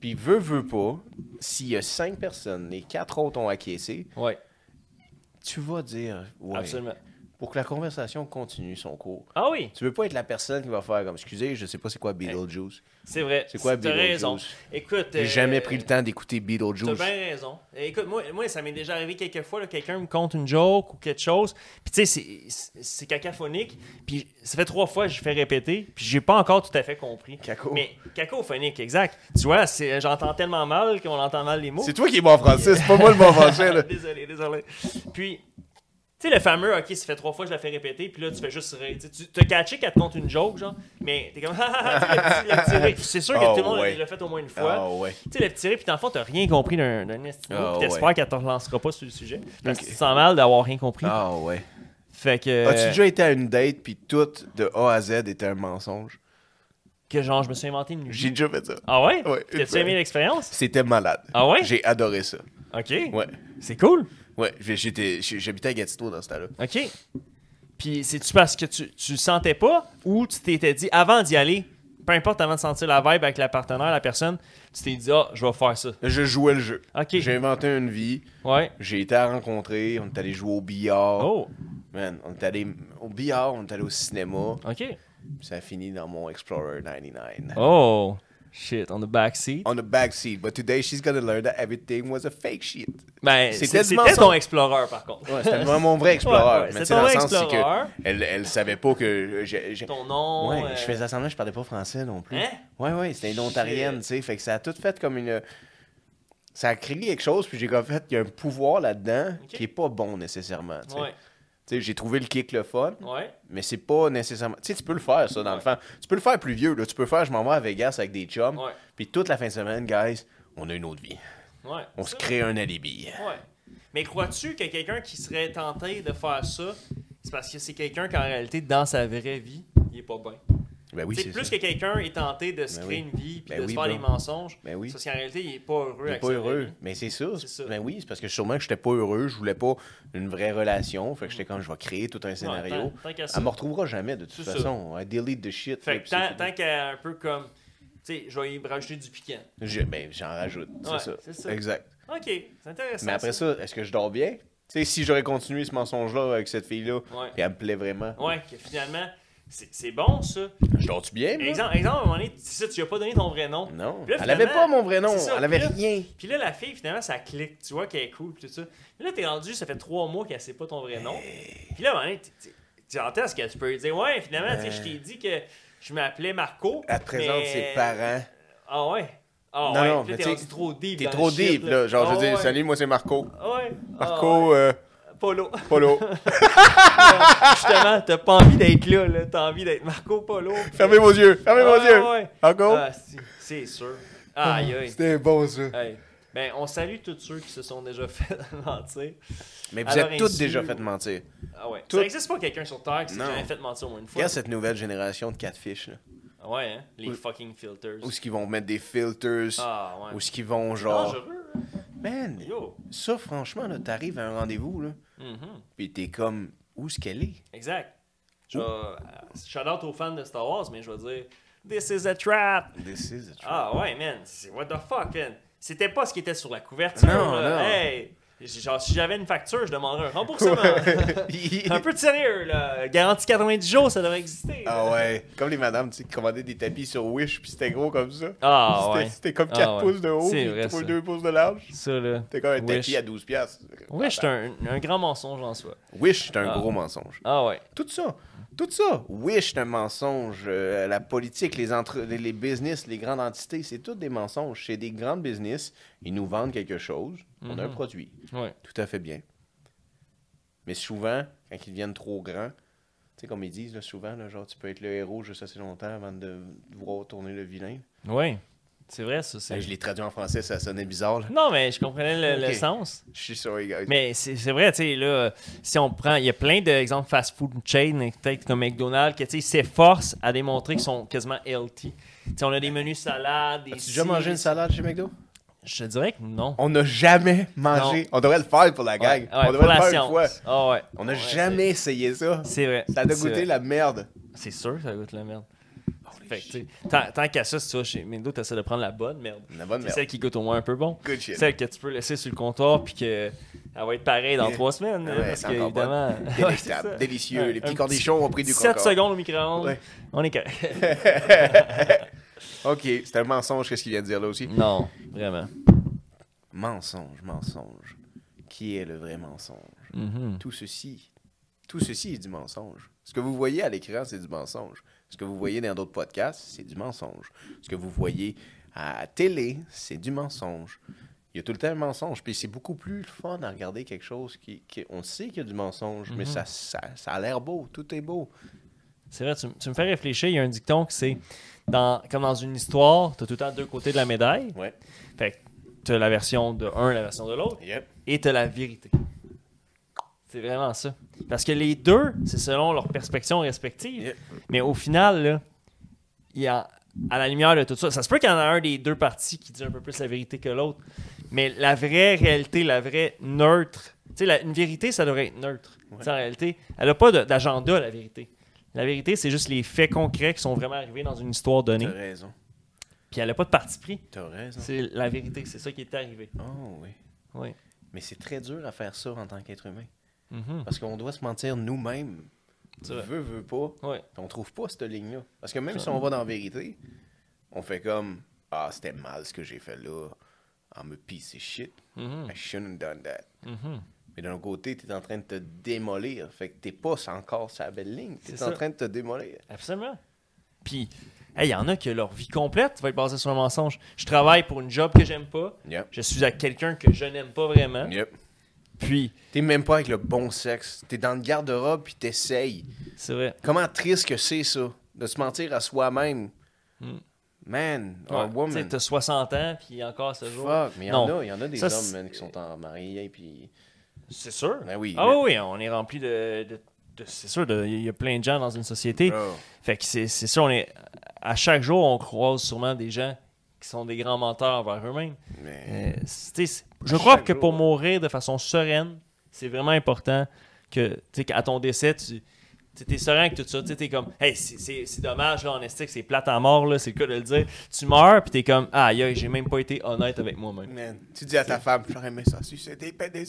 S1: Puis veut, veut pas, s'il y a cinq personnes et quatre autres ont acquiescé,
S2: Ouais,
S1: tu vas dire ouais,
S2: absolument.
S1: pour que la conversation continue son cours.
S2: Ah oui,
S1: Tu veux pas être la personne qui va faire comme Excusez, je sais pas c'est quoi Beetlejuice.
S2: c'est vrai.
S1: C'est quoi
S2: Eh, T'as raison.
S1: Beetlejuice
S2: Écoute.
S1: J'ai
S2: euh,
S1: jamais pris le temps d'écouter
S2: T'as
S1: Beetlejuice.
S2: bien raison. Et Écoute, moi, moi ça m'est déjà arrivé quelques fois, là, quelqu'un me compte une joke ou quelque chose, puis tu sais, c'est- c'est- c'est cacaphonique, puis ça fait trois fois que je fais répéter, puis j'ai pas encore tout à fait compris.
S1: Caco.
S2: Mais cacophonique, exact. Tu vois, c'est- j'entends tellement mal qu'on entend mal les mots.
S1: C'est toi qui es bon en français, c'est pas moi le bon français. Là.
S2: désolé, désolé. Puis, tu sais, le fameux, ok, ça fait trois fois que je la fais répéter, puis là, tu fais juste rire. Tu sais, tu- t'as catché qu'elle te compte une joke, genre, mais t'es comme, ah, ah, ah, tu sais, le petit- le petit rire. C'est sûr que
S1: Oh,
S2: tout le monde l'a
S1: ouais.
S2: déjà fait au moins une fois.
S1: Ah ouais.
S2: Tu sais, le petit rire, puis dans le fond, t'as rien compris d'un d'un esti mot,
S1: Ah,
S2: puis t'espères
S1: ouais.
S2: qu'elle te relancera pas sur le sujet. Parce que
S1: Ok.
S2: tu te sens mal d'avoir rien compris.
S1: Ah ouais.
S2: Fait que.
S1: As-tu déjà été à une date, puis tout de A à Z était un mensonge?
S2: Que genre, je me suis inventé une
S1: J'ai
S2: vie.
S1: déjà fait ça.
S2: Ah ouais?
S1: Ouais, une
S2: T'as-tu
S1: fois.
S2: aimé l'expérience?
S1: C'était malade.
S2: Ah ouais?
S1: J'ai adoré ça.
S2: Ok.
S1: Ouais.
S2: C'est cool.
S1: Ouais, j'ai- j'étais, j'ai- j'habitais à Gatineau dans ce temps-là.
S2: OK. Puis c'est-tu parce que tu, tu le sentais pas ou tu t'étais dit avant d'y aller, peu importe avant de sentir la vibe avec la partenaire, la personne, tu t'es dit, ah, je vais faire ça.
S1: Je jouais le jeu.
S2: OK.
S1: J'ai inventé une vie.
S2: Ouais.
S1: J'ai été à rencontrer. On est allé jouer au billard.
S2: Oh,
S1: Man, on est allé au billard, on est allé au cinéma.
S2: Oh, OK.
S1: puis Ça a fini dans mon Explorer 99.
S2: Oh, shit, on the backseat.
S1: On the backseat, but today she's gonna learn that everything was a fake shit.
S2: Ben,
S1: C'était
S2: c'est-
S1: du
S2: c'était
S1: mensonge.
S2: ton explorer, par contre.
S1: Ouais, c'était vraiment mon vrai Explorer.
S2: Ouais,
S1: mais
S2: ouais, c'est
S1: tu sais,
S2: ton
S1: dans le
S2: vrai
S1: sens, c'est
S2: Explorer.
S1: que elle, elle savait pas que j'ai. j'ai-
S2: Ton nom.
S1: Ouais,
S2: euh,
S1: je faisais semblant, je parlais pas français non plus.
S2: Hein?
S1: Ouais, ouais, c'était une
S2: Shit.
S1: ontarienne, tu sais. Fait que ça a tout fait comme une. Ça a créé quelque chose, puis j'ai comme fait, il y a un pouvoir là-dedans
S2: Ok.
S1: qui est pas bon nécessairement, tu sais.
S2: Ouais,
S1: Tu sais, j'ai trouvé le kick le fun,
S2: ouais.
S1: mais c'est pas nécessairement. Tu sais, tu peux le faire, ça, dans le fond. Tu peux le faire plus vieux, là. Tu peux faire, je m'en vais à Vegas avec des chums,
S2: Ouais.
S1: puis toute la fin de semaine, guys, on a une autre vie.
S2: Ouais.
S1: On se
S2: Ça,
S1: crée un alibi.
S2: Ouais. Mais crois-tu que quelqu'un qui serait tenté de faire ça, c'est parce que c'est quelqu'un qu'en réalité, dans sa vraie vie, il est pas bien?
S1: Ben oui,
S2: Tu sais,
S1: c'est
S2: plus
S1: ça.
S2: que quelqu'un est tenté de se
S1: Ben
S2: créer
S1: oui.
S2: une vie puis
S1: Ben
S2: de
S1: oui,
S2: se faire
S1: bro.
S2: des mensonges.
S1: Ben oui.
S2: c'est Parce qu'en réalité, il est pas heureux
S1: J'étais
S2: avec
S1: pas
S2: sa
S1: heureux.
S2: vie.
S1: Mais c'est ça.
S2: C'est ça.
S1: Ben oui, c'est parce que sûrement que j'étais pas heureux, je voulais pas une vraie relation.
S2: Mm.
S1: Fait que j'étais comme je vais créer tout un scénario.
S2: tant- tant qu'à ça.
S1: Elle me retrouvera jamais de toute
S2: C'est ça.
S1: façon. I delete the shit. là,
S2: Fait que
S1: puis
S2: tant,
S1: c'est
S2: tant
S1: fini.
S2: qu'à un peu comme. Tu sais, je vais y rajouter du piquant.
S1: Je- ben, j'en rajoute.
S2: Ouais,
S1: c'est
S2: c'est
S1: ça.
S2: ça.
S1: Exact.
S2: Ok, c'est intéressant.
S1: Mais après
S2: ça.
S1: ça, est-ce que je dors bien? Tu sais, si j'aurais continué ce mensonge-là avec cette fille-là,
S2: Ouais.
S1: puis elle me plaît vraiment,
S2: Ouais, que finalement, c'est c'est bon ça.
S1: je dors-tu bien? moi?
S2: Exemple, exemple, à un moment donné, tu sais, tu lui as pas donné ton vrai nom.
S1: Non.
S2: Puis là,
S1: elle avait
S2: finalement,
S1: pas mon vrai nom.
S2: c'est ça,
S1: elle avait
S2: puis là-
S1: rien.
S2: Puis là, la fille, finalement, ça clique. Tu vois qu'elle est cool, puis tout ça. Mais là, t'es rendu, ça fait trois mois qu'elle sait pas ton vrai nom. Puis là, à un moment donné, tu- tu- tu entends ce que tu peux lui dire. Ouais, finalement, tu sais, je t'ai dit que je m'appelais Marco.
S1: Elle te présente
S2: mais-
S1: ses parents.
S2: Ah ouais? Ah
S1: Non,
S2: ouais.
S1: non,
S2: Puis
S1: mais
S2: là, t'es
S1: tu sais,
S2: rendu trop deep.
S1: T'es
S2: dans
S1: trop
S2: le shit,
S1: deep, là. Genre, je veux
S2: Ah
S1: dire,
S2: ouais.
S1: salut, moi c'est Marco.
S2: Ah ouais. Ah
S1: Marco,
S2: ouais.
S1: euh,
S2: Polo.
S1: Polo.
S2: Justement, t'as pas envie d'être là, là. T'as envie d'être Marco Polo.
S1: Fermez vos yeux. Fermez vos
S2: Ah
S1: yeux.
S2: ouais.
S1: Encore?
S2: Ah, si, c'est sûr. Aïe, aïe.
S1: C'était bon, ça.
S2: Hey. Ben, on salue tous ceux qui se sont déjà fait mentir.
S1: Mais vous
S2: Alors,
S1: êtes toutes
S2: insu-
S1: déjà faites mentir.
S2: Ah ouais.
S1: Tout-
S2: Ça n'existe pas quelqu'un sur Terre qui s'est
S1: Non.
S2: jamais fait mentir au moins une fois.
S1: Regarde cette nouvelle génération de catfish, là.
S2: Ah Ouais, hein? Les
S1: Oui.
S2: fucking filters.
S1: Où ce qu'ils vont mettre des filters,
S2: Ah ouais.
S1: où ce qu'ils vont genre...
S2: Dangereux. hein?
S1: Man,
S2: Yo.
S1: ça franchement, là, t'arrives à un rendez-vous, là,
S2: Mhm.
S1: pis t'es comme, où est-ce qu'elle est?
S2: Exact. Je vais-
S1: Oh.
S2: euh, Shout out aux fans de Star Wars, mais je vais dire This is a trap.
S1: This is a trap.
S2: Ah ouais, man. C'est what the fuck, man. C'était pas ce qui était sur la couverture.
S1: Non,
S2: là.
S1: non.
S2: Hey. Genre, si j'avais une facture, je demanderais un remboursement. un peu de sérieux, là. Garantie 90 jours, ça devrait exister. là.
S1: Ah ouais, comme les madames, tu sais, qui commandaient des tapis sur Wish, puis c'était gros comme ça.
S2: Ah
S1: C'était-
S2: ouais.
S1: C'était comme
S2: Ah
S1: 4
S2: ouais.
S1: pouces de haut,
S2: C'est vrai,
S1: puis
S2: ça.
S1: 2 pouces de large.
S2: Ça, là.
S1: C'était comme un
S2: Wish.
S1: tapis à 12 piastres.
S2: Wish, c'est un, un grand mensonge en soi.
S1: Wish, c'est un
S2: Ah.
S1: gros mensonge.
S2: Ah ouais.
S1: Tout ça. Tout ça. Wish, c'est un mensonge. Euh, la politique, les, entre... les- les business, les grandes entités, c'est tout des mensonges. C'est des grandes business. Ils nous vendent quelque chose. On
S2: Mhm.
S1: a un produit.
S2: Ouais.
S1: Tout à fait bien. Mais souvent, quand ils deviennent trop grands, tu sais, comme ils disent, là, souvent, là, genre, tu peux être le héros juste assez longtemps avant de voir tourner le vilain.
S2: Ouais. C'est vrai, ça.
S1: Là,
S2: c'est...
S1: Ben, je l'ai traduit en français, ça sonnait bizarre. là.
S2: Non, mais je comprenais le, le
S1: Ok.
S2: sens.
S1: Je suis sorry, guys.
S2: Mais c'est, c'est vrai, tu sais, là, euh, si on prend, il y a plein d'exemples fast-food chain, euh, peut-être comme McDonald's, qui, tu sais, s'efforcent à démontrer qu'ils sont quasiment healthy. Tu sais, on a des menus salades, des...
S1: As-tu déjà
S2: ci-
S1: mangé une salade chez McDo?
S2: Je te dirais que non.
S1: On n'a jamais mangé. On devrait le faire pour la gang.
S2: Ouais, ouais,
S1: Oh On
S2: pour
S1: devrait le
S2: la
S1: faire
S2: science.
S1: une fois.
S2: Ah ouais.
S1: On n'a
S2: Ouais,
S1: jamais essayé ça.
S2: C'est, c'est vrai.
S1: Ça doit
S2: C'est
S1: goûter
S2: vrai.
S1: la merde.
S2: C'est sûr que ça goûte la merde. Fait que, tu sais, tant, tant qu'à ça, si tu vas chez McDo, t'essaies de prendre la bonne merde.
S1: La bonne
S2: C'est
S1: merde.
S2: celle qui goûte au moins un peu bon.
S1: Good shit.
S2: Celle que tu peux laisser sur le comptoir puis que elle va être pareille dans
S1: Yeah.
S2: trois semaines.
S1: Ouais,
S2: hein, parce
S1: c'est
S2: que,
S1: encore bonne.
S2: évidemment. Ouais, c'est
S1: Délectable,
S2: ça.
S1: délicieux.
S2: Ouais,
S1: Les
S2: un
S1: petits
S2: petit-
S1: cornichons ont pris du
S2: 7
S1: coca.
S2: secondes au micro-ondes.
S1: Ouais.
S2: On est correct.
S1: OK, c'est un mensonge, qu'est-ce qu'il vient de dire là aussi?
S2: non, vraiment.
S1: Mensonge, mensonge. Qui est le vrai mensonge?
S2: Mhm.
S1: Tout ceci, tout ceci est du mensonge. Ce que vous voyez à l'écran, c'est du mensonge. Ce que vous voyez dans d'autres podcasts, c'est du mensonge. Ce que vous voyez à télé, c'est du mensonge. Il y a tout le temps un mensonge. Puis c'est beaucoup plus fun à regarder quelque chose qui, qui- on sait qu'il y a du mensonge, mais ça, ça, ça a l'air beau. Tout est beau.
S2: C'est vrai, tu, m- tu me fais réfléchir. Il y a un dicton qui c'est dans, comme dans une histoire, t'as tout le temps deux côtés de la médaille.
S1: Ouais.
S2: Fait que t'as la version de un, la version de l'autre,
S1: Yep.
S2: et t'as la vérité. C'est vraiment ça. Parce que les deux, c'est selon leurs perspectives respectives.
S4: Yeah.
S2: Mais au final, là, il y a, à la lumière de tout ça, ça se peut qu'il y en a un des deux parties qui dit un peu plus la vérité que l'autre. Mais la vraie réalité, la vraie neutre, tu sais, la- une vérité, ça devrait être neutre. Tu sais, En réalité, elle n'a pas de- d'agenda, la vérité. La vérité, c'est juste les faits concrets qui sont vraiment arrivés dans une histoire donnée.
S4: T'as raison.
S2: Puis elle n'a pas de parti pris.
S1: T'as raison.
S2: C'est la vérité, c'est ça qui est arrivé.
S1: Oh oui.
S2: Oui.
S1: Mais c'est très dur à faire ça en tant qu'être humain. Parce qu'on doit se mentir nous-mêmes.
S2: Mhm. C'est vrai.
S1: Veux, veux pas.
S2: Ouais.
S1: Puis on trouve pas cette ligne-là. Parce que même
S2: Ça.
S1: si on va dans la vérité, on fait comme Ah, c'était mal ce que j'ai fait là. I'm a piece of shit.
S2: Mhm.
S1: I shouldn't have done that.
S2: Mhm.
S1: Mais d'un autre côté, t'es en train de te démolir. Fait que t'es pas encore sur la belle ligne. T'es
S2: C'est
S1: en
S2: ça.
S1: train de te démolir.
S2: Absolument. Puis, hey, il y en a que leur vie complète va être basée sur un mensonge. Je travaille pour une job que j'aime pas.
S1: Yep.
S2: Je suis avec quelqu'un que je n'aime pas vraiment.
S1: Yep.
S2: Puis,
S1: T'es même pas avec le bon sexe. T'es dans le garde-robe puis t'essayes.
S2: c'est vrai.
S1: Comment triste que c'est ça, de se mentir à soi-même.
S2: Mm.
S1: Man, or
S2: Ouais, tu sais,
S1: woman.
S2: T'as 60 ans, puis encore ce jour.
S1: Fuck, mais il y en
S2: Non.
S1: a, il y en a des
S2: Ça,
S1: hommes
S2: c'est-
S1: man, qui sont en mariés puis
S2: C'est sûr.
S1: Ben oui.
S2: Ah oui, on est rempli de. de- de- c'est sûr, de- il y a plein de gens dans une société.
S4: Bro.
S2: Fait que c'est c'est sûr, on est, à chaque jour, on croise sûrement des gens qui sont des grands menteurs envers eux-mêmes.
S1: Mais
S2: Euh, c'est- tu sais, c'est- je
S1: À
S2: crois
S1: chaque
S2: que
S1: jour,
S2: pour
S1: ouais.
S2: mourir de façon sereine, c'est vraiment important que, tu sais, qu'à ton décès, tu es serein avec tout ça. Tu es comme, hey, c'est- c'est c'est dommage, là, en estique, c'est plate en mort, là, c'est le cas de le dire. Tu meurs, puis tu es comme, ah, aïe, aïe, j'ai même pas été honnête avec moi-même.
S1: man,
S4: Tu dis à ta femme, j'aurais aimé ça si c'était pas des...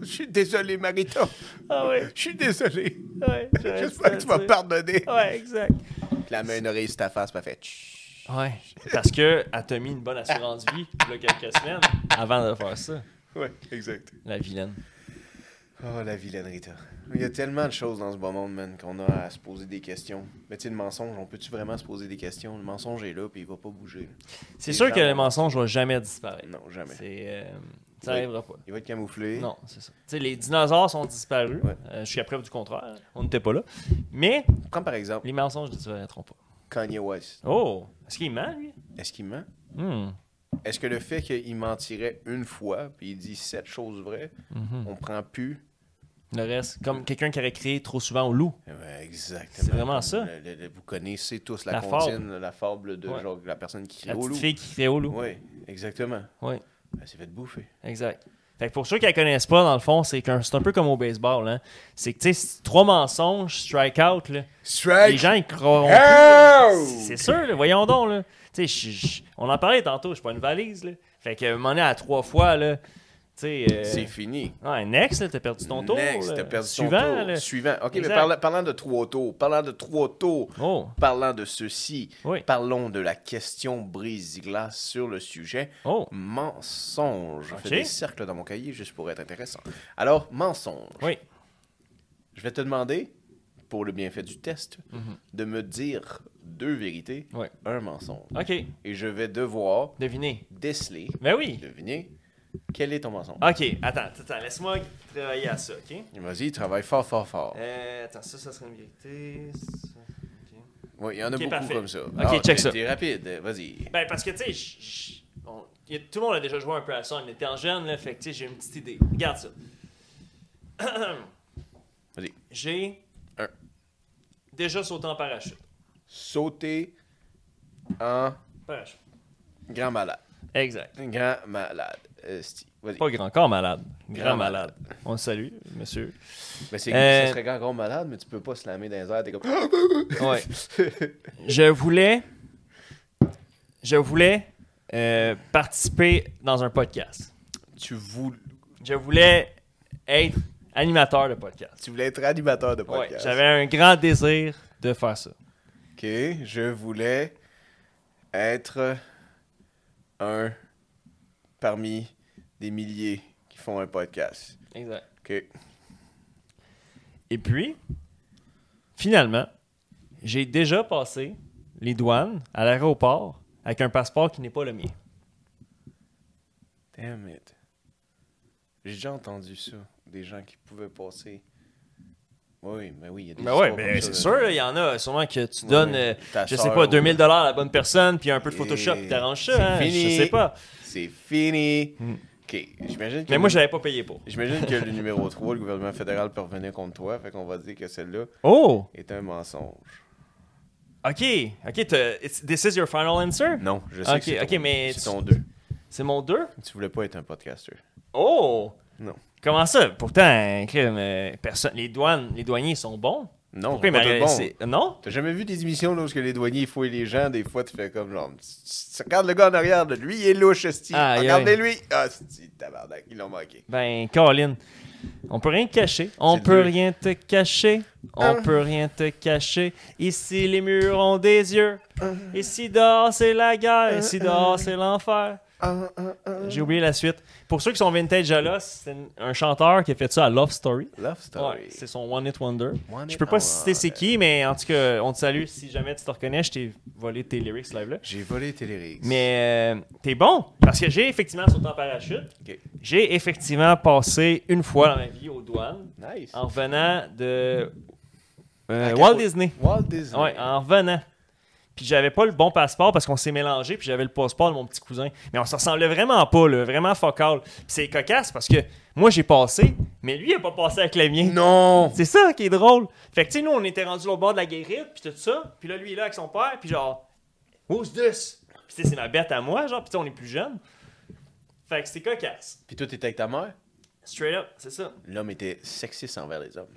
S4: Je suis désolé, Marita.
S2: Ah ouais,
S4: Je suis désolé.
S2: ouais.
S4: J'espère que tu vas pardonner.
S2: Ouais, exact.
S1: puis la main une oreille sur ta face, pas fait. Chut.
S2: Ouais, parce que elle t'a mis une bonne assurance vie, il y a quelques semaines, avant de faire ça,
S1: Ouais, exact.
S2: la vilaine.
S1: Oh, la vilainerie, toi. Il y a tellement de choses dans ce bon monde, man, qu'on a à se poser des questions. Mais tu sais, le mensonge, on peut-tu vraiment se poser des questions? Le mensonge est là, puis il va pas bouger.
S2: C'est
S1: Les
S2: sûr
S1: gens
S2: que le
S1: vont-
S2: mensonge va jamais disparaître.
S1: Non, jamais.
S2: C'est, euh, ça
S1: Oui.
S2: n'arrivera pas.
S1: Il va être camouflé.
S2: Non, c'est ça. Tu sais, les dinosaures sont disparus.
S1: Ouais.
S2: Euh, Jusqu'à preuve du contraire. On n'était pas là. Mais
S1: Prends par exemple
S2: les mensonges ne disparaîtront pas.
S1: Kanye West.
S2: Oh! Est-ce qu'il ment, lui?
S1: Est-ce qu'il ment?
S2: Hmm.
S1: Est-ce que le fait qu'il mentirait une fois, puis il dit sept choses vraies, on prend plus.
S2: Le reste, comme quelqu'un qui aurait crié trop souvent au loup.
S1: Eh ben, exactement.
S2: C'est vraiment ça.
S1: Le- le- le- vous connaissez tous la,
S2: La
S1: comptine, la fable de
S2: Ouais.
S1: genre, la personne qui crie
S2: La
S1: au
S2: petite
S1: loup.
S2: fille qui criait au loup.
S1: Oui, exactement.
S2: Oui,
S1: Elle s'est fait bouffer.
S2: exact. Fait que pour ceux qui la connaissent pas, dans le fond, c'est qu'un- c'est un peu comme au baseball. Hein. C'est que, tu sais, si trois mensonges, strike out, là.
S4: Strike.
S2: Les gens, ils croiront plus, là.
S4: out!
S2: C'est sûr, là, voyons donc. Là. Tu sais, je- je- on en parlait tantôt, je suis pas une valise. Là. Fait que, à un moment donné, à trois fois, là, tu sais... euh,
S1: C'est fini.
S2: Ouais, next, là, t'as perdu ton tour.
S1: Next,
S2: là.
S1: t'as perdu ton
S2: Suivant,
S1: tour.
S2: là.
S1: Suivant. OK,
S2: Exact.
S1: mais parla- parlant de trois tours, parlant de trois tours,
S2: Oh,
S1: parlant de ceci,
S2: Oui.
S1: parlons de la question brise-glace sur le sujet
S2: oh.
S1: mensonge. Je
S2: OK.
S1: fais des cercles dans mon cahier juste pour être intéressant. Alors, mensonge.
S2: Oui.
S1: Je vais te demander, pour le bienfait du test,
S2: Mhm.
S1: de me dire deux vérités,
S2: Ouais.
S1: un mensonge.
S2: OK.
S1: Et je vais devoir
S2: Devinez.
S1: déceler,
S2: Ben oui. Ah.
S1: deviner, quel est ton mensonge.
S2: OK. Attends, attends, laisse-moi travailler à ça, OK?
S1: Vas-y, travaille fort, fort, fort.
S2: Euh, attends, ça, ça serait une vérité. ça, ok.
S1: Oui, il y en a
S2: Ok,
S1: beaucoup
S2: parfait.
S1: comme ça.
S2: Ok,
S1: Ah,
S2: check
S1: t'es-
S2: ça.
S1: T'es rapide, vas-y.
S2: Ben, parce que, tu sais, je- je- on- y a- tout le monde a déjà joué un peu à ça. On était en jeune, là, fait que, tu sais, j'ai une petite idée. Regarde ça.
S1: Vas-y.
S2: J'ai
S1: Un.
S2: déjà sauté en parachute.
S1: Sauter en
S2: Parachute.
S1: grand malade.
S2: Exact.
S1: Grand malade. Esti. Vas-y.
S2: Pas grand corps malade. Grand,
S1: Grand
S2: malade. On le salue, monsieur.
S1: Mais c'est
S2: Euh,
S1: ça serait grand, grand malade, mais tu peux pas se lamer dans les airs, t'es comme...
S2: Ouais. je voulais. Je voulais euh, participer dans un podcast.
S1: tu, vou-
S2: Je voulais être animateur de podcast.
S1: tu voulais être animateur de
S2: Ouais,
S1: podcast.
S2: j'avais un grand désir de faire ça.
S1: Ok, je voulais être un parmi des milliers qui font un podcast.
S2: Exact.
S1: Ok.
S2: Et puis, finalement, j'ai déjà passé les douanes à l'aéroport avec un passeport qui n'est pas le mien.
S1: Damn it. J'ai déjà entendu ça, des gens qui pouvaient passer. Oui, mais oui, il y a des
S2: Ben ouais,
S1: histoires
S2: ben
S1: comme ça,
S2: c'est
S1: là.
S2: sûr, là, il y en a sûrement que tu
S1: Ouais,
S2: donnes,
S1: ouais.
S2: euh,
S1: Ta
S2: je sais
S1: sœur
S2: pas,
S1: ou-
S2: 2000 dollars à la bonne personne, puis un peu de Photoshop,
S1: Et
S2: puis t'arranges
S1: c'est
S2: ça, hein, je
S1: fini.
S2: sais pas.
S1: C'est fini. OK. J'imagine que,
S2: Mais moi, j'avais pas payé pour.
S1: j'imagine que le numéro 3, le gouvernement fédéral peut revenir contre toi. Fait qu'on va dire que celle-là
S2: Oh!
S1: est un mensonge.
S2: Ok, ok, t'as- it's- this is your final answer?
S1: Non, je sais
S2: Ok,
S1: que c'est ton,
S2: ok, mais
S1: c'est
S2: tu-
S1: ton 2.
S2: C'est mon 2?
S1: Tu voulais pas être un podcaster.
S2: Oh!
S1: Non.
S2: Comment ça? Pourtant, hein, crime, euh, personne, les, douanes, les douaniers sont bons.
S1: Non,
S2: Pourquoi
S1: c'est
S2: ils
S1: pas tout
S2: m'auraient
S1: bon.
S2: laissé- Non?
S1: T'as jamais vu des émissions là, où ce que les douaniers fouillent les gens, des fois tu fais comme genre, Tu- tu- regarde le gars en arrière, là, lui il est louche, esti.
S2: Ah, aïe,
S1: Regardez-lui. Ah, esti, tabarnak, ils l'ont manqué.
S2: Ben, Colin, on peut rien te cacher. On
S1: C'est
S2: peut
S1: dur.
S2: rien te cacher. On peut rien te cacher. Ici, les murs ont des yeux. Ici, dehors, c'est la guerre. Ici, dehors, c'est l'enfer.
S1: Ah.
S2: ah, J'ai oublié la suite. Pour ceux qui sont vintage à l'os, c'est un chanteur qui a fait ça à Love Story.
S1: Love
S2: Ouais,
S1: Story.
S2: c'est son One Hit Wonder.
S1: One
S2: je
S1: Hit
S2: peux pas
S1: Wonder.
S2: citer c'est qui, mais en tout cas, on te salue si jamais tu te reconnais. Je t'ai volé tes lyrics live là.
S1: J'ai volé tes lyrics.
S2: Mais euh, t'es bon, parce que j'ai effectivement sauté en parachute.
S1: Ok.
S2: J'ai effectivement passé une fois dans ma vie aux douanes
S1: Nice.
S2: en revenant de euh,
S1: À
S2: Walt
S1: Capo-
S2: Disney.
S1: Walt Disney.
S2: Ouais, hein. en revenant. Puis j'avais pas le bon passeport parce qu'on s'est mélangé, puis j'avais le passeport de mon petit cousin. Mais on se ressemblait vraiment pas, là, vraiment focal. Puis c'est cocasse parce que moi j'ai passé, mais lui il a pas passé avec le mien.
S1: Non.
S2: C'est ça qui est drôle. Fait que, tu sais, nous, on était rendus au bord de la guérite, puis tout ça. Puis là, lui, il est là avec son père, puis genre, Who's this? Puis, tu sais, c'est ma bête à moi, genre, puis tu sais, on est plus jeune. Fait que c'était cocasse.
S1: Puis toi t'étais avec ta mère.
S2: Straight up, c'est ça.
S1: L'homme était sexiste envers les hommes.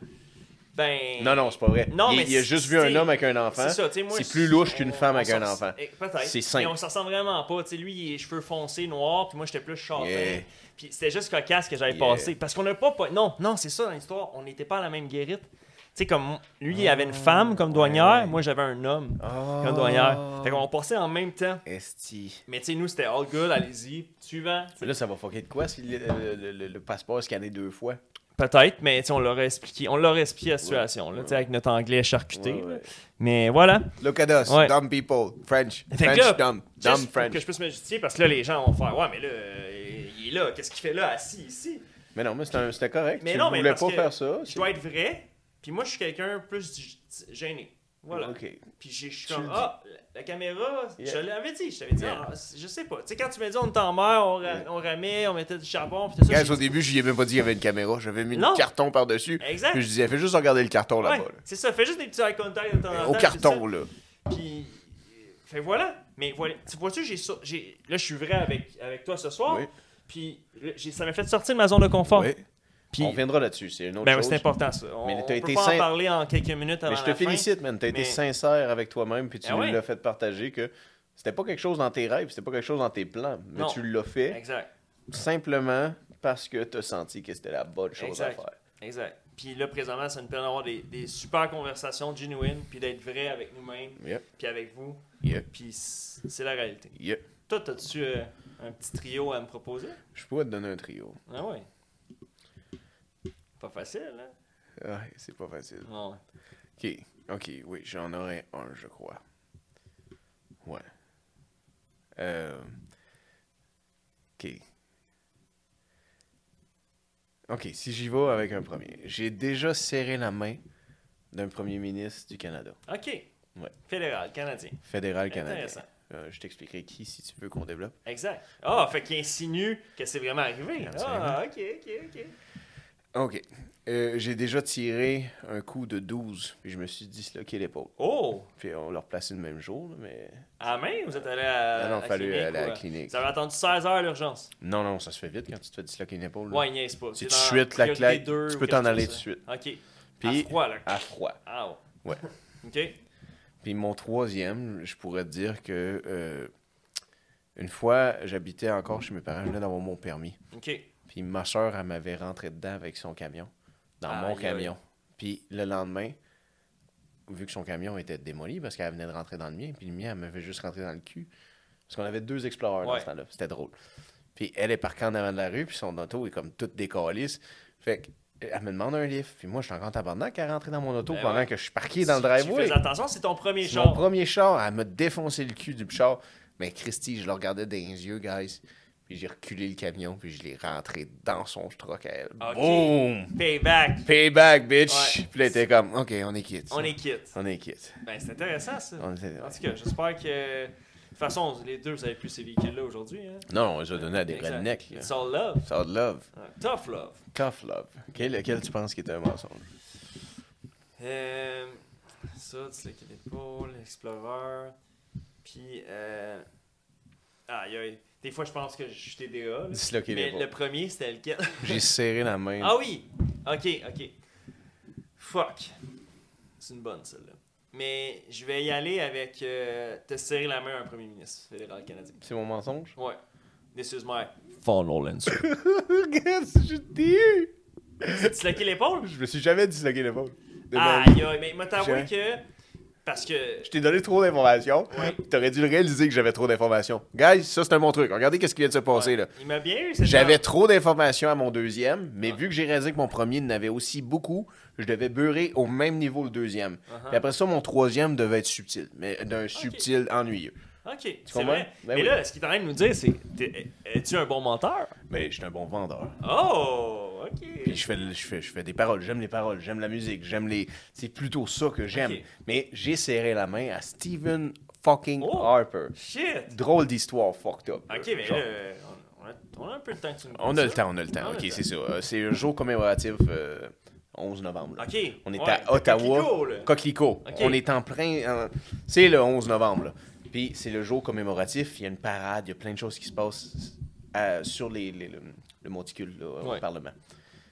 S2: Ben.
S1: Non non c'est pas vrai.
S2: Non,
S1: il,
S2: mais
S1: il a juste vu un
S2: c'est-
S1: homme avec un enfant.
S2: C'est ça, tu sais, moi.
S1: C'est plus louche qu'une
S2: on-
S1: femme
S2: on
S1: avec un
S2: s'en-
S1: enfant.
S2: Eh, Peut-être.
S1: C'est simple.
S2: Mais on s'en ressemble vraiment pas. Tu sais, lui, il a les cheveux foncés, noirs, puis moi, j'étais plus châtain.
S1: Yeah.
S2: Puis c'était juste cocasse que j'avais
S1: Yeah.
S2: passé. Parce qu'on n'a pas, pas- Non, non, c'est ça dans l'histoire. On n'était pas à la même guérite. Tu sais, comme lui, il avait une femme comme douanière,
S1: Ah, ouais.
S2: moi, j'avais un homme
S5: Ah.
S1: Oh.
S2: comme douanière. Fait qu'on passait en même temps.
S1: Esti.
S2: Mais tu sais, nous, c'était all good, allez-y, suivant.
S1: Mais là ça va fucker de quoi si le, le- le- le- le passeport est scanné deux fois.
S2: Peut-être, mais tu sais, on l'aurait expliqué. On l'aurait expliqué la situation, là, tu sais, avec notre anglais charcuté. là. Mais voilà.
S5: Look at us,
S2: Ouais.
S5: dumb people. French.
S2: Fait que
S5: French
S2: là,
S5: dumb.
S2: Juste
S5: Dumb
S2: pour
S5: French.
S2: que je puisse me justifier parce que là, les gens vont faire Ouais, mais là, euh, il est là, qu'est-ce qu'il fait là, assis ici
S1: Mais non mais c'est un- c'était correct.
S2: Mais
S1: tu
S2: non, mais
S1: voulais
S2: parce
S1: pas
S2: que
S1: faire ça.
S2: Je
S1: c'est-
S2: dois être vrai, puis moi, je suis quelqu'un plus du- gêné. Voilà.
S1: Ok.
S2: Puis j'ai- je suis
S1: Tu
S2: comme
S1: le dis.
S2: Ah, la, la caméra, je
S1: Yeah.
S2: l'avais dit, je t'avais dit,
S1: Yeah.
S2: Ah, je sais pas. Tu sais, quand tu m'as dit On était en mer, on, ra-
S1: Yeah.
S2: on ramait, on mettait du charbon, puis tout ça.
S5: Guys, au début, je lui ai même pas dit qu'il y avait une caméra. J'avais mis
S2: Non.
S5: le carton par-dessus.
S2: Exact.
S5: Puis je disais, fais juste regarder le carton
S2: Ouais,
S5: là-bas.
S2: c'est ça, fais juste des petits eye contact de temps
S5: là.
S2: en temps.
S5: Au
S2: puis
S5: carton, là.
S2: Euh, ça. Puis, euh, fait voilà. Mais voilà, tu vois-tu, j'ai, sor- j'ai- là, je suis vrai avec, avec toi ce soir.
S1: Oui.
S2: Puis, là, j'ai- ça m'a fait sortir de ma zone de confort.
S5: Ouais.
S2: Puis,
S1: On reviendra là-dessus, c'est une autre
S2: ben, ouais,
S1: chose.
S2: c'est important ça. On,
S1: Mais
S2: on
S1: t'as
S2: peut
S1: été
S2: pas en
S1: sain-
S2: parler en quelques minutes avant
S1: Mais je te
S2: la fin.
S1: félicite, man. T'as
S2: mais-
S1: été sincère avec toi-même, puis tu
S2: Ah ouais.
S1: l'as fait partager que c'était pas quelque chose dans tes rêves, c'était pas quelque chose dans tes plans, mais
S2: Non.
S1: tu l'as fait
S2: Exact,
S1: simplement parce que t'as senti que c'était la bonne chose
S2: Exact.
S1: à faire.
S2: exact. Puis là, présentement, ça nous permet d'avoir des, des super conversations genuines, puis d'être vrai avec nous-mêmes,
S1: Yep,
S2: puis avec vous.
S1: yep,
S2: Puis c- c'est la réalité.
S1: yep.
S2: Toi, t'as-tu euh, un petit trio à me proposer?
S1: Je pourrais te donner un trio.
S2: Ah ouais. Pas facile, hein?
S1: Ah, c'est pas facile.
S2: Non.
S1: Ok, ok, oui, j'en aurais un, je crois. Ouais. Euh... Ok. Ok, si j'y vais avec un premier. J'ai déjà serré la main d'un premier ministre du Canada,
S2: OK.
S1: Ouais.
S2: Fédéral, canadien.
S1: fédéral canadien.
S2: Intéressant.
S1: Euh, je t'expliquerai qui si tu veux qu'on développe.
S2: Exact. Ah, fait qu'il insinue que c'est vraiment arrivé.
S1: Absolument.
S2: Ah, OK, OK, OK.
S1: Ok. Euh, J'ai déjà tiré un coup de 12, puis je me suis disloqué l'épaule.
S2: Oh!
S1: Puis on l'a replacé le même jour, là, mais.
S2: À la main, vous êtes allé à,
S1: Ah non,
S2: à
S1: fallu
S2: clinique
S1: aller à
S2: ou,
S1: la
S2: euh,
S1: clinique.
S2: Vous avez attendu 16 heures à l'urgence.
S1: Non, non, ça se fait vite quand tu te fais disloquer une épaule. là.
S2: Ouais, il niaise pas.
S1: C'est
S2: C'est
S1: tout
S2: dans
S1: de suite la
S2: priorité
S1: claque.
S2: deux
S1: Tu
S2: ou
S1: peux
S2: quelque
S1: t'en aller
S2: chose
S1: tout de
S2: comme ça. OK.
S1: Puis-
S2: à froid, là.
S1: À froid.
S2: Ah, ouais.
S1: Ouais.
S2: OK.
S1: Puis mon troisième, je pourrais te dire que euh, une fois, j'habitais encore chez mes parents, je venais d'avoir mon permis.
S2: OK.
S1: Puis ma soeur, elle m'avait rentré dedans avec son camion, dans
S2: Ah,
S1: mon
S2: aïe, aïe.
S1: camion. Puis le lendemain, vu que son camion était démoli parce qu'elle venait de rentrer dans le mien, puis le mien, elle m'avait juste rentré dans le cul. Parce qu'on avait deux exploreurs dans
S2: Ouais.
S1: ce temps-là. C'était drôle. Puis elle est parquée en avant de la rue, puis son auto est comme toute décalisse. Fait qu'elle me demande un livre. Puis moi, je suis encore en tabarnak à rentrer dans mon auto
S2: Ben
S1: pendant
S2: ouais.
S1: que je suis parqué dans le
S2: Tu- Tu
S1: driveway.
S2: fais attention, c'est ton premier
S1: C'est Mon
S2: genre.
S1: premier char, elle m'a défoncé le cul du char. Mais Christy, je le regardais dans les yeux, guys. Puis j'ai reculé le camion, puis je l'ai rentré dans son truck à elle.
S2: Ok.
S1: Boom!
S2: Payback.
S1: Payback, bitch!
S2: Ouais.
S1: Puis là, elle était comme, OK, on est quitte.
S2: On est quitte.
S1: On est quitte.
S2: Ben, c'est intéressant, ça.
S1: On était-
S2: En tout cas, j'espère que. façon, les deux, vous avez plus ces véhicules-là aujourd'hui. Hein?
S6: Non, on les a donnés à des
S2: Exact.
S6: rednecks. là.
S2: It's all love.
S6: It's all love.
S2: Ouais, Tough love.
S6: Tough love. Quel, lequel tu penses qui est un mensonge?
S2: Euh, ça, Disloqué d'épaule, Explorer. Puis. Euh... Ah, Des fois, je pense que je suis TDA. là.
S6: Disloqué
S2: Mais
S6: l'épaule.
S2: le premier, c'était lequel
S6: J'ai serré la main.
S2: Ah oui! Ok, ok. Fuck. C'est une bonne, celle-là. Mais je vais y aller avec euh, te serrer la main à un premier ministre fédéral canadien.
S6: C'est mon mensonge?
S2: Ouais. This is my final answer.
S1: Regarde, je t'ai eu!
S2: Disloquer l'épaule?
S1: Je me suis jamais disloqué l'épaule. De ma vie.
S2: Aïe, aïe, mais m'a t'avoué que. Parce que.
S1: Je t'ai donné trop d'informations.
S2: Ouais.
S1: T'aurais dû le réaliser que j'avais trop d'informations. Guys, ça c'est un bon truc. Regardez qu'est-ce qui vient de se passer
S2: Ouais.
S1: là.
S2: Il m'a bien eu, cette
S1: J'avais
S2: dame.
S1: trop d'informations à mon deuxième, mais
S2: Ouais.
S1: vu que j'ai réalisé que mon premier n'avait aussi beaucoup, je devais beurrer au même niveau le deuxième.
S2: Uh-huh.
S1: Puis après ça, mon troisième devait être subtil, mais d'un subtil ennuyeux.
S2: Ok, c'est
S1: comprends?
S2: vrai.
S1: Ben
S2: mais
S1: oui.
S2: là, ce qu'il est en train de nous dire, c'est t'es- es-tu un bon menteur?
S1: Mais j'étais un bon vendeur.
S2: Oh, ok.
S1: Puis je fais, je fais, je fais des paroles, j'aime les paroles, j'aime la musique, j'aime les. C'est plutôt ça que j'aime.
S2: Ok.
S1: Mais j'ai serré la main à Stephen fucking
S2: Oh.
S1: Harper.
S2: Shit!
S1: Drôle d'histoire, fucked up.
S2: Ok,
S1: Euh,
S2: mais
S1: genre.
S2: là, on on a, on a un peu de temps que tu nous
S1: On
S2: dises
S1: a le
S2: ça. Ah
S1: temps, on a le temps.
S2: On a
S1: ok,
S2: le temps.
S1: c'est ça. Euh, c'est un jour commémoratif, euh, 11 novembre. là.
S2: Ok.
S1: On est
S2: ouais,
S1: à Ottawa.
S2: Coquelicot, là.
S1: Coquelicot.
S2: Ok.
S1: On est en plein. en- C'est le 11 novembre. là. Puis c'est le jour commémoratif. Il y a une parade, il y a plein de choses qui se passent à- sur les, les- le, le monticule là, au
S2: Ouais.
S1: Parlement.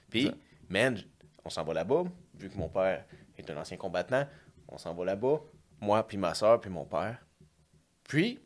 S1: Puis, man, j- on s'en va là-bas. Vu que mon père est un ancien combattant, on s'en va là-bas. Moi, puis ma soeur, puis mon père. Puis,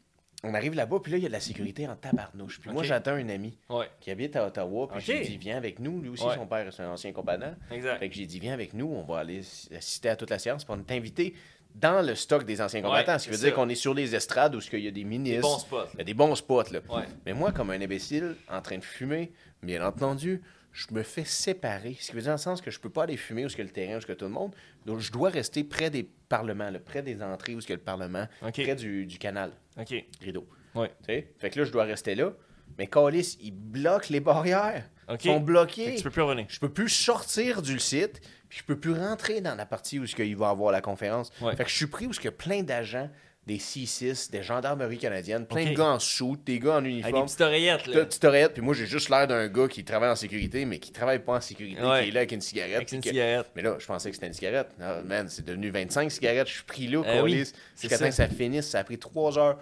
S1: on arrive là-bas, puis là, il y a de la sécurité en tabarnouche. Puis moi,
S2: Ok.
S1: j'attends un ami
S2: Ouais,
S1: qui habite à Ottawa. Puis
S2: Ok.
S1: j'ai dit, viens avec nous. Lui aussi,
S2: Ouais.
S1: son père, c'est un ancien combattant.
S2: exact.
S1: Fait que j'ai dit, viens avec nous, on va aller s- assister à toute la séance, puis on est invité dans le stock des anciens
S2: Ouais,
S1: combattants. ce qui veut
S2: c'est
S1: dire
S2: ça.
S1: qu'on est sur les estrades où il y a des ministres.
S2: Des bons spots.
S1: Il y a des bons spots, là.
S2: Ouais.
S1: Mais moi, comme un imbécile, en train de fumer, bien entendu, je me fais séparer. Ce qui veut dire dans le sens que je peux pas aller fumer où ce que le terrain, où ce que tout le monde. Donc, je dois rester près des parlements, là, près des entrées où ce que le parlement,
S2: Ok.
S1: près du, du canal,
S2: Ok.
S1: rideau.
S2: Ouais.
S1: Tu sais? Fait que là, je dois rester là. Mais Calis, ils bloquent les barrières.
S2: Ok.
S1: Ils sont bloqués.
S2: Fait que tu peux plus revenir.
S1: Je peux plus sortir du site, puis je peux plus rentrer dans la partie où ce qu'il va avoir la conférence.
S2: Ouais.
S1: Fait que je suis pris où ce que plein d'agents des C6, des gendarmeries canadiennes, plein
S2: Ok.
S1: de gars en shoot, des gars en
S2: Avec des
S1: uniforme.
S2: petites oreillettes, là.
S1: T'as- Tu t'aurais puis moi j'ai juste l'air d'un gars qui travaille en sécurité, mais qui travaille pas en sécurité,
S2: Ouais.
S1: qui est là avec une cigarette.
S2: Avec une
S1: puis que-
S2: cigarette.
S1: Mais là, je pensais que c'était une cigarette. Non, man, c'est devenu 25 cigarettes, je suis pris là,
S2: Eh oui,
S1: câlisse,
S2: c'est
S1: jusqu'à
S2: ça.
S1: temps que ça finisse, ça a pris 3 heures.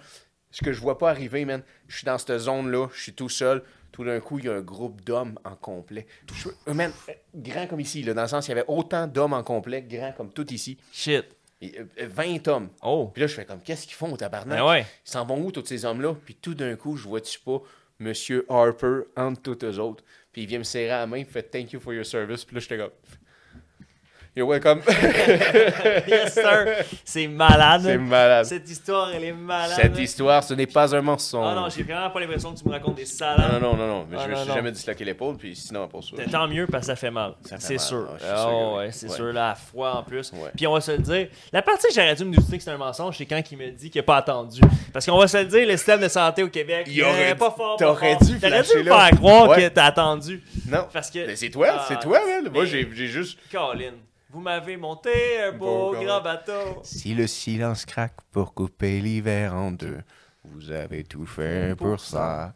S1: Ce que je vois pas arriver, man, je suis dans cette zone-là, je suis tout seul. Tout d'un coup, il y a un groupe d'hommes en complet. Je- euh, man, euh, grand comme ici, là, dans le sens, il y avait autant d'hommes en complet, grand comme tout ici.
S2: Shit.
S1: Et, euh, euh, 20 hommes.
S2: Oh.
S1: Puis là, je fais comme, qu'est-ce qu'ils font au tabarnak?
S2: Ben ouais.
S1: Ils s'en vont où, tous ces hommes-là? Puis tout d'un coup, je vois-tu pas Monsieur Harper entre tous eux autres. Puis il vient me serrer la main, il fait thank you for your service. Puis là, j'étais comme, you're welcome.
S2: Yes, sir. C'est malade.
S1: C'est malade.
S2: Cette histoire, elle est malade.
S1: Cette histoire, ce n'est pas un mensonge.
S2: Ah non, j'ai vraiment pas l'impression que tu me racontes des
S1: non,
S2: salades.
S1: non, non, non, non, mais
S2: Ah,
S1: je me
S2: non,
S1: suis
S2: non.
S1: jamais disloqué l'épaule, puis sinon, pour ça.
S2: T'as- Tant mieux parce que ça fait mal.
S1: Ça fait
S2: C'est
S1: mal,
S2: sûr.
S1: ah, je suis
S2: Ah
S1: sûr que
S2: ouais,
S1: oui.
S2: c'est
S1: Ouais.
S2: sûr, la foi en plus.
S1: Ouais.
S2: Puis on va se le dire. La partie que j'aurais dû me douter que c'est un mensonge, c'est quand il me dit qu'il n'a pas attendu. Parce qu'on va se le dire, le système de santé au Québec,
S1: Il
S2: est
S1: aurait-
S2: pas fort. pas
S1: t'aurais
S2: fort.
S1: dû
S2: T'aurais dû
S1: flasher,
S2: me
S1: là.
S2: faire croire
S1: Ouais.
S2: que t'as attendu.
S1: Non,
S2: Parce que.
S1: mais c'est toi,
S2: Ah,
S1: c'est toi, man. Moi,
S2: mais-
S1: j'ai j'ai juste...
S2: Colin, vous m'avez monté un beau
S1: Beau gars.
S2: grand bateau.
S1: Si le silence craque pour couper l'hiver en deux, vous avez tout fait pour ça.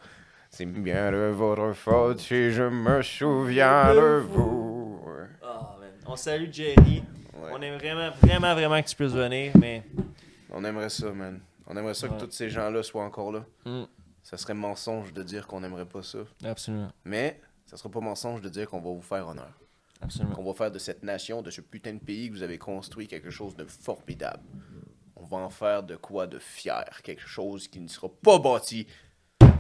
S1: C'est bien de votre faute si je me souviens de vous.
S2: Oh, man. On salue Jerry.
S1: Ouais.
S2: On aime vraiment, vraiment, vraiment que tu puisses venir, mais.
S1: On aimerait ça, man. On aimerait ça
S2: Ouais.
S1: que tous ces gens-là soient encore là.
S2: Mm.
S1: Ça serait mensonge de dire qu'on aimerait pas ça.
S2: Absolument.
S1: Mais ça serait pas mensonge de dire qu'on va vous faire honneur.
S2: Absolument.
S1: Qu'on va faire de cette nation, de ce putain de pays que vous avez construit quelque chose de formidable. On va en faire de quoi de fier. Quelque chose qui ne sera pas bâti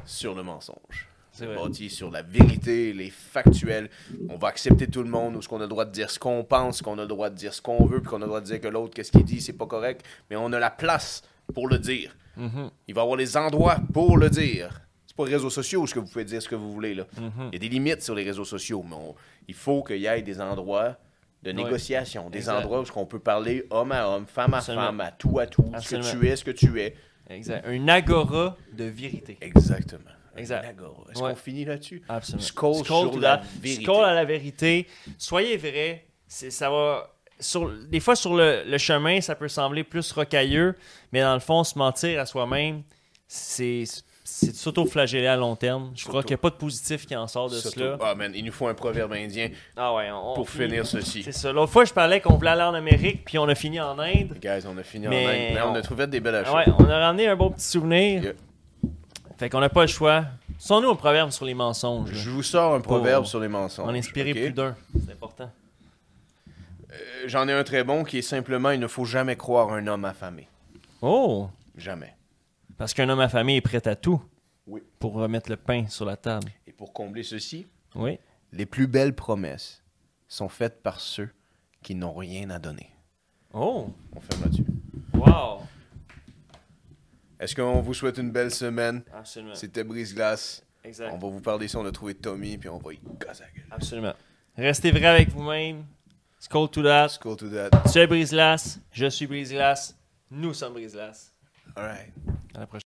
S1: sur le mensonge.
S2: C'est
S1: C'est
S2: vrai.
S1: bâti sur la vérité, les factuels. On va accepter tout le monde, où ce qu'on a le droit de dire ce qu'on pense, qu'on a le droit de dire ce qu'on veut, puis qu'on a le droit de dire que l'autre, qu'est-ce qu'il dit, c'est pas correct. Mais on a la place pour le dire.
S2: Mhm.
S1: Il va y avoir les endroits pour le dire. C'est pas les réseaux sociaux où ce que vous pouvez dire ce que vous voulez. là.
S2: Mhm.
S1: Il y a des limites sur les réseaux sociaux, mais on- il faut qu'il y ait des endroits de négociation, des
S2: Exact.
S1: endroits où ce qu'on peut parler homme à homme, femme à
S2: Absolument.
S1: femme, à tout à tout, ce que
S2: Absolument.
S1: tu es, ce que tu es.
S2: Exact. Un agora de vérité.
S1: Exactement.
S2: Exact.
S1: D'accord. Est-ce
S2: Ouais.
S1: qu'on finit là-dessus?
S2: Absolument.
S1: Skull sur
S2: to
S1: la
S2: that.
S1: vérité.
S2: Skull à la vérité. Soyez vrai. C'est, ça va. Sur, des fois, sur le, le chemin, ça peut sembler plus rocailleux, mais dans le fond, se mentir à soi-même, c'est c'est de s'auto-flageller à long terme. Je crois
S1: S'auto-
S2: qu'il n'y a pas de positif qui en sort de
S1: Surtout-
S2: cela.
S1: Ah, man, il nous faut un proverbe indien
S2: Ah ouais, on- on
S1: pour
S2: finit-
S1: finir ceci.
S2: C'est ça. L'autre fois, je parlais qu'on voulait aller en Amérique, puis on a fini en Inde.
S1: Guys, on a fini en
S2: Mais
S1: Inde. Mais on...
S2: on-
S1: a trouvé des belles
S2: Ah
S1: achats.
S2: ouais, on a ramené un bon petit souvenir.
S1: Yeah.
S2: Fait qu'on n'a pas le choix. Sont-nous au proverbe sur les mensonges? là?
S1: Je vous sors un proverbe
S2: Pour-
S1: sur les mensonges.
S2: On a inspiré
S1: ok?
S2: plus d'un. C'est important.
S1: Euh, J'en ai un très bon qui est simplement il ne faut jamais croire un homme affamé.
S2: Oh!
S1: Jamais.
S2: Parce qu'un homme affamé est prêt à tout
S1: Oui.
S2: pour remettre le pain sur la table.
S1: Et pour combler ceci,
S2: Oui.
S1: les plus belles promesses sont faites par ceux qui n'ont rien à donner.
S2: Oh!
S1: On ferme là-dessus.
S2: Wow!
S7: Est-ce qu'on vous souhaite une belle semaine?
S2: Absolument.
S7: C'était Brise Glace.
S2: Exact.
S7: On va vous parler si on a trouvé Tommy, puis on va y casser la gueule.
S2: Absolument. Restez vrai avec vous-même. Skull to that.
S7: Let's go to that.
S2: Tu es Brise-Glace. Je suis Brise-Glace. Nous sommes Brise-Glace.
S7: All right.
S2: À la prochaine.